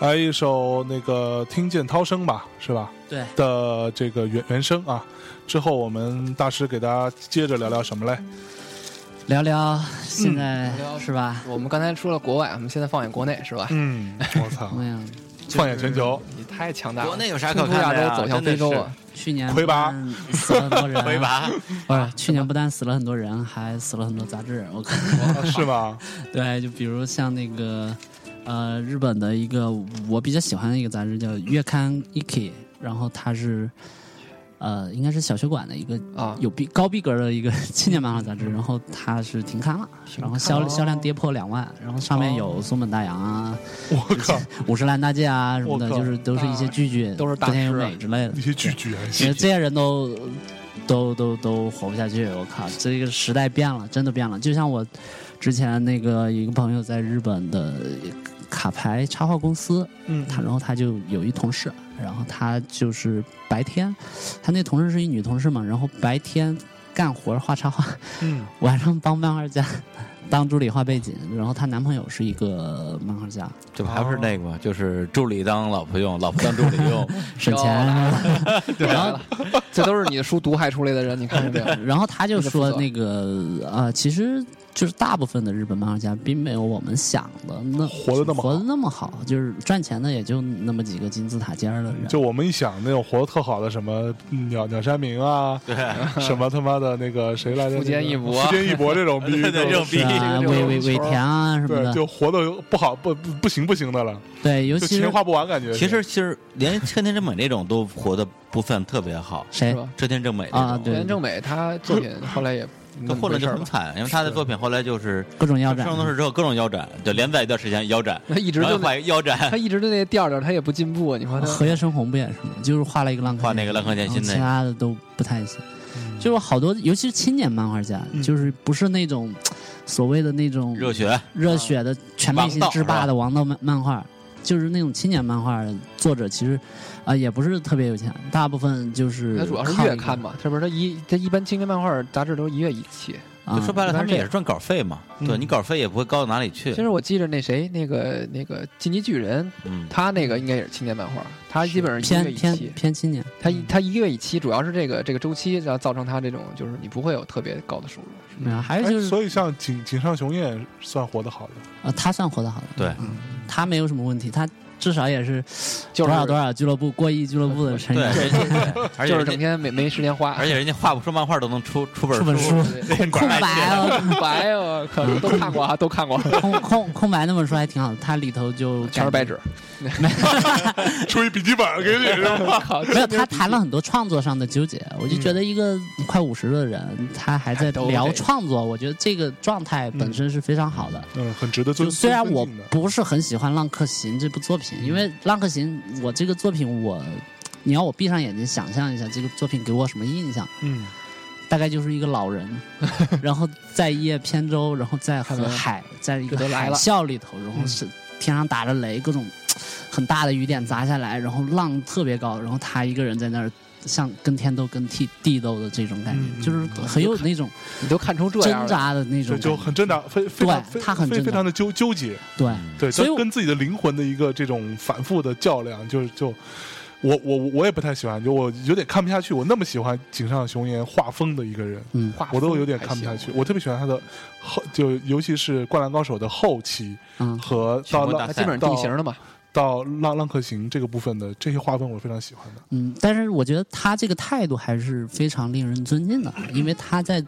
Speaker 4: 来一首那个《听见涛声》吧，是吧？
Speaker 2: 对
Speaker 4: 的这个原原声啊。之后我们大师给大家接着聊聊什么嘞？
Speaker 2: 聊聊
Speaker 5: 嗯
Speaker 2: 现在
Speaker 5: 聊聊
Speaker 2: 是
Speaker 6: 嗯
Speaker 2: 吧？
Speaker 5: 我们刚才说了国外，我们现在放眼国内是吧？
Speaker 4: 嗯，我操，
Speaker 2: 哎呀，
Speaker 4: 放眼全球，
Speaker 5: 你太强大了，
Speaker 6: 国内有啥
Speaker 5: 冲
Speaker 6: 可
Speaker 5: 出
Speaker 6: 看
Speaker 5: 亚
Speaker 6: 的呀
Speaker 5: 洲走向非洲啊！
Speaker 2: 去年
Speaker 4: 魁
Speaker 2: 不
Speaker 4: 拔
Speaker 2: 但死了很多
Speaker 6: *laughs*
Speaker 2: 人，
Speaker 6: 回拔，
Speaker 5: *laughs*
Speaker 2: 不是去年不但死了很多人，还死了很多杂志。我看， *laughs*
Speaker 4: 是吗？
Speaker 2: 对，就比如像那个呃日本的一个我比较喜欢的一个杂志叫《月刊 Iki》，然后它是呃应该是小学馆的一个
Speaker 5: 啊，
Speaker 2: 有逼高逼格的一个青年漫画杂志，
Speaker 5: 嗯
Speaker 2: 然后它是停刊了，然后销销量跌破两万，然后上面
Speaker 5: 哦
Speaker 2: 有松本大洋啊、
Speaker 4: 我靠，
Speaker 2: 五十岚大介啊什么的，
Speaker 4: 我靠
Speaker 2: 就是都是一些
Speaker 5: 大
Speaker 2: 巨巨，
Speaker 5: 都是大
Speaker 2: 福田由
Speaker 5: 师啊
Speaker 2: 美之类的
Speaker 4: 一。些拒绝，还
Speaker 2: 因为
Speaker 4: 行
Speaker 2: 这些人都都都都活不下去，我靠，这个时代变了，真的变了。就像我之前那个一个朋友在日本的卡牌插画公司，
Speaker 4: 嗯
Speaker 2: 他然后他就有一同事，然后他就是白天，他那同事是一女同事嘛，然后白天干活画插画，
Speaker 4: 嗯
Speaker 2: *laughs* 晚上帮漫画家当助理画背景，然后她男朋友是一个漫画家，
Speaker 6: 这不还不
Speaker 5: 哦
Speaker 6: 是那个吗？就是助理当老婆用，老婆当助理
Speaker 5: *laughs*
Speaker 6: 用，
Speaker 2: 省钱。
Speaker 5: 哟
Speaker 2: 然后
Speaker 6: *laughs*
Speaker 5: 对啊了，这都是你的书毒害出来的人，你看见没有？
Speaker 2: 然后他就说
Speaker 5: 那个
Speaker 2: 那个呃，其实就是大部分的日本漫画家并没有我们想的那
Speaker 4: 活得那么好
Speaker 2: 活得那么好，就是赚钱的也就那么几个金字塔尖儿的人。
Speaker 4: 就我们一想，那种活得特好的什么嗯鸟鸟山明啊，对，什么他妈的那个谁来着？
Speaker 5: 福建
Speaker 4: 那个
Speaker 5: 义博
Speaker 4: 福建义博这种逼，
Speaker 6: 对这种
Speaker 2: 是
Speaker 6: 逼
Speaker 2: 啊，
Speaker 5: 这个
Speaker 2: 尾
Speaker 5: 就
Speaker 2: 尾
Speaker 5: 是
Speaker 2: 尾田啊什么
Speaker 4: 对，
Speaker 2: 的，
Speaker 4: 就活得不好，不不不行不行的了，
Speaker 2: 对，尤
Speaker 4: 就
Speaker 2: 其
Speaker 4: 钱
Speaker 2: 是
Speaker 4: 花不完，感觉是。
Speaker 6: 其实其实连车田正美那种都活的不算特别好，
Speaker 2: 谁
Speaker 5: 是吧
Speaker 6: 车田正美那
Speaker 2: 啊
Speaker 6: 种
Speaker 2: 哎对
Speaker 5: 袁正美他作品
Speaker 6: *laughs*
Speaker 5: 后来也
Speaker 6: 他混的就
Speaker 5: 事儿
Speaker 6: 很
Speaker 5: 吧，
Speaker 6: 惨，因为他的作品后来就是
Speaker 2: 各种腰
Speaker 6: 上
Speaker 2: 斩，
Speaker 6: 东市之后各种腰斩，对，连载一段时间腰斩，
Speaker 5: 他一直
Speaker 6: 然后
Speaker 5: 嗯就
Speaker 6: 又
Speaker 5: 那
Speaker 6: 画一个腰
Speaker 5: 他
Speaker 6: 斩，
Speaker 5: 一直就那调调，他也不进步。你说他
Speaker 2: 河月生红不也是吗？就是画了一个浪客剑心，
Speaker 6: 画那个浪客剑心
Speaker 2: 然
Speaker 6: 那
Speaker 2: 后
Speaker 6: 个
Speaker 2: 其他的都不太行。就是好多，尤其是青年漫画家，
Speaker 4: 嗯
Speaker 2: 就是不是那种所谓的那种
Speaker 6: 热血
Speaker 2: 热血的全明星之霸的啊王道漫漫画，就是那种青年漫画的作者，其实啊、也不是特别有钱，大部分就是
Speaker 5: 他主要是
Speaker 2: 靠一
Speaker 5: 月
Speaker 2: 个
Speaker 5: 刊嘛，他不是他一他一般青年漫画杂志都是一月一期。
Speaker 2: 啊，
Speaker 6: 就说白了，
Speaker 5: 一般是
Speaker 6: 他们也是赚稿费嘛，
Speaker 4: 嗯
Speaker 6: 对你稿费也不会高到哪里去
Speaker 5: 其。实我记着那谁那个那个进击巨人，
Speaker 6: 嗯，
Speaker 5: 他那个应该也是青年漫画，他基本上一
Speaker 2: 偏
Speaker 5: 个月一
Speaker 2: 偏嗯
Speaker 5: 期。
Speaker 2: 偏青年，
Speaker 5: 他一他一个月一期，主要是这个这个周期，然后造成他这种就是你不会有特别高的收入。
Speaker 2: 没有，还
Speaker 4: 哎
Speaker 2: 有就是、
Speaker 4: 所以像井井上雄彦算活得好的，
Speaker 2: 呃，他算活得好的，
Speaker 6: 对
Speaker 2: 嗯他没有什么问题，他至少也是
Speaker 5: 就
Speaker 2: 多
Speaker 5: 是
Speaker 2: 少多少俱乐部过亿俱乐部的成
Speaker 6: 对，
Speaker 2: 员，
Speaker 6: 人家对 *laughs* 而且
Speaker 5: 就是
Speaker 6: 人
Speaker 5: 整
Speaker 6: 家
Speaker 5: 天没没时间花，
Speaker 6: 而且人家画不出漫画都能出出
Speaker 2: 出本
Speaker 6: 本
Speaker 2: 书
Speaker 5: 对
Speaker 2: 空白哦，
Speaker 5: 空白我靠，都看过啊，都看过，
Speaker 2: 空空空白那本书还挺好的，它里头就
Speaker 5: 全是
Speaker 6: *laughs*
Speaker 5: 白纸。
Speaker 4: 出一笔记本给你是吧？
Speaker 5: 靠，
Speaker 2: *laughs* 没有，他谈了很多创作上的纠结。我就觉得一个快五十的人，他还在
Speaker 5: 都
Speaker 2: 聊
Speaker 5: 得
Speaker 2: 创作，我觉得这个状态本身是非常好的。
Speaker 4: 嗯，很值得尊
Speaker 2: 就
Speaker 4: 尊
Speaker 2: 虽然我
Speaker 4: 尊敬的
Speaker 2: 不是很喜欢《浪客行》这部作品，因为《浪客行》我这个作品我，你要我闭上眼睛想象一下这个作品给我什么印象，
Speaker 4: 嗯，
Speaker 2: 大概就是一个老
Speaker 4: *laughs*
Speaker 2: 人，然后在一叶扁舟，然后在很海，在一个
Speaker 5: 这都来
Speaker 2: 海
Speaker 5: 了
Speaker 2: 啸里头，然后是天上打着雷，各种很大的雨点砸下来，然后浪特别高，然后他一个人在那儿。像跟天斗、跟地地斗的这种感觉，
Speaker 4: 嗯嗯
Speaker 2: 就是很有那种
Speaker 5: 你都看出这
Speaker 2: 挣
Speaker 5: 样了，
Speaker 2: 扎的那种
Speaker 4: 就
Speaker 2: 感觉，
Speaker 4: 就很挣扎，非非常
Speaker 2: 嗯对
Speaker 4: 非
Speaker 2: 他很
Speaker 4: 非
Speaker 2: 挣扎
Speaker 4: 非常的纠纠结，
Speaker 2: 对，
Speaker 4: 对，
Speaker 2: 所以
Speaker 4: 就
Speaker 2: 我
Speaker 4: 跟自己的灵魂的一个这种反复的较量，就是就我我我我也不太喜欢，就我有点看不下去，我那么喜欢井上雄彦画风的一个人，
Speaker 2: 嗯
Speaker 5: 画风
Speaker 4: 我都有点看不下去，我特别喜欢他的后，就尤其是《灌篮高手》的后期
Speaker 2: 嗯，
Speaker 4: 和
Speaker 6: 全
Speaker 4: 到
Speaker 6: 国大
Speaker 5: 还行，他
Speaker 4: 浪
Speaker 5: 基本上定型了嘛。
Speaker 4: 到浪浪客行这个部分的这些画风，我是非常喜欢的。
Speaker 2: 嗯，但是我觉得他这个态度还是非常令人尊敬的，啊
Speaker 4: 嗯
Speaker 2: 因为他在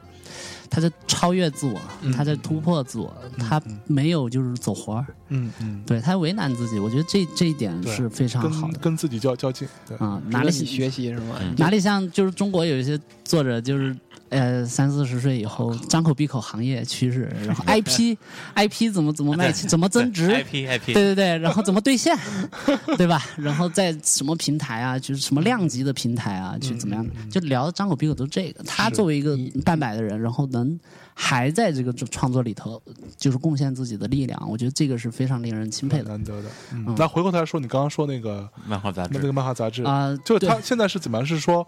Speaker 2: 他在超越自我，他在突破自我，他没有就是走活儿，
Speaker 4: 嗯嗯，
Speaker 2: 对他为难自己，我觉得这这一点
Speaker 4: 对
Speaker 2: 是非常好
Speaker 4: 跟
Speaker 2: 的
Speaker 4: 跟自己较较劲，对，
Speaker 2: 啊、
Speaker 5: 拿
Speaker 2: 哪
Speaker 5: 着
Speaker 2: 里
Speaker 5: 你学习是吗？
Speaker 6: 嗯
Speaker 2: 哪里像就是中国有一些作者就是。呃，三四十岁以后，张口闭口行业趋势，然后 IP，IP 怎么怎么卖，怎么增值，
Speaker 6: IP IP，
Speaker 2: 嗯对对对，然后怎么兑现，对吧？然后在什么平台啊，就是什么量级的平台啊，去怎么样，就聊张口闭口都这个。他作为一个半百的人，然后能还在这个创作里头，就是贡献自己的力量，我觉得这个是非常令人钦佩
Speaker 4: 很
Speaker 2: 的
Speaker 4: 难得的。
Speaker 2: 嗯
Speaker 4: 嗯，那回过头来说，你刚刚说那个
Speaker 6: 漫画杂
Speaker 4: 那那
Speaker 6: 志
Speaker 4: 个漫画杂志
Speaker 2: 啊、
Speaker 4: 就是
Speaker 2: 对
Speaker 4: 他现在是怎么样？是说，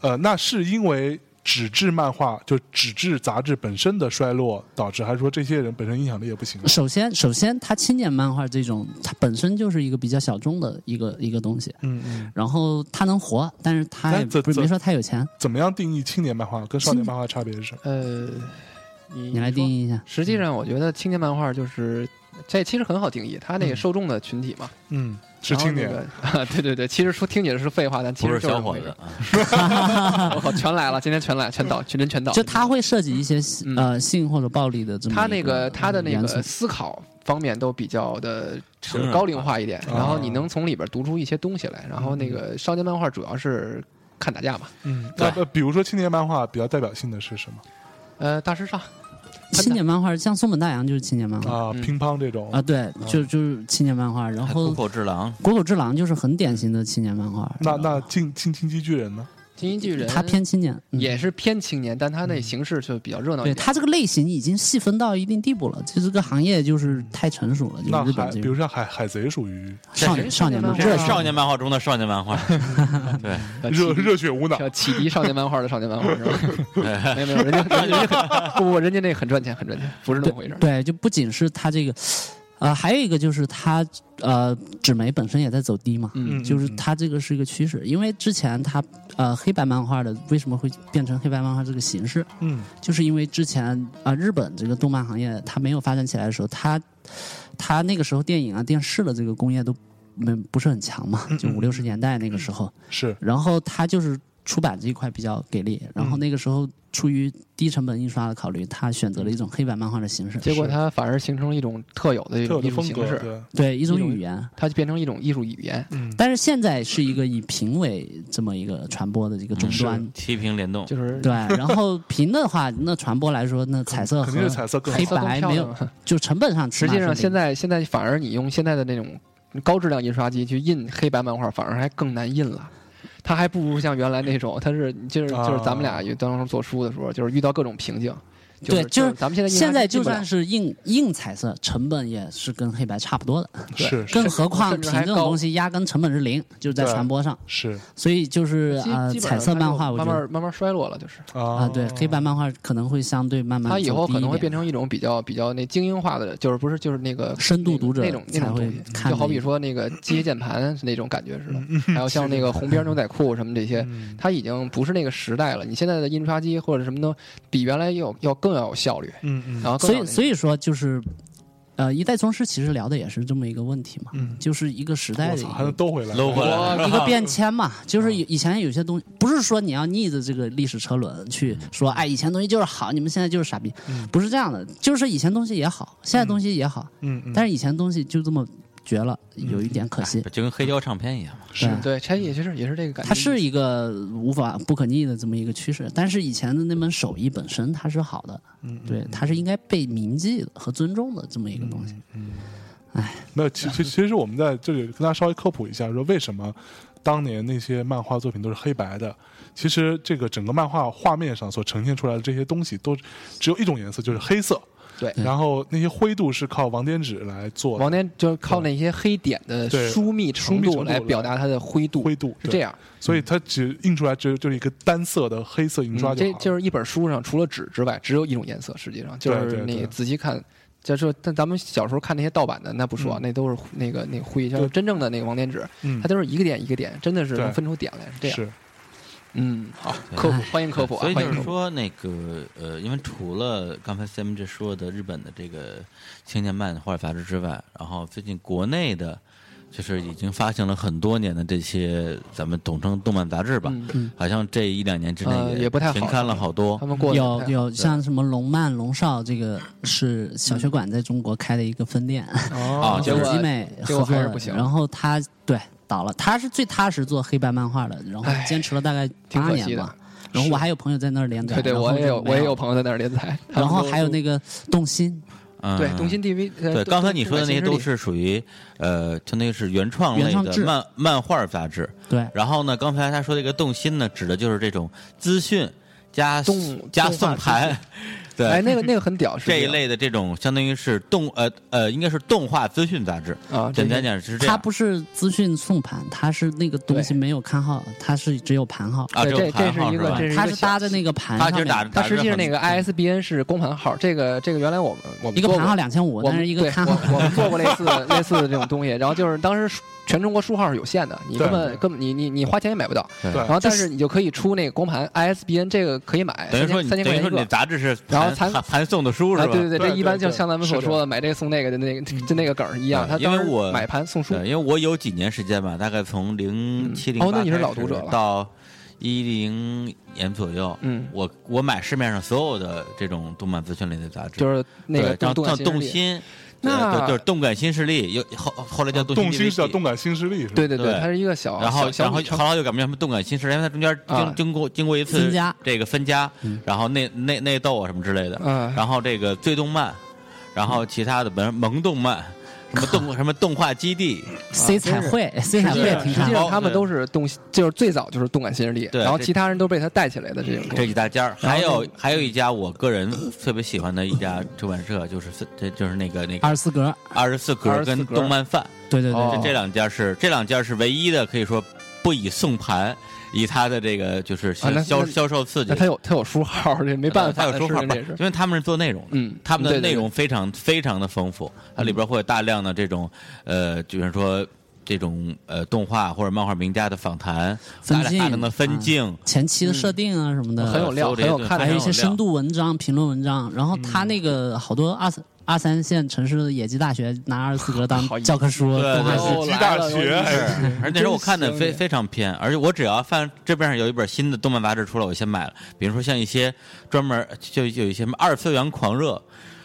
Speaker 4: 呃，那是因为纸质漫画，就纸质杂志本身的衰落导致，还是说这些人本身影响力也不行了？
Speaker 2: 首先，首先，它青年漫画这种，它本身就是一个比较小众的一个一个东西。
Speaker 4: 嗯嗯，
Speaker 2: 然后它能活，但是它
Speaker 4: 但
Speaker 2: 也
Speaker 4: 这
Speaker 2: 不是
Speaker 4: 这
Speaker 2: 没说它有
Speaker 5: 嗯
Speaker 2: 钱。
Speaker 4: 怎么样定义青年漫画跟少年漫画的差别是什么？
Speaker 5: 呃，你
Speaker 2: 你来定
Speaker 5: 义。
Speaker 2: 义一下，
Speaker 5: 实际上，我觉得青年漫画就是这其实很好定义，它
Speaker 2: 嗯
Speaker 5: 那个受众的群体嘛，
Speaker 4: 嗯，是
Speaker 5: 然后
Speaker 4: 青年
Speaker 5: 那，个啊，对对对，其实说听起来是废话，但其
Speaker 6: 不
Speaker 5: 实
Speaker 6: 是
Speaker 5: 就是
Speaker 6: 小伙
Speaker 5: 那
Speaker 6: 子
Speaker 5: 个，
Speaker 6: 啊，
Speaker 2: 啊
Speaker 5: 我靠，全来了，今天全来，全倒，全真全倒。
Speaker 2: 就它会涉及一些性
Speaker 5: 嗯
Speaker 2: 呃性或者暴力的这么
Speaker 5: 他
Speaker 2: 一嗯
Speaker 5: 那个他的那
Speaker 2: 元素
Speaker 5: 个思考方面都比较的
Speaker 6: 成人
Speaker 5: 高龄化一点，
Speaker 4: 化
Speaker 5: 然后你能从里边读出一些东西来。然后那个少年漫画主要是看打架嘛，
Speaker 4: 嗯，那呃比如说青年漫画比较代表性的是什么
Speaker 5: 呃，大师上
Speaker 2: 青年漫画，像松本大洋就是青年漫画
Speaker 4: 啊？
Speaker 5: 嗯
Speaker 4: 乒乓这种
Speaker 2: 啊，，对，就就是青年漫画。然
Speaker 5: 哎
Speaker 6: 还谷
Speaker 2: 后
Speaker 6: 口智郎，
Speaker 2: 国口之狼就是很典型的青年漫画，
Speaker 4: 那那进进进击巨人呢？
Speaker 5: 金银巨人，
Speaker 2: 他偏青年，嗯
Speaker 5: 也是偏青年，但他那形式就比较热闹一
Speaker 2: 对
Speaker 5: 点。
Speaker 2: 他这个类型已经细分到一定地步了，就这个行业就是太成熟了，就
Speaker 4: 那
Speaker 2: 日
Speaker 4: 海，
Speaker 2: 本这
Speaker 4: 比
Speaker 2: 个
Speaker 4: 如像海海贼属于
Speaker 2: 少年少年漫
Speaker 5: 这
Speaker 2: 画，
Speaker 6: 这
Speaker 5: 是
Speaker 2: 热
Speaker 6: 是
Speaker 2: 血
Speaker 6: 少年漫画中的少年漫画，对，
Speaker 5: 呃
Speaker 4: 热
Speaker 5: 启迪
Speaker 4: 热血无脑，
Speaker 5: 叫启迪少年漫画的少年漫画是吧？没有没有，人家人家人家很不不，人家那很赚钱，很赚钱，不是那么回事儿。
Speaker 2: 对，就不仅是他这个。呃，还有一个就是它呃纸媒本身也在走低嘛，
Speaker 5: 嗯
Speaker 2: 就是它这个是一个趋势，因为之前它呃黑白漫画的为什么会变成黑白漫画这个形式，
Speaker 4: 嗯
Speaker 2: 就是因为之前啊、呃日本这个动漫行业它没有发展起来的时候，它它那个时候电影啊电视的这个工业都没不是很强嘛，
Speaker 5: 嗯
Speaker 2: 就五六十年代那个时候，
Speaker 4: 是
Speaker 2: 然后它就是出版这一块比较给力，然后那个时候出于低成本印刷的考虑，它选择了一种黑白漫画的形式，
Speaker 5: 结果它反而形成了一种特有的一
Speaker 4: 特有
Speaker 5: 种
Speaker 4: 的
Speaker 5: 艺术
Speaker 4: 风格
Speaker 5: 形式，
Speaker 4: 对，
Speaker 2: 对一种
Speaker 5: 一种
Speaker 2: 语言。
Speaker 5: 它就变成一种艺术语言。
Speaker 4: 嗯
Speaker 2: 但是现在是一个以评为这么一个传播的一个终端，
Speaker 6: 七屏联动，
Speaker 5: 嗯就是
Speaker 2: 对。然后评的话，那传播来说，那彩
Speaker 5: *laughs*
Speaker 2: 色
Speaker 4: 肯
Speaker 2: 和
Speaker 4: 定是彩色更
Speaker 2: 黑
Speaker 4: 好。
Speaker 5: 色更
Speaker 2: 白
Speaker 5: 漂
Speaker 2: 没
Speaker 5: 亮
Speaker 2: 有，就成本上起
Speaker 5: 实
Speaker 2: 码
Speaker 5: 际
Speaker 2: 是零
Speaker 5: 上现在现在反而你用现在的那种高质量印刷机去印黑白漫画，反而还更难印了。它还不如像原来那种，它是就是就是咱们
Speaker 4: 啊
Speaker 5: 俩有当时做书的时候，就是遇到各种瓶颈。
Speaker 2: 对
Speaker 5: 就
Speaker 2: 就是
Speaker 5: 是咱们现在印刷
Speaker 2: 现在
Speaker 5: 机进
Speaker 2: 就
Speaker 5: 不了
Speaker 2: 算是硬硬彩色，成本也是跟黑白差不多的，
Speaker 4: 是是
Speaker 2: 更何况
Speaker 5: 甚至
Speaker 2: 凭这
Speaker 5: 还
Speaker 2: 种
Speaker 5: 高
Speaker 2: 东西压根成本是零，就是在
Speaker 4: 对
Speaker 2: 传播上，
Speaker 4: 是
Speaker 2: 所以就是
Speaker 5: 基
Speaker 2: 呃
Speaker 5: 基本
Speaker 2: 彩
Speaker 5: 上
Speaker 2: 色
Speaker 5: 它
Speaker 2: 漫
Speaker 5: 就
Speaker 2: 画，我觉
Speaker 5: 慢
Speaker 2: 得
Speaker 5: 慢慢慢衰落了，就是
Speaker 4: 啊
Speaker 2: 啊，对，黑白漫画可能会相对慢慢
Speaker 5: 它以后
Speaker 2: 走低
Speaker 5: 可能
Speaker 2: 一
Speaker 5: 会
Speaker 2: 点
Speaker 5: 变成一种比较比较那精英化的，就是不是就是那个
Speaker 2: 深度读者
Speaker 5: 那种那
Speaker 2: 才
Speaker 5: 种
Speaker 2: 会
Speaker 5: 东西，
Speaker 2: 看嗯
Speaker 5: 就好
Speaker 2: 的
Speaker 5: 比
Speaker 2: 一
Speaker 5: 说那个机械键盘那种感觉似的，还有像那个红边牛仔裤什么这些，
Speaker 4: 嗯
Speaker 5: 它已经不是那个时代了。你现在的印刷机或者什么都比原来要要更要有效率，
Speaker 4: 嗯嗯
Speaker 5: 然后
Speaker 2: 所以所
Speaker 5: 以
Speaker 2: 以说就是，呃，一代宗师其实聊的也是这么一个问题嘛，
Speaker 4: 嗯，
Speaker 2: 就是一个时代
Speaker 4: 我
Speaker 2: 的一
Speaker 4: 操，还啊
Speaker 2: 个
Speaker 4: 能兜回来，
Speaker 6: 搂回来，
Speaker 2: 一
Speaker 6: *laughs*
Speaker 2: 个变迁
Speaker 4: *laughs*
Speaker 2: 嘛，就是以以前有些东西不是说你要逆着这个历史车轮去
Speaker 4: 嗯
Speaker 2: 说，哎，以前东西就是好，你们现在就是傻逼，不是这样的，就是以前东西也好，现在东西也好，
Speaker 4: 嗯嗯，
Speaker 2: 但是以前东西就这么绝了，有一点可惜。
Speaker 6: 就跟黑胶唱片一样嘛。
Speaker 4: 是
Speaker 2: 对
Speaker 5: 对拆解其实也是这个感觉，
Speaker 2: 它是一个无法不可逆的这么一个趋势，但是以前的那门手艺本身它是好的，
Speaker 4: 嗯
Speaker 2: 对，它是应该被铭记的和尊重的这么一个东西。
Speaker 4: 没有，其其其实我们在这里跟大家稍微科普一下，说为什么当年那些漫画作品都是黑白的。其实这个整个漫画画面上所呈现出来的这些东西，都只有一种颜色，就是黑色。
Speaker 5: 对
Speaker 2: 嗯
Speaker 4: 然后那些灰度是靠网点纸来做
Speaker 5: 王
Speaker 4: 的
Speaker 5: 天就是靠那些黑点的
Speaker 4: 对
Speaker 5: 疏密
Speaker 4: 疏
Speaker 5: 程
Speaker 4: 密程
Speaker 5: 度
Speaker 4: 度
Speaker 5: 来表达它的灰度，
Speaker 4: 灰度，
Speaker 5: 是
Speaker 4: 对
Speaker 5: 这，样。
Speaker 4: 所以它只印出来只有就是一个单色的黑色印刷就
Speaker 5: 嗯
Speaker 4: 好
Speaker 5: 这
Speaker 4: 了。
Speaker 5: 就是一本书上除了纸之外，只有一种颜色，实际上就
Speaker 4: 对对
Speaker 5: 是
Speaker 4: 对
Speaker 5: 你仔细看。就说，但咱们小时候看那些盗版的，那不说，
Speaker 4: 嗯
Speaker 5: 那都是灰那个那个灰，就
Speaker 4: 对
Speaker 5: 是真正的那个网点纸，
Speaker 4: 嗯
Speaker 5: 它，都是一个点一个点，真的是
Speaker 4: 对
Speaker 5: 能分出点来，是这样。
Speaker 4: 是
Speaker 5: 嗯，好，
Speaker 6: 对
Speaker 5: 科普，欢迎科普啊，
Speaker 6: 所以
Speaker 5: 欢
Speaker 6: 就
Speaker 5: 迎
Speaker 6: 是
Speaker 5: 科普。
Speaker 6: 说，那个呃，因为除了刚才 Sam 这说的日本的这个青年漫画杂志之外，然后最近国内的，就是已经发行了很多年的这些咱们统称动漫杂志吧，
Speaker 5: 嗯
Speaker 6: 好像这一两年之
Speaker 5: 呃
Speaker 6: 内
Speaker 5: 也不太好
Speaker 6: 停刊了好多
Speaker 5: 他。们过得
Speaker 2: 有
Speaker 5: 不太好
Speaker 2: 有像什么龙漫、龙少，这个是小学馆在中国开的一个分店， *laughs*
Speaker 6: 哦
Speaker 5: 哦，结
Speaker 2: 和
Speaker 5: 果
Speaker 2: 集美
Speaker 5: 结
Speaker 2: 合
Speaker 5: 果
Speaker 2: 作
Speaker 5: 还是
Speaker 2: 的
Speaker 5: 不行
Speaker 2: 然后他对倒了，他是最踏实做黑白漫画的，然后
Speaker 5: 唉
Speaker 2: 坚持了大概
Speaker 5: 挺
Speaker 2: 八
Speaker 5: 可惜
Speaker 2: 年
Speaker 5: 的
Speaker 2: 吧。然后我还有朋友在那儿连载，
Speaker 5: 对对，
Speaker 2: 然
Speaker 5: 我
Speaker 2: 后
Speaker 5: 也
Speaker 2: 就
Speaker 5: 有
Speaker 2: 没
Speaker 5: 我也有朋友在那儿
Speaker 2: *laughs*
Speaker 5: 连载，
Speaker 2: 然后
Speaker 5: 他们都
Speaker 2: 还有那个动心，
Speaker 6: 嗯，
Speaker 5: 对东。芯 TV，呃
Speaker 6: 对，
Speaker 5: 东
Speaker 6: 刚才
Speaker 5: 东
Speaker 6: 你
Speaker 5: 东
Speaker 6: 说的那
Speaker 5: 莞
Speaker 6: 些
Speaker 5: 新势
Speaker 6: 都
Speaker 5: 力
Speaker 6: 是属于呃，相当于是原创类
Speaker 2: 原创
Speaker 6: 的
Speaker 2: 制
Speaker 6: 漫漫画杂志。
Speaker 2: 对
Speaker 6: 然后呢，刚才他说这个动心呢，指的就是这种资讯加
Speaker 5: 动
Speaker 6: 加
Speaker 5: 动画
Speaker 6: 送盘， *laughs* 对，
Speaker 5: 哎，那个那个很屌，
Speaker 6: 这一类的这种相当于是动呃呃，应该是动画资讯杂志。
Speaker 5: 啊，这
Speaker 6: 简
Speaker 5: 些
Speaker 6: 单讲是这
Speaker 2: 它
Speaker 6: 样
Speaker 2: 不是资讯送盘，它是那个东西
Speaker 5: 对
Speaker 2: 没有刊号，它是只有盘号，
Speaker 6: 啊，
Speaker 5: 对
Speaker 6: 种
Speaker 5: 这
Speaker 6: 盘
Speaker 5: 这
Speaker 6: 号
Speaker 5: 是一个
Speaker 6: 吧
Speaker 5: 这是一
Speaker 2: 它
Speaker 5: 个
Speaker 2: 是
Speaker 5: 小
Speaker 2: 搭在那个盘
Speaker 6: 它
Speaker 2: 上
Speaker 6: 其实
Speaker 2: 面
Speaker 6: 打
Speaker 2: 的，
Speaker 5: 它
Speaker 6: 打
Speaker 5: 实际上那个
Speaker 6: 哎
Speaker 5: ISBN 是公盘号，这个这个原来我们我们
Speaker 2: 一个
Speaker 5: 做过
Speaker 2: 盘号两千五，
Speaker 5: 我
Speaker 2: 但
Speaker 5: 们
Speaker 2: 是一个
Speaker 5: 对
Speaker 2: 刊
Speaker 5: 我
Speaker 2: 号
Speaker 5: 我们做过类似的类似的这种东西，然后就是当时书全中国书号是有限的，你
Speaker 4: 对
Speaker 5: 根本根本你你你花钱也买不到，
Speaker 6: 对
Speaker 5: 然后但是你就可以出那个光盘 ISBN 这个可以买，
Speaker 6: 等于
Speaker 5: 三千
Speaker 6: 说你
Speaker 5: 三千
Speaker 6: 等
Speaker 5: 块
Speaker 6: 于说
Speaker 5: 钱一
Speaker 6: 你
Speaker 5: 个
Speaker 6: 的。杂志是
Speaker 5: 然后
Speaker 6: 盘
Speaker 5: 才
Speaker 6: 盘盘送的书是
Speaker 5: 啊，
Speaker 6: 吧？
Speaker 5: 对对对，
Speaker 4: 对
Speaker 5: 这一般
Speaker 4: 对对
Speaker 5: 就像咱们所
Speaker 4: 是
Speaker 5: 说
Speaker 4: 这
Speaker 5: 的买这个送那个的那个就那个梗儿一样，
Speaker 6: 对
Speaker 5: 他
Speaker 6: 因为
Speaker 5: 当时
Speaker 6: 我
Speaker 5: 买盘送书
Speaker 6: 对，因为我有几年时间吧，大概从零七零
Speaker 5: 哦那你是老读者了
Speaker 6: 到一零年左右，
Speaker 5: 嗯
Speaker 6: 我我买市面上所有的这种动漫资讯类的杂志，
Speaker 5: 就是是那个
Speaker 6: 像
Speaker 5: 动感
Speaker 6: 像
Speaker 5: 新
Speaker 6: 动
Speaker 5: 势力
Speaker 6: 心，
Speaker 5: 那
Speaker 6: 对对就是动感新势力，有后后来叫动
Speaker 4: 动
Speaker 6: 心
Speaker 4: 心
Speaker 6: DVD
Speaker 4: 是叫动感新势力，是吧？
Speaker 5: 对对对，
Speaker 6: 对
Speaker 5: 它是一个小
Speaker 6: 然后
Speaker 5: 哦小，小
Speaker 6: 然后
Speaker 5: 米城
Speaker 6: 后来又改名叫什么动感新势力，因为它中间
Speaker 5: 啊嗯
Speaker 6: 经经过经过一次
Speaker 2: 分家
Speaker 6: 这个分家，然后内内内斗啊什么之类的，
Speaker 5: 啊
Speaker 6: 然后这个最动漫，然后其他的萌萌动漫，什么动什么动画基地，
Speaker 2: C 彩
Speaker 5: 啊
Speaker 2: 绘，C 彩绘也挺
Speaker 5: 实
Speaker 2: 看
Speaker 5: 际
Speaker 2: 的，
Speaker 5: 上他们都是动，就是最早就是动感新势力，
Speaker 6: 对
Speaker 5: 然后
Speaker 6: 这
Speaker 5: 其他人都被他带起来的这种
Speaker 6: 这
Speaker 5: 东
Speaker 6: 几
Speaker 5: 西。
Speaker 6: 大家儿，
Speaker 5: 然后
Speaker 6: 还有还有一家我个人特别喜欢的一家出版社，就是这就是那个那个
Speaker 2: 二十四格，
Speaker 6: 二十四格
Speaker 5: 24
Speaker 6: 跟
Speaker 5: 格
Speaker 6: 动漫饭，
Speaker 2: 对对对
Speaker 5: 哦
Speaker 6: 这这两家是这两家是唯一的可以说。不以送盘，以他的这个就是
Speaker 5: 啊那
Speaker 6: 销
Speaker 5: 那
Speaker 6: 销售刺激
Speaker 5: 那。他有他有书号，这没
Speaker 6: 没
Speaker 5: 办法
Speaker 6: 他
Speaker 5: 的
Speaker 6: 有
Speaker 5: 事
Speaker 6: 说法
Speaker 5: 情，这是
Speaker 6: 因。为他们是做内容的，
Speaker 5: 嗯
Speaker 6: 他们的
Speaker 5: 对对嗯
Speaker 6: 内容非常非常的丰富，它里边会有大量的这种呃，就是说这种呃动画或者漫画名家的访谈，大
Speaker 2: 分
Speaker 6: 量
Speaker 2: 镜
Speaker 6: 大量的分镜，
Speaker 2: 啊前期的设定啊什么的，
Speaker 5: 很有料，
Speaker 6: 所
Speaker 5: 很
Speaker 6: 有嗯这
Speaker 5: 有
Speaker 6: 些
Speaker 5: 看
Speaker 6: 东
Speaker 5: 头。
Speaker 6: 西
Speaker 2: 还有一些深度文章、评论文章。然后他那个好多二三二三线城市的野鸡大学拿二十四格当
Speaker 5: 好意思
Speaker 2: 教科书，
Speaker 6: 对
Speaker 2: 动画
Speaker 6: 对
Speaker 2: 书
Speaker 5: 哦
Speaker 4: 鸡
Speaker 5: 来
Speaker 4: 大
Speaker 5: 了
Speaker 4: 学
Speaker 5: 我
Speaker 4: 哎呀
Speaker 6: 而那时候我看的
Speaker 5: 真
Speaker 6: 非
Speaker 5: 香
Speaker 6: 非常偏，而且我只要翻这边上有一本新的动漫杂志出来，我先买了。比如说像一些专门就就有一些什么二次元狂热，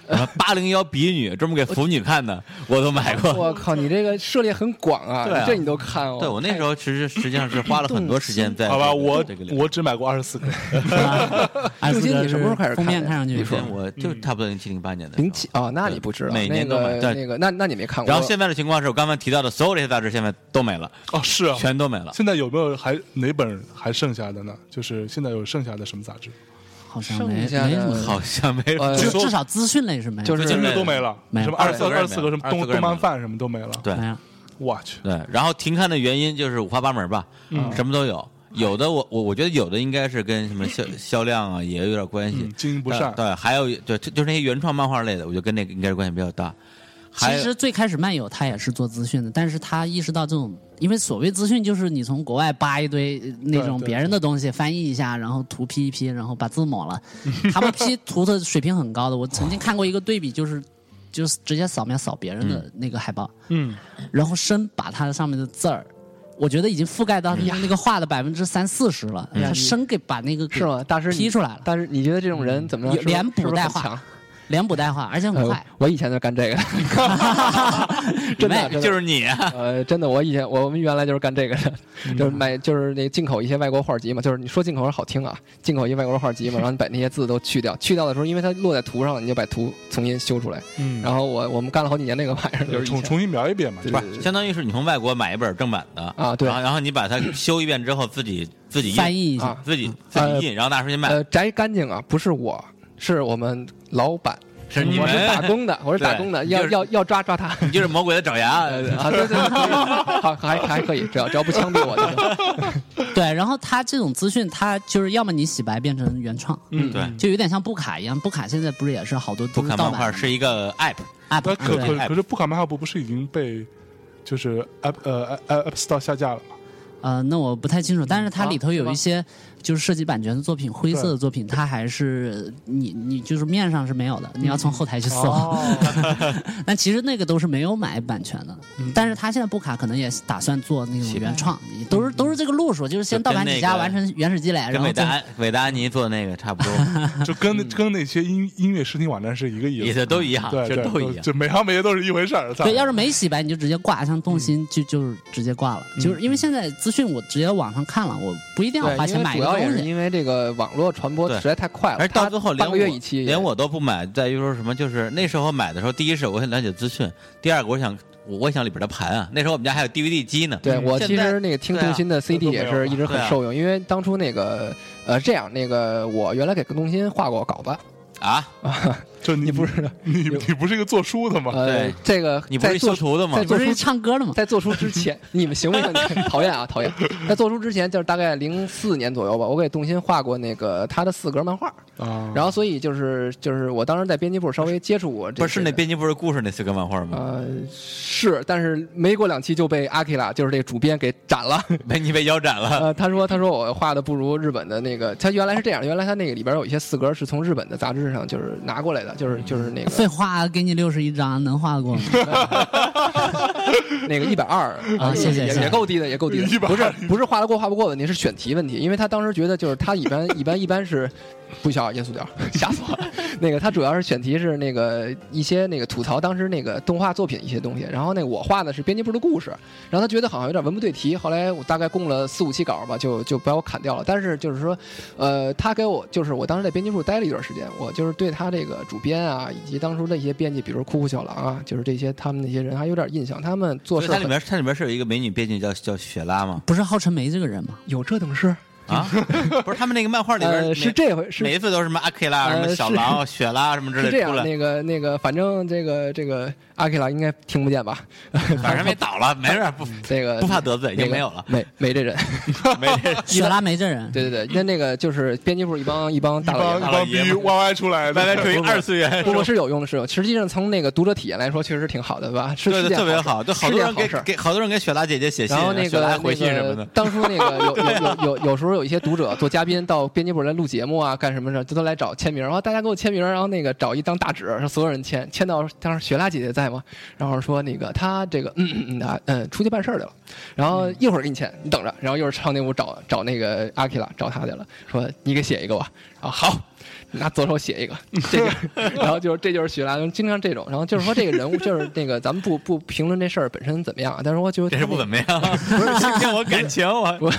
Speaker 6: 然后八零幺比女专门给腐女看的，我都买过。
Speaker 5: 我靠，你这个涉猎很广啊
Speaker 6: 对啊，
Speaker 5: 这你都看哦。
Speaker 6: 对我那时候其实实际上是花了很多时间在
Speaker 4: 好吧，
Speaker 6: 这个
Speaker 4: 我
Speaker 6: 这个里面
Speaker 4: 我只买过二十四
Speaker 6: *laughs*
Speaker 4: 个，
Speaker 2: 二十四
Speaker 5: 重
Speaker 2: 格
Speaker 5: 金你什么时候开始看的
Speaker 2: 封面看上去
Speaker 6: 首先我
Speaker 4: 嗯
Speaker 6: 就差不多零七零八年的时候
Speaker 5: 零七哦，那你不知道
Speaker 6: 每
Speaker 5: 那
Speaker 6: 年都买
Speaker 5: 个
Speaker 6: 但
Speaker 5: 那个，那那你没看过。
Speaker 6: 然后现在的情况是我刚才提到的所有这些杂志现在都没了，
Speaker 4: 哦，是啊。
Speaker 6: 全都没
Speaker 4: *laughs*
Speaker 6: 了。
Speaker 4: 现在有没有还哪本还剩下的呢？就是现在有剩下的什么杂志？
Speaker 2: 好像没没
Speaker 5: 剩下的
Speaker 2: 什么，
Speaker 6: 好像没
Speaker 5: 呃
Speaker 6: 了，
Speaker 4: 就
Speaker 2: 就
Speaker 4: 说
Speaker 2: 至少资讯类是没有，
Speaker 5: 就是
Speaker 4: 真的都没了，哎
Speaker 2: 没有
Speaker 4: 什么二十四
Speaker 6: 二十四个人
Speaker 4: 二十四个什么
Speaker 6: 没有
Speaker 4: 东东漫饭什么都没了。
Speaker 6: 对
Speaker 2: 没有。
Speaker 4: 我去，
Speaker 6: 对，然后停刊的原因就是五花八门吧，
Speaker 4: 嗯
Speaker 6: 什么都有。有的我我我觉得有的应该是跟什么销销量啊也有点关系，
Speaker 4: 嗯经营不善
Speaker 6: 对，对还有对，就就是那些原创漫画类的，我觉得跟那个应该是关系比较大。还
Speaker 2: 其实最开始漫友他也是做资讯的，但是他意识到这种，因为所谓资讯就是你从国外扒一堆呃那种
Speaker 4: 对对
Speaker 2: 别人的东西翻译一下，然后图 P 一 P，然后把字抹了。他们 P 图的水平很高的，我曾经看过一个对比，就是就是直接扫描扫别人的那个海报，
Speaker 4: 嗯，
Speaker 2: 然后深把它上面的字儿。我觉得已经覆盖到那个画的百分之三四十了，
Speaker 5: 呀
Speaker 2: 他
Speaker 5: 你
Speaker 2: 生给把那个给
Speaker 5: 是吗？大师你
Speaker 2: 批出来了，
Speaker 5: 大师，你觉得这种人怎么样？
Speaker 2: 有
Speaker 5: 是不是
Speaker 2: 脸谱
Speaker 5: 是不是
Speaker 2: 带
Speaker 5: 很
Speaker 2: 话
Speaker 5: 强
Speaker 2: 连补带画，而且很
Speaker 5: 呃
Speaker 2: 快。，
Speaker 5: 我以前就干
Speaker 6: *laughs*
Speaker 5: 这个，
Speaker 2: 妹
Speaker 5: 真的真的
Speaker 6: 就是你啊，
Speaker 5: 呃，真的，我以前我们原来就是干这个的，
Speaker 2: 嗯
Speaker 5: 就是买就是那进口一些外国画集嘛，就是你说进口好听啊，进口一些外国画集嘛，然后你把那些字都去掉，去掉的时候，因为它落在图上，你就把图重新修出来。
Speaker 4: 嗯
Speaker 5: 然后我我们干了好几年那个玩意儿，就是以
Speaker 4: 重
Speaker 5: 前
Speaker 4: 重新描一遍嘛，
Speaker 5: 对
Speaker 4: 是吧？
Speaker 5: 对对
Speaker 6: 相当于是你从外国买一本正版的
Speaker 5: 啊对
Speaker 6: 然后然后你把它修一遍之后自己自己
Speaker 2: 翻
Speaker 6: 印，
Speaker 2: 译一下，
Speaker 5: 啊
Speaker 6: 自己自己印，然后拿出去卖，
Speaker 5: 呃，摘干净啊，不是我，是我们老板，
Speaker 6: 是你
Speaker 5: 我是打
Speaker 6: 们
Speaker 5: 工的，我是打工的，
Speaker 6: 对
Speaker 5: 要
Speaker 6: 就是
Speaker 5: 要要抓抓他。
Speaker 6: *laughs* 你就是魔鬼的爪
Speaker 5: *laughs*
Speaker 6: 牙，
Speaker 5: 啊，对对对，可以好，还还可以，只要只要不枪毙我就
Speaker 2: *laughs*
Speaker 5: 行。
Speaker 2: 对，然后他这种资讯，他就是要么你洗白变成原创，
Speaker 4: 嗯
Speaker 6: 对
Speaker 2: 就有点像布卡一样。布卡现在不是也是好多
Speaker 6: 不
Speaker 2: 都是
Speaker 6: 看
Speaker 2: 盗
Speaker 6: 漫画
Speaker 2: 版
Speaker 6: 是一个 app，
Speaker 2: 啊，
Speaker 4: 那可
Speaker 2: 对
Speaker 4: 可
Speaker 6: 嗯对
Speaker 4: 可是不卡漫画部不是已经被就是 App 呃 App App Store 下架了吗？
Speaker 2: 呃，那我不太清楚，但是它
Speaker 5: 啊
Speaker 2: 里头有
Speaker 5: 是吗
Speaker 2: 一些就是涉及版权的作品，灰色的作品，它还是你你就是面上是没有的，你要从后台去搜。
Speaker 5: 哦
Speaker 2: *laughs* 但其实那个都是没有买版权的，
Speaker 5: 嗯
Speaker 2: 但是他现在布卡可能也打算做那种
Speaker 6: 洗白
Speaker 2: 原创，也都是
Speaker 5: 嗯
Speaker 2: 都是这个路数，就是先
Speaker 6: 就
Speaker 2: 盗
Speaker 6: 跟
Speaker 2: 版
Speaker 6: 那
Speaker 2: 几家
Speaker 6: 个
Speaker 2: 完成原始积累，然
Speaker 6: 跟
Speaker 2: 后
Speaker 6: 韦
Speaker 2: 再
Speaker 6: 达韦达安妮做那个差不
Speaker 5: *laughs*
Speaker 6: 多，
Speaker 4: 就跟那跟那些音音乐视听网站是一个意
Speaker 6: 意
Speaker 4: 思，
Speaker 6: 嗯思都一样，
Speaker 4: 对
Speaker 6: 就
Speaker 4: 对，
Speaker 6: 都一样。
Speaker 4: 就每行每业都是一回事儿。操
Speaker 2: 对，要是没洗白你就直接挂，像动
Speaker 5: 嗯
Speaker 2: 心就就是直接挂了，就是因为现在资讯我直接网上看了，我不一定要花
Speaker 5: 对，
Speaker 2: 钱
Speaker 5: 因为
Speaker 2: 买一
Speaker 5: 主
Speaker 2: 个
Speaker 5: 要
Speaker 2: 东
Speaker 5: 也是
Speaker 2: 西。
Speaker 5: 因为这个网络传播
Speaker 6: 对
Speaker 5: 实在太快了，
Speaker 6: 而到
Speaker 5: 它
Speaker 6: 最后连
Speaker 5: 半
Speaker 6: 我
Speaker 5: 个月一期也，
Speaker 6: 连我都不买，在于说什么？就是那时候买的时候，第一是我想了解资讯，第二个我想我我想里边的盘啊。那时候我们家还有 DVD 机呢，
Speaker 5: 对
Speaker 4: 嗯
Speaker 5: 我
Speaker 6: 现
Speaker 5: 其
Speaker 6: 在
Speaker 5: 实那个听
Speaker 6: 对啊
Speaker 5: 动心的 CD
Speaker 4: 都没有
Speaker 5: 也是一直
Speaker 6: 对
Speaker 5: 很
Speaker 6: 啊
Speaker 5: 受用，因为当初那个呃这样那个我原来给动心画过稿子，
Speaker 6: 啊，
Speaker 4: 就你
Speaker 5: 你不是
Speaker 4: 你你不是一个做书的吗？
Speaker 5: 呃
Speaker 6: 对
Speaker 5: 这个
Speaker 6: 你不
Speaker 5: 在
Speaker 6: 是修
Speaker 5: 做
Speaker 6: 图的吗
Speaker 5: 在？
Speaker 2: 不
Speaker 5: 做
Speaker 2: 是
Speaker 5: 出
Speaker 2: 唱歌的吗？
Speaker 5: *laughs* 在做出之前，你们行不行？你讨厌啊，讨厌！在做出之前，就是大概零四年左右吧，我给动心画过那个他的四格漫画，
Speaker 6: 哦
Speaker 4: 啊，
Speaker 5: 然后所以就是就是我当时在编辑部稍微接触过这
Speaker 6: 不
Speaker 5: 些的，
Speaker 6: 是那编辑部的故事那四个漫画吗？
Speaker 5: 呃是，但是没过两期就被阿基拉就是这个主编给斩了。 *laughs*
Speaker 6: 被你被腰斩了，
Speaker 5: 呃，他说他说我画的不如日本的那个，他原来是这样，原来他那个里边有一些四格是从日本的杂志上就是拿过来的，就是就是那
Speaker 2: 废
Speaker 5: 个
Speaker 2: 话，给你六十一张，能画过吗？
Speaker 5: *laughs* 那个一百二
Speaker 2: 啊谢谢
Speaker 5: 也
Speaker 2: 谢谢
Speaker 5: 也够低的，也够低的，
Speaker 4: 120
Speaker 5: 不是不是画得过画不过问题，是选题问题，因为他当时觉得就是他一
Speaker 2: *laughs*
Speaker 5: 般一般一般是。不需要严肃点儿，吓死我了。那个他主要是选题是那个一些那个吐槽当时那个动画作品一些东西，然后那个我画的是编辑部的故事，然后他觉得好像有点文不对题，后来我大概供了四五期稿吧，就就把我砍掉了。但是就是说，呃，他给我就是我当时在编辑部待了一段时间，我就是对他这个主编啊，以及当初的一些编辑，比如酷酷小狼啊，就是这些他们那些人还有点印象，他们做
Speaker 6: 所以
Speaker 5: 事
Speaker 6: 它
Speaker 5: 很 *laughs*
Speaker 6: 里面它里面是有一个美女编辑叫叫雪拉吗？
Speaker 2: 不是浩辰梅这个人吗？
Speaker 5: 有这等事？
Speaker 6: 啊，不是他们那个漫画里边
Speaker 5: 呃，
Speaker 6: 每
Speaker 5: 是这回是
Speaker 6: 每一次都是什么阿 K 啦、
Speaker 5: 呃
Speaker 6: 什么小狼、雪拉什么之
Speaker 5: 是
Speaker 6: 类
Speaker 5: 这
Speaker 6: 的
Speaker 5: 样
Speaker 6: 出，来，
Speaker 5: 那个那个，反正这个这个阿 K 拉应该听不见吧？ *laughs*
Speaker 6: 反正没倒了，没事儿，不
Speaker 5: 这个
Speaker 6: 不怕得罪，已
Speaker 5: 那
Speaker 6: 经
Speaker 5: 个
Speaker 6: 没有了，
Speaker 5: 没没这人。 *laughs*
Speaker 6: 没这人
Speaker 2: 雪拉梅这人，
Speaker 5: 对对对，那那个就是编辑部一帮一帮
Speaker 4: 一
Speaker 5: 大老爷
Speaker 4: 帮一
Speaker 5: 们儿。
Speaker 4: 帮逼 YY 出来的，
Speaker 6: 歪歪出一二次元， *laughs*
Speaker 5: 不过是有用的，是有。实际上从那个读者体验来说，确实挺好的，对吧？是
Speaker 6: 对
Speaker 5: 是
Speaker 6: 对，
Speaker 5: 件
Speaker 6: 特别
Speaker 5: 好
Speaker 6: 好，
Speaker 5: 事，
Speaker 6: 就好
Speaker 5: 是
Speaker 6: 多
Speaker 5: 件
Speaker 6: 人给
Speaker 5: 事儿
Speaker 6: 给好多人给雪拉姐姐写信，
Speaker 5: 然后那
Speaker 6: 雪拉
Speaker 5: 个
Speaker 6: 回信什么
Speaker 5: 那个
Speaker 6: 的，
Speaker 5: 当初那个有有有有有时候有一些读者做嘉宾到编辑部来录节目啊，干什么事儿都来找签名，然后大家给我签名，然后那个找一张大纸，让所有人签，签到当时雪拉姐姐在吗？然后说那个她这个嗯嗯啊嗯出去办事儿去了，然后
Speaker 6: 嗯
Speaker 5: 一会儿给你签，你等着，然后一会儿上那屋找找那个阿 K 拉找他去了，说你给写一个吧，然后好。拿左手写一个，这个，然后就是这就是雪拉，经常这种，然后就是说这个人物就是那个，咱们不不评论这事儿本身怎么样啊，但是我觉得
Speaker 6: 这
Speaker 5: 他
Speaker 6: 是不
Speaker 5: 那
Speaker 6: 怎
Speaker 5: *laughs*
Speaker 6: 么样，不是欺骗我感情，我
Speaker 5: 我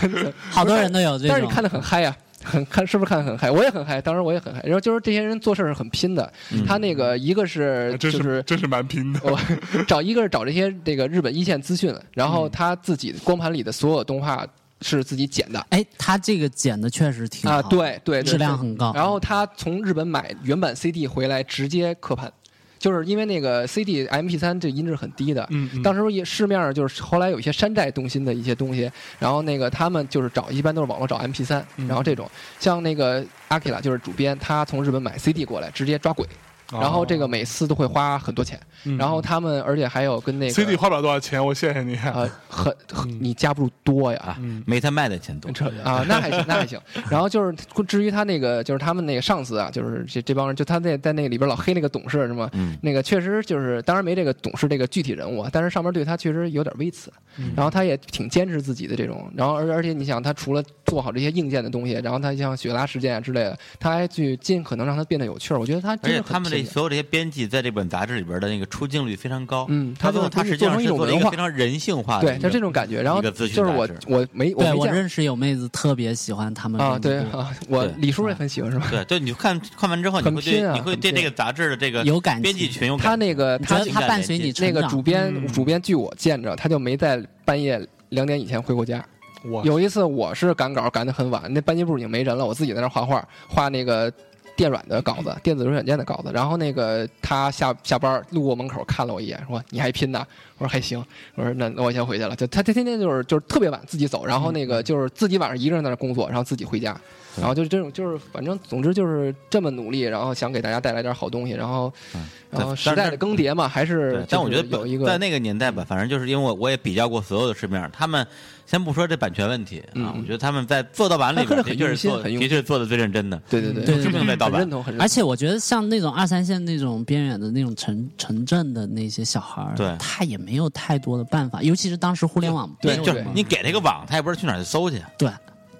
Speaker 2: 好多人都有这
Speaker 5: 但是
Speaker 2: 种
Speaker 5: 你。看的很嗨呀、很看是不是看的很嗨？我也很嗨，当时我也很嗨。然后就是这些人做事儿很拼的，他那个一个是
Speaker 4: 还
Speaker 5: 就
Speaker 4: *laughs* 嗯真
Speaker 5: 是哦
Speaker 4: 真是蛮拼的。
Speaker 5: *laughs* 我找一个是找这些这个日本一线资讯，然后他自己光盘里的所有动画是自己剪的
Speaker 2: 哎，他这个剪的确实挺好
Speaker 5: 啊，，对对，对
Speaker 2: 质量很高。
Speaker 5: 然后他从日本买原版 CD 回来直接刻盘，就是因为那个 CD、MP 3这音质很低的。
Speaker 4: 嗯，嗯
Speaker 5: 当时也市面上就是后来有一些山寨东心的一些东西，然后那个他们就是找一般都是网络找 MP 3
Speaker 4: 嗯
Speaker 5: 然后这种像那个阿 k i 就是主编，他从日本买 CD 过来直接抓轨，然后这个每次都会花很多钱，
Speaker 4: 哦嗯
Speaker 5: 然后他们而且还有跟那个
Speaker 4: CD 花不了多少钱，我谢谢你。 *laughs*
Speaker 5: 呃很很
Speaker 4: 嗯
Speaker 5: 你架不住多呀，
Speaker 6: 啊
Speaker 4: 嗯，
Speaker 6: 没他卖的钱多，
Speaker 5: 这啊，那还行，那还行。然后就是至于他那个，就是他们那个上司啊，就是这这帮人，就他在在那里边老黑那个董事是吗？
Speaker 6: 嗯，
Speaker 5: 那个确实就是，当然没这个董事这个具体人物，啊，但是上面对他确实有点微词。
Speaker 2: 嗯
Speaker 5: 然后他也挺坚持自己的这种，然后而而且你想，他除了做好这些硬件的东西，然后他像雪拉事件啊之类的，他还去尽可能让它变得有趣儿。我觉得他
Speaker 6: 而
Speaker 5: 真
Speaker 6: 且
Speaker 5: 的
Speaker 6: 他
Speaker 5: 很
Speaker 6: 们
Speaker 5: 拼
Speaker 6: 这
Speaker 5: 的。
Speaker 6: 所有这些编辑在这本杂志里边的那个出镜率非常高，
Speaker 5: 嗯
Speaker 6: 他
Speaker 5: 他
Speaker 6: 就
Speaker 5: 做
Speaker 6: 他
Speaker 5: 出
Speaker 6: 实际上
Speaker 5: 做成
Speaker 6: 是
Speaker 5: 一种
Speaker 6: 做了一
Speaker 5: 文
Speaker 6: 个
Speaker 5: 化
Speaker 6: 非常人性化的一个，
Speaker 5: 对，就这种感觉。然后
Speaker 6: 一个资讯
Speaker 5: 就是
Speaker 6: 杂
Speaker 5: 我
Speaker 6: 志
Speaker 5: 我没我
Speaker 2: 对
Speaker 5: 没
Speaker 2: 我
Speaker 5: 见
Speaker 2: 认识有妹子特别喜欢他们
Speaker 5: 啊，
Speaker 2: 这个
Speaker 5: 对
Speaker 2: 部
Speaker 5: 啊，我
Speaker 6: 对
Speaker 5: 李叔也很喜欢是吧？
Speaker 6: 对对，你就看看完之后，你
Speaker 5: 很
Speaker 6: 会对
Speaker 5: 拼啊
Speaker 6: 你会对这
Speaker 5: 很拼
Speaker 6: 个杂志的这个
Speaker 2: 有感情
Speaker 6: 编辑群有感
Speaker 5: 他
Speaker 6: 情，
Speaker 5: 那个
Speaker 2: 你
Speaker 5: 他
Speaker 2: 觉得他伴随你
Speaker 5: 那
Speaker 2: 成
Speaker 5: 个
Speaker 2: 长
Speaker 5: 主编，
Speaker 4: 嗯
Speaker 5: 主编据我见着，他就没在半夜两点以前回过家。
Speaker 4: 我
Speaker 5: 有一次我是赶稿赶得很晚，那班级部已经没人了，我自己在那儿画画，画那个电软的稿
Speaker 6: 嗯
Speaker 5: 子，电子软件的稿子。然后那个他下下班路过门口看了我一眼，说你还拼呢？我说还行。我说那那我先回去了。就他他天天就是就是特别晚自己走，然后那
Speaker 6: 嗯
Speaker 5: 个就是自己晚上一个人在那儿工作，然后自己回家。然后就是这种，就是反正总之就是这么努力，然后想给大家带来点好东西，然后，然
Speaker 6: 嗯
Speaker 5: 后
Speaker 6: 但
Speaker 5: 时代的更迭嘛，还是
Speaker 6: 对，但我觉得
Speaker 5: 就是有一
Speaker 6: 在
Speaker 5: 个嗯
Speaker 6: 那个年代吧，反正就是因为我我也比较过所有的市面，他们先不说这版权问题啊，
Speaker 5: 嗯
Speaker 6: 我觉得他们在做盗版里边
Speaker 5: 那可是
Speaker 6: 的
Speaker 5: 很
Speaker 6: 确是
Speaker 5: 用心
Speaker 6: 做
Speaker 5: 很
Speaker 6: 的
Speaker 5: 用
Speaker 6: 确是做的最认真的，
Speaker 5: 对对对
Speaker 2: 对对
Speaker 6: 致命在盗
Speaker 5: 很
Speaker 6: 版
Speaker 5: 认。同，很认
Speaker 2: 而
Speaker 5: 同。
Speaker 2: 且我觉得像那种二三线那种边远的那种城城镇的那些小孩儿，
Speaker 6: 对
Speaker 2: 他也没有太多的办法，尤其是当时互联网
Speaker 5: 对
Speaker 2: 没有
Speaker 6: 就
Speaker 2: 什
Speaker 6: 是
Speaker 2: 么
Speaker 6: 你给他一个网，他也不知道去哪儿去搜去。
Speaker 2: 对，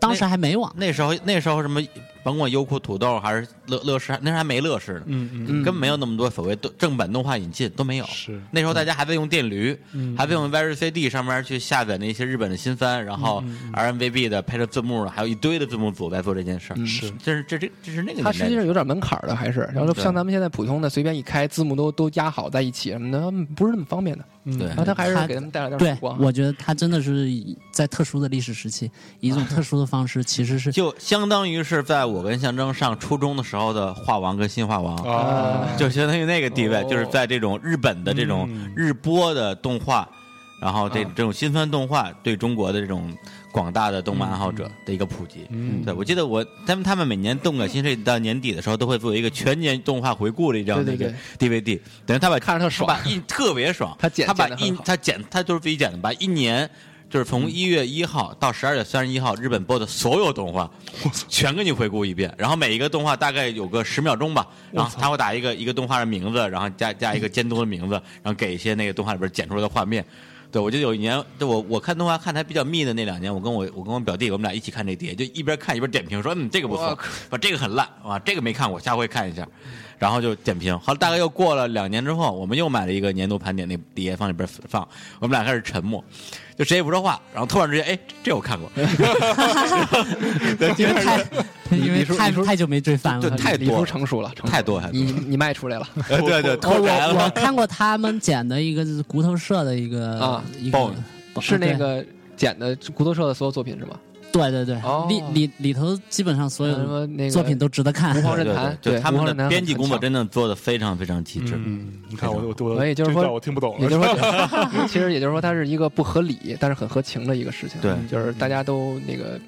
Speaker 2: 当时还没网，
Speaker 6: 那时候那时候什么，甭管优酷、土豆还是乐乐视，那时候还没乐视呢，
Speaker 4: 嗯嗯
Speaker 5: 嗯
Speaker 6: 根本没有那么多所谓正版动画引进都没有。
Speaker 4: 是
Speaker 6: 那时候大家还在用电驴，
Speaker 4: 嗯
Speaker 6: 还在用 VCD 上面去下载那些日本的新番，然
Speaker 5: 嗯
Speaker 6: 后 RMVB 的拍摄字幕，还有一堆的字幕组在做这件事儿。
Speaker 4: 是
Speaker 6: 这是这这这是那个
Speaker 5: 嗯它
Speaker 6: 年
Speaker 5: 实
Speaker 6: 代
Speaker 5: 际上
Speaker 6: 的。
Speaker 5: 有点门槛儿的，还是然后
Speaker 6: 对
Speaker 5: 像咱们现在普通的随便一开，字幕都都压好在一起什么的，嗯不是那么方便的。
Speaker 6: 对
Speaker 5: 然后嗯它还是
Speaker 2: 它
Speaker 5: 给他们带来点
Speaker 2: 对
Speaker 5: 曙光。
Speaker 2: 我觉得他真的是以在特殊的历史时期，以一种特殊的方式，其
Speaker 5: *laughs*
Speaker 2: 实是
Speaker 6: 就相当于是在我跟象征上初中的时候的画王跟新画王，
Speaker 4: 啊，
Speaker 6: 就相当于那个地位，
Speaker 5: 哦
Speaker 6: 就是在这种日本的这种
Speaker 4: 嗯
Speaker 6: 日播的动画，然后这
Speaker 5: 啊
Speaker 6: 这种新番动画对中国的这种广大的动漫爱好者的一个普及。
Speaker 4: 嗯
Speaker 6: 对，我记得我他们他们每年动感新这到年底的时候，都会做一个全年动画回顾的一张那
Speaker 5: 对对
Speaker 6: 个 DVD，等于他把
Speaker 5: 看着特
Speaker 6: 他
Speaker 5: 爽
Speaker 6: 把，一特别爽，
Speaker 5: 他剪
Speaker 6: 他把
Speaker 5: 剪得很
Speaker 6: 一
Speaker 5: 好
Speaker 6: 他剪他就是自己剪的，把一年就是从一月一号到十二月三十一号日本播的所有动画，全给你回顾一遍，然后每一个动画大概有个十秒钟吧，然后他会打一个一个动画的名字，然后加加一个监督的名字，然后给一些那个动画里边剪出来的画面。对，我记得有一年，就我我看动画看的还比较密的那两年，我跟我我跟我表弟，我们俩一起看这碟，就一边看一边点评，说嗯这个不
Speaker 5: 我
Speaker 6: 错
Speaker 5: 靠，
Speaker 6: 说这个很烂，哇这个没看过，下回看一下，然后就点评。后来大概又过了两年之后，我们又买了一个年度盘点那碟放里边放，我们俩开始沉默，就谁也不说话，然后突然之间，哎，这这我看 *laughs* 过，
Speaker 2: 因为太因为
Speaker 5: 你说
Speaker 2: 太
Speaker 5: 你说
Speaker 2: 太久没追番
Speaker 6: 对
Speaker 2: 了。
Speaker 6: 太
Speaker 5: 李
Speaker 6: 多
Speaker 5: 叔
Speaker 6: 了
Speaker 5: 成熟了，成熟了
Speaker 6: 太多太多
Speaker 5: 你你卖出来了，
Speaker 6: 呃对对，
Speaker 2: 我
Speaker 6: *laughs* 突然
Speaker 2: 我我
Speaker 6: 了，
Speaker 2: 看过他们剪的一个就是骨头社的一个
Speaker 5: 啊
Speaker 2: 一个
Speaker 6: 报
Speaker 2: 报
Speaker 5: 是那
Speaker 2: 对
Speaker 5: 个剪的骨头社的所有作品是吗？
Speaker 2: 对对对
Speaker 5: 哦，
Speaker 2: 里里里头基本上所有
Speaker 5: 什么那
Speaker 2: 的
Speaker 5: 个
Speaker 2: 作品都值得看
Speaker 5: 无。皇
Speaker 6: 对对
Speaker 5: 论坛
Speaker 6: 对，
Speaker 5: 对
Speaker 6: 就他们
Speaker 5: 无皇论
Speaker 6: 的
Speaker 5: 坛
Speaker 6: 编辑
Speaker 5: 很
Speaker 6: 工作
Speaker 5: 强
Speaker 6: 真的做的非常非常极致。
Speaker 4: 嗯，你看我我我，
Speaker 5: 所以就是
Speaker 4: 这
Speaker 5: 说
Speaker 4: 段我听不懂
Speaker 5: 也
Speaker 4: 了
Speaker 5: 就。是说， *laughs* 其实也就是说，它是一个不合理，但是很合情的一个事情。
Speaker 6: 对
Speaker 5: 就是大家都那个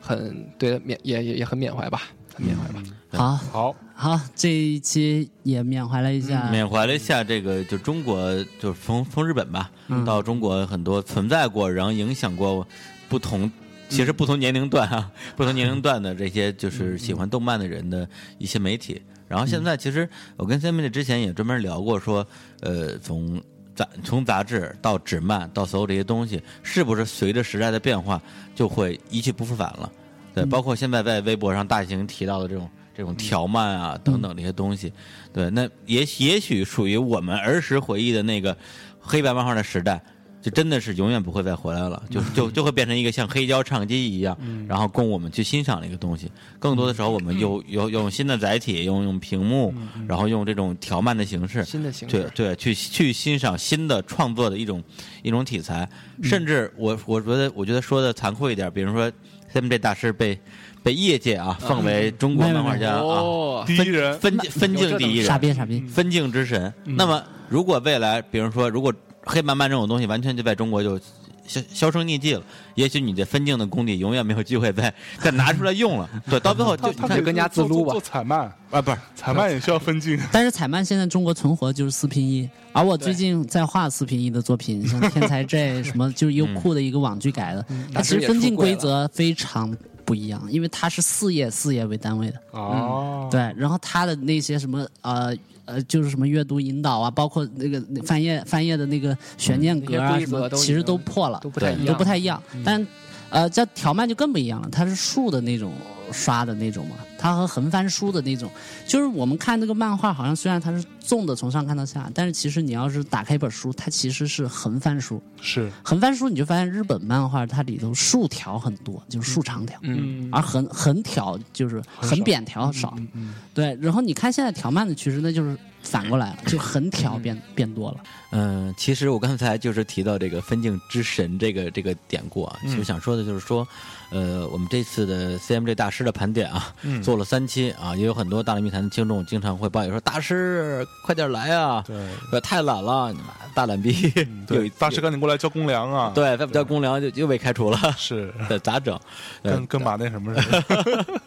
Speaker 5: 很对缅也也也很缅怀吧，很缅怀吧。
Speaker 2: 好
Speaker 4: 好，
Speaker 2: 好，这一期也缅怀了一下，
Speaker 6: 嗯缅怀了一下这个，就中国，就是从从日本吧、
Speaker 2: 嗯
Speaker 6: 到中国很多存在过，然后影响过不同，其实不同年龄段啊， *laughs* 不同年龄段的这些就是喜欢动漫的人的一些媒体。然后现在其实我跟 Sammy 之前也专门聊过说，呃，从杂从杂志到纸漫到所有这些东西，是不是随着时代的变化就会一去不复返了？对，
Speaker 5: 嗯
Speaker 6: 包括现在在微博上大型提到的这种这种条漫啊等等这些东西，
Speaker 5: 嗯
Speaker 6: 对，那也也许属于我们儿时回忆的那个黑白漫画的时代，就真的是永远不会再回来了，
Speaker 5: *laughs*
Speaker 6: 就就就会变成一个像黑胶唱机一样，
Speaker 5: 嗯
Speaker 6: 然后供我们去欣赏的一个东西。更多的时候，我们有有用新的载体，用用屏幕，然后用这种条漫的形式，
Speaker 5: 嗯新的形
Speaker 6: 对
Speaker 5: 式，
Speaker 6: 对，去去欣赏新的创作的一种一种题材，甚至我我觉得我觉得说的残酷一点，比如说他们这大师被被业界啊奉为中国
Speaker 2: 没有
Speaker 6: 漫画家啊
Speaker 5: 哦，
Speaker 4: 第一人
Speaker 6: 分分镜第一
Speaker 2: 傻
Speaker 6: 人，
Speaker 2: 逼傻
Speaker 5: 嗯
Speaker 2: 逼，
Speaker 6: 分镜之神。那么如果未来，比如说如果黑漫漫这种东西完全就在中国就。销销声匿迹了，也许你这分镜的功底永远没有机会再再拿出来用了。对，到最后就
Speaker 4: 他
Speaker 6: 你
Speaker 4: 他
Speaker 6: 看
Speaker 5: 就跟人家自撸吧
Speaker 4: 做做采漫，
Speaker 6: 啊，
Speaker 4: *laughs*
Speaker 6: 不是
Speaker 4: 采漫也需要分
Speaker 5: *laughs*
Speaker 4: 镜。
Speaker 2: 但是彩漫现在中国存活就是四拼一，而我最近在画四拼一的作品，像《天才 J》什么，就是优酷的一个网剧改的，它其实分镜规则非常不一样，因为它是四页四页为单位的，
Speaker 5: 嗯
Speaker 4: 哦，
Speaker 2: 对，然后它的那些什么呃。呃，就是什么阅读引导啊，包括那个那翻页翻页的那个悬念格
Speaker 5: 那
Speaker 2: 啊
Speaker 5: 些规
Speaker 2: 什
Speaker 5: 则
Speaker 2: 么，
Speaker 5: 都已
Speaker 2: 其实
Speaker 5: 经
Speaker 2: 都破了，
Speaker 5: 都不太一样，嗯
Speaker 2: 都不太一样。但呃，这条漫就更不一样了，它是竖的那种刷的那种嘛，它和横翻书的那种，就是我们看这个漫画，好像虽然它是纵的从上看到下，但是其实你要是打开一本书，它其实是横翻书。
Speaker 4: 是
Speaker 2: 横翻书你就发现日本漫画它里头竖条很多，就是竖长条。
Speaker 5: 嗯，
Speaker 2: 而横横条就是横扁条少，对。然后你看现在条漫的趋势，那就是反过来了，就横条变变多了。
Speaker 6: 嗯，其实我刚才就是提到这个分镜之神这个这个典故啊，
Speaker 4: 嗯
Speaker 6: 其实想说的就是说，呃，我们这次的 CMJ 大师的盘点啊，
Speaker 4: 嗯
Speaker 6: 做了三期啊，也有很多大内密谈的听众经常会抱怨说，大师快点来啊，
Speaker 4: 对嗯
Speaker 6: 说太懒了，你妈大懒逼， *laughs* 有
Speaker 4: 对
Speaker 6: 一，
Speaker 4: 大师赶紧过来交公粮啊！，
Speaker 6: 对，再不交公粮就又被开除了， *laughs*
Speaker 4: 是
Speaker 6: 这咋整？对
Speaker 4: 跟跟马那什么似
Speaker 5: *laughs*
Speaker 4: 的。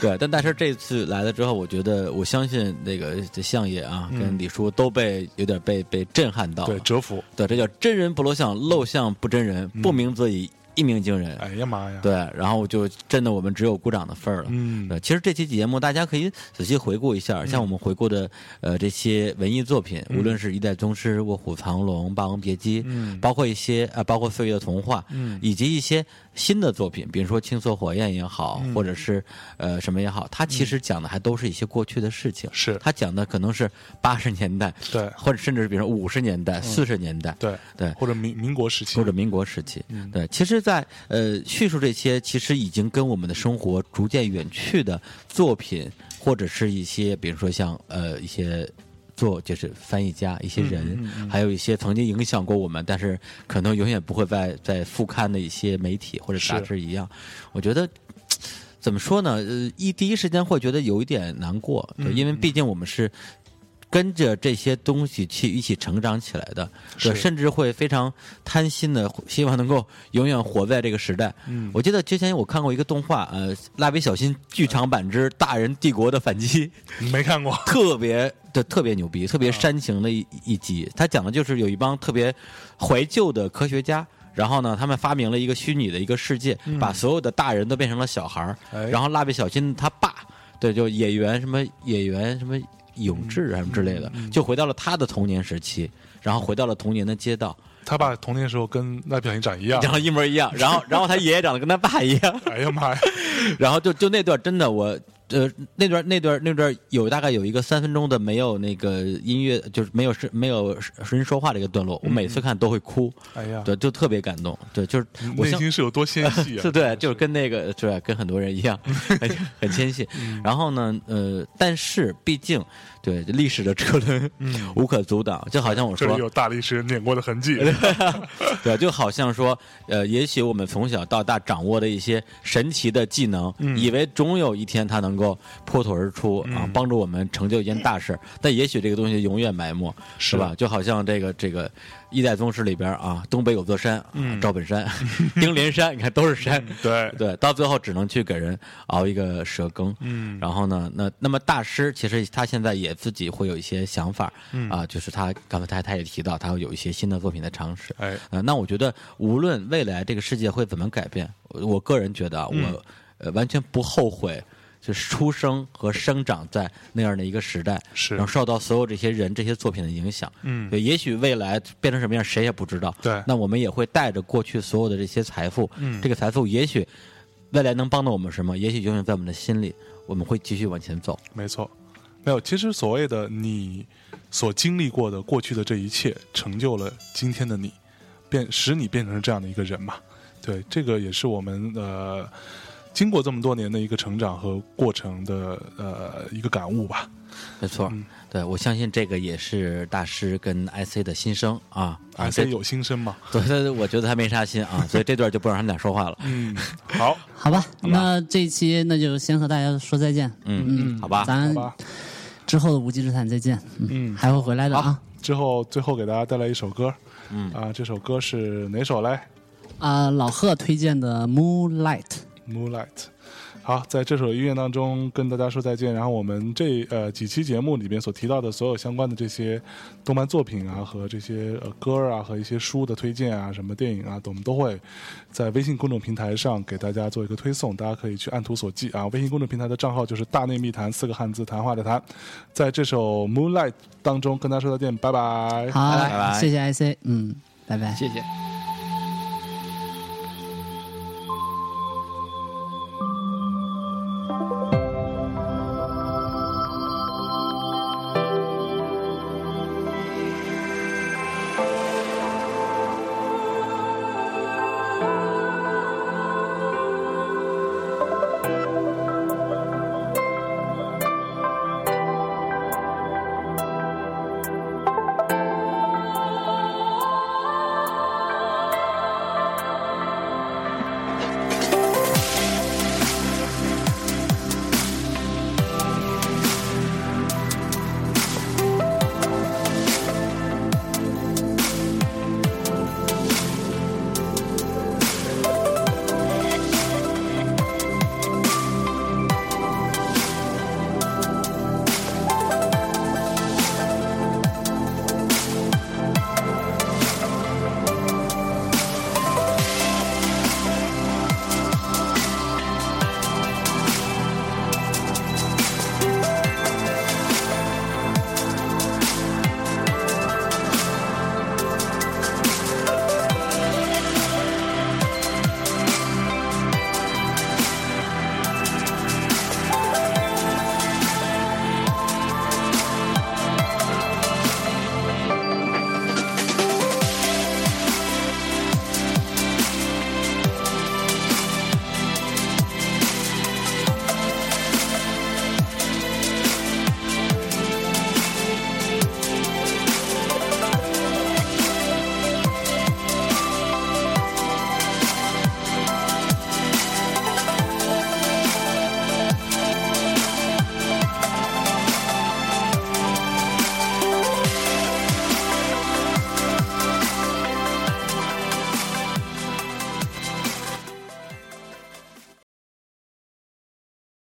Speaker 6: 对，但但是这次来了之后，我觉得我相信那个这相爷啊，跟李叔都被有点被被震撼到了，
Speaker 4: 嗯
Speaker 6: 啊
Speaker 4: 对，折服。
Speaker 6: 对，这叫真人不露相，露相不真人，不鸣则已，一鸣惊人。
Speaker 4: 嗯哎呀妈呀！
Speaker 6: 对，然后就真的我们只有鼓掌的份儿了。
Speaker 4: 嗯
Speaker 6: 对，其实这期节目大家可以仔细回顾一下，像我们回顾的呃这些文艺作品，无论是《一代宗师》《卧虎藏龙》《霸王别姬》，
Speaker 4: 嗯
Speaker 6: 包括一些啊、呃包括《岁月的童话》，
Speaker 4: 嗯
Speaker 6: 以及一些新的作品，比如说《青色火焰》也好，
Speaker 4: 嗯
Speaker 6: 或者是呃什么也好，它其实讲的还都是一些过去的事情。
Speaker 4: 是
Speaker 6: 它讲的可能是八十年代，
Speaker 4: 对嗯
Speaker 6: 或者甚至比如说五十年代、四十年代，
Speaker 4: 对
Speaker 6: 对
Speaker 4: 或者民民国时期
Speaker 6: 或者民国时期，对，其实在，呃叙述这些，其实已经跟我们的生活逐渐远去的作品，或者是一些，比如说像呃一些作就是翻译家一些人，还有一些曾经影响过我们，但是可能永远不会再再复刊的一些媒体或者杂
Speaker 4: 是
Speaker 6: 志一样，我觉得怎么说呢？呃，一第一时间会觉得有一点难过，对，因为毕竟我们是跟着这些东西去一起成长起来的，对，
Speaker 4: 是
Speaker 6: 甚至会非常贪心的，希望能够永远活在这个时代。嗯，我记得之前我看过一个动画，呃，《蜡笔小新》剧场版之《大人帝国的反击》。
Speaker 4: 没看过。
Speaker 6: 特别的特别牛逼，特别煽情的一一集。他讲的就是有一帮特别怀旧的科学家。然后呢，他们发明了一个虚拟的一个世界，把所有的大人都变成了小孩儿。
Speaker 4: 哎
Speaker 6: 然后蜡笔小新他爸，对，就演员什么演员什么永志啊什么之类的，就回到了他的童年时期，然后回到了童年的街道，
Speaker 4: 他爸童年时候跟那表情长
Speaker 5: *laughs*
Speaker 4: 一样。
Speaker 6: 然后一
Speaker 4: *laughs*
Speaker 6: 模一样。然后，然后他爷爷长得跟他爸一样。
Speaker 4: 哎呀妈呀！
Speaker 6: 然后就就那段真的我。呃，那段那段那段有大概有一个三分钟的没有那个音乐，就是没有是没有人说话的一个段落，我每
Speaker 4: 嗯
Speaker 6: 次看都会哭，
Speaker 4: 哎呀，
Speaker 6: 对，就特别感动，对，就是我
Speaker 4: 嗯内
Speaker 6: 像
Speaker 4: 心是有多纤细
Speaker 6: *laughs*
Speaker 4: 啊
Speaker 6: 是？对，就是跟那个对，跟很多人一
Speaker 4: *laughs*
Speaker 6: 样，很很谦逊。
Speaker 4: 嗯
Speaker 6: 然后呢，呃，但是毕竟对历史的车轮无可阻挡，就好像我
Speaker 4: 嗯这
Speaker 6: 说
Speaker 4: 里有大力士碾过的痕迹，
Speaker 6: *laughs* 对，就好像说，呃，也许我们从小到大掌握的一些神奇的技能，以为总有一天它能够破土而出啊，帮助我们成就一件大事。但也许这个东西永远埋没，是吧？就好像这个这个《一代宗师》里边啊，东北有座山，啊、赵本山、 *laughs* 丁连山，你看都是山，
Speaker 4: 对
Speaker 6: 嗯 *laughs* 对，到最后只能去给人熬一个蛇羹。嗯，然后呢，那那么大师其实他现在也自己会有一些想法，嗯啊，就是他刚才他他也提到，他会有一些新的作品的尝试。
Speaker 4: *laughs* 哎，
Speaker 6: 呃，那我觉得无论未来这个世界会怎么改变，我我个人觉得啊，我、
Speaker 4: 嗯
Speaker 6: 呃完全不后悔。就是出生和生长在那样的一个时代，
Speaker 4: 是
Speaker 6: 然后受到所有这些人、这些作品的影响，
Speaker 4: 嗯
Speaker 6: 对，也许未来变成什么样，谁也不知道，
Speaker 4: 对
Speaker 6: 那我们也会带着过去所有的这些财富，
Speaker 4: 嗯
Speaker 6: 这个财富也许未来能帮到我们什么，也许永远在我们的心里，我们会继续往前走。
Speaker 4: 没错，没有。其实所谓的你所经历过的过去的这一切，成就了今天的你，变使你变成这样的一个人嘛。对，这个也是我们呃经过这么多年的一个成长和过程的呃一个感悟吧。
Speaker 6: 没错，
Speaker 4: 嗯
Speaker 6: 对我相信这个也是大师跟 IC 的心声啊啊，
Speaker 4: 还
Speaker 6: 这
Speaker 4: 是有心声嘛。
Speaker 6: 对对对，我觉得他没啥心啊，所以这段就不让他们俩说话了。
Speaker 4: 嗯，好，
Speaker 2: 好吧，那这一期那就先和大家说再见，
Speaker 6: 嗯，好吧，
Speaker 4: 好
Speaker 2: 咱
Speaker 4: 吧。
Speaker 2: 之后的无稽之谈再见，
Speaker 4: 嗯
Speaker 2: 嗯，还会回来的啊。
Speaker 4: 之后最后给大家带来一首歌，
Speaker 6: 嗯
Speaker 4: 啊，这首歌是哪首嘞
Speaker 2: 啊、老贺推荐的《Moonlight》，
Speaker 4: ？Moonlight。好，在这首音乐当中跟大家说再见。然后我们这呃几期节目里边所提到的所有相关的这些动漫作品啊，和这些呃歌啊，和一些书的推荐啊，什么电影啊，我们都会在微信公众平台上给大家做一个推送，大家可以去按图索骥啊。微信公众平台的账号就是“大内密谈”四个汉字，谈话的谈。在这首《Moonlight》当中跟大家说再见，拜拜。
Speaker 2: 好，
Speaker 6: 拜拜
Speaker 2: 谢谢 IC，嗯，拜拜。
Speaker 5: 谢谢。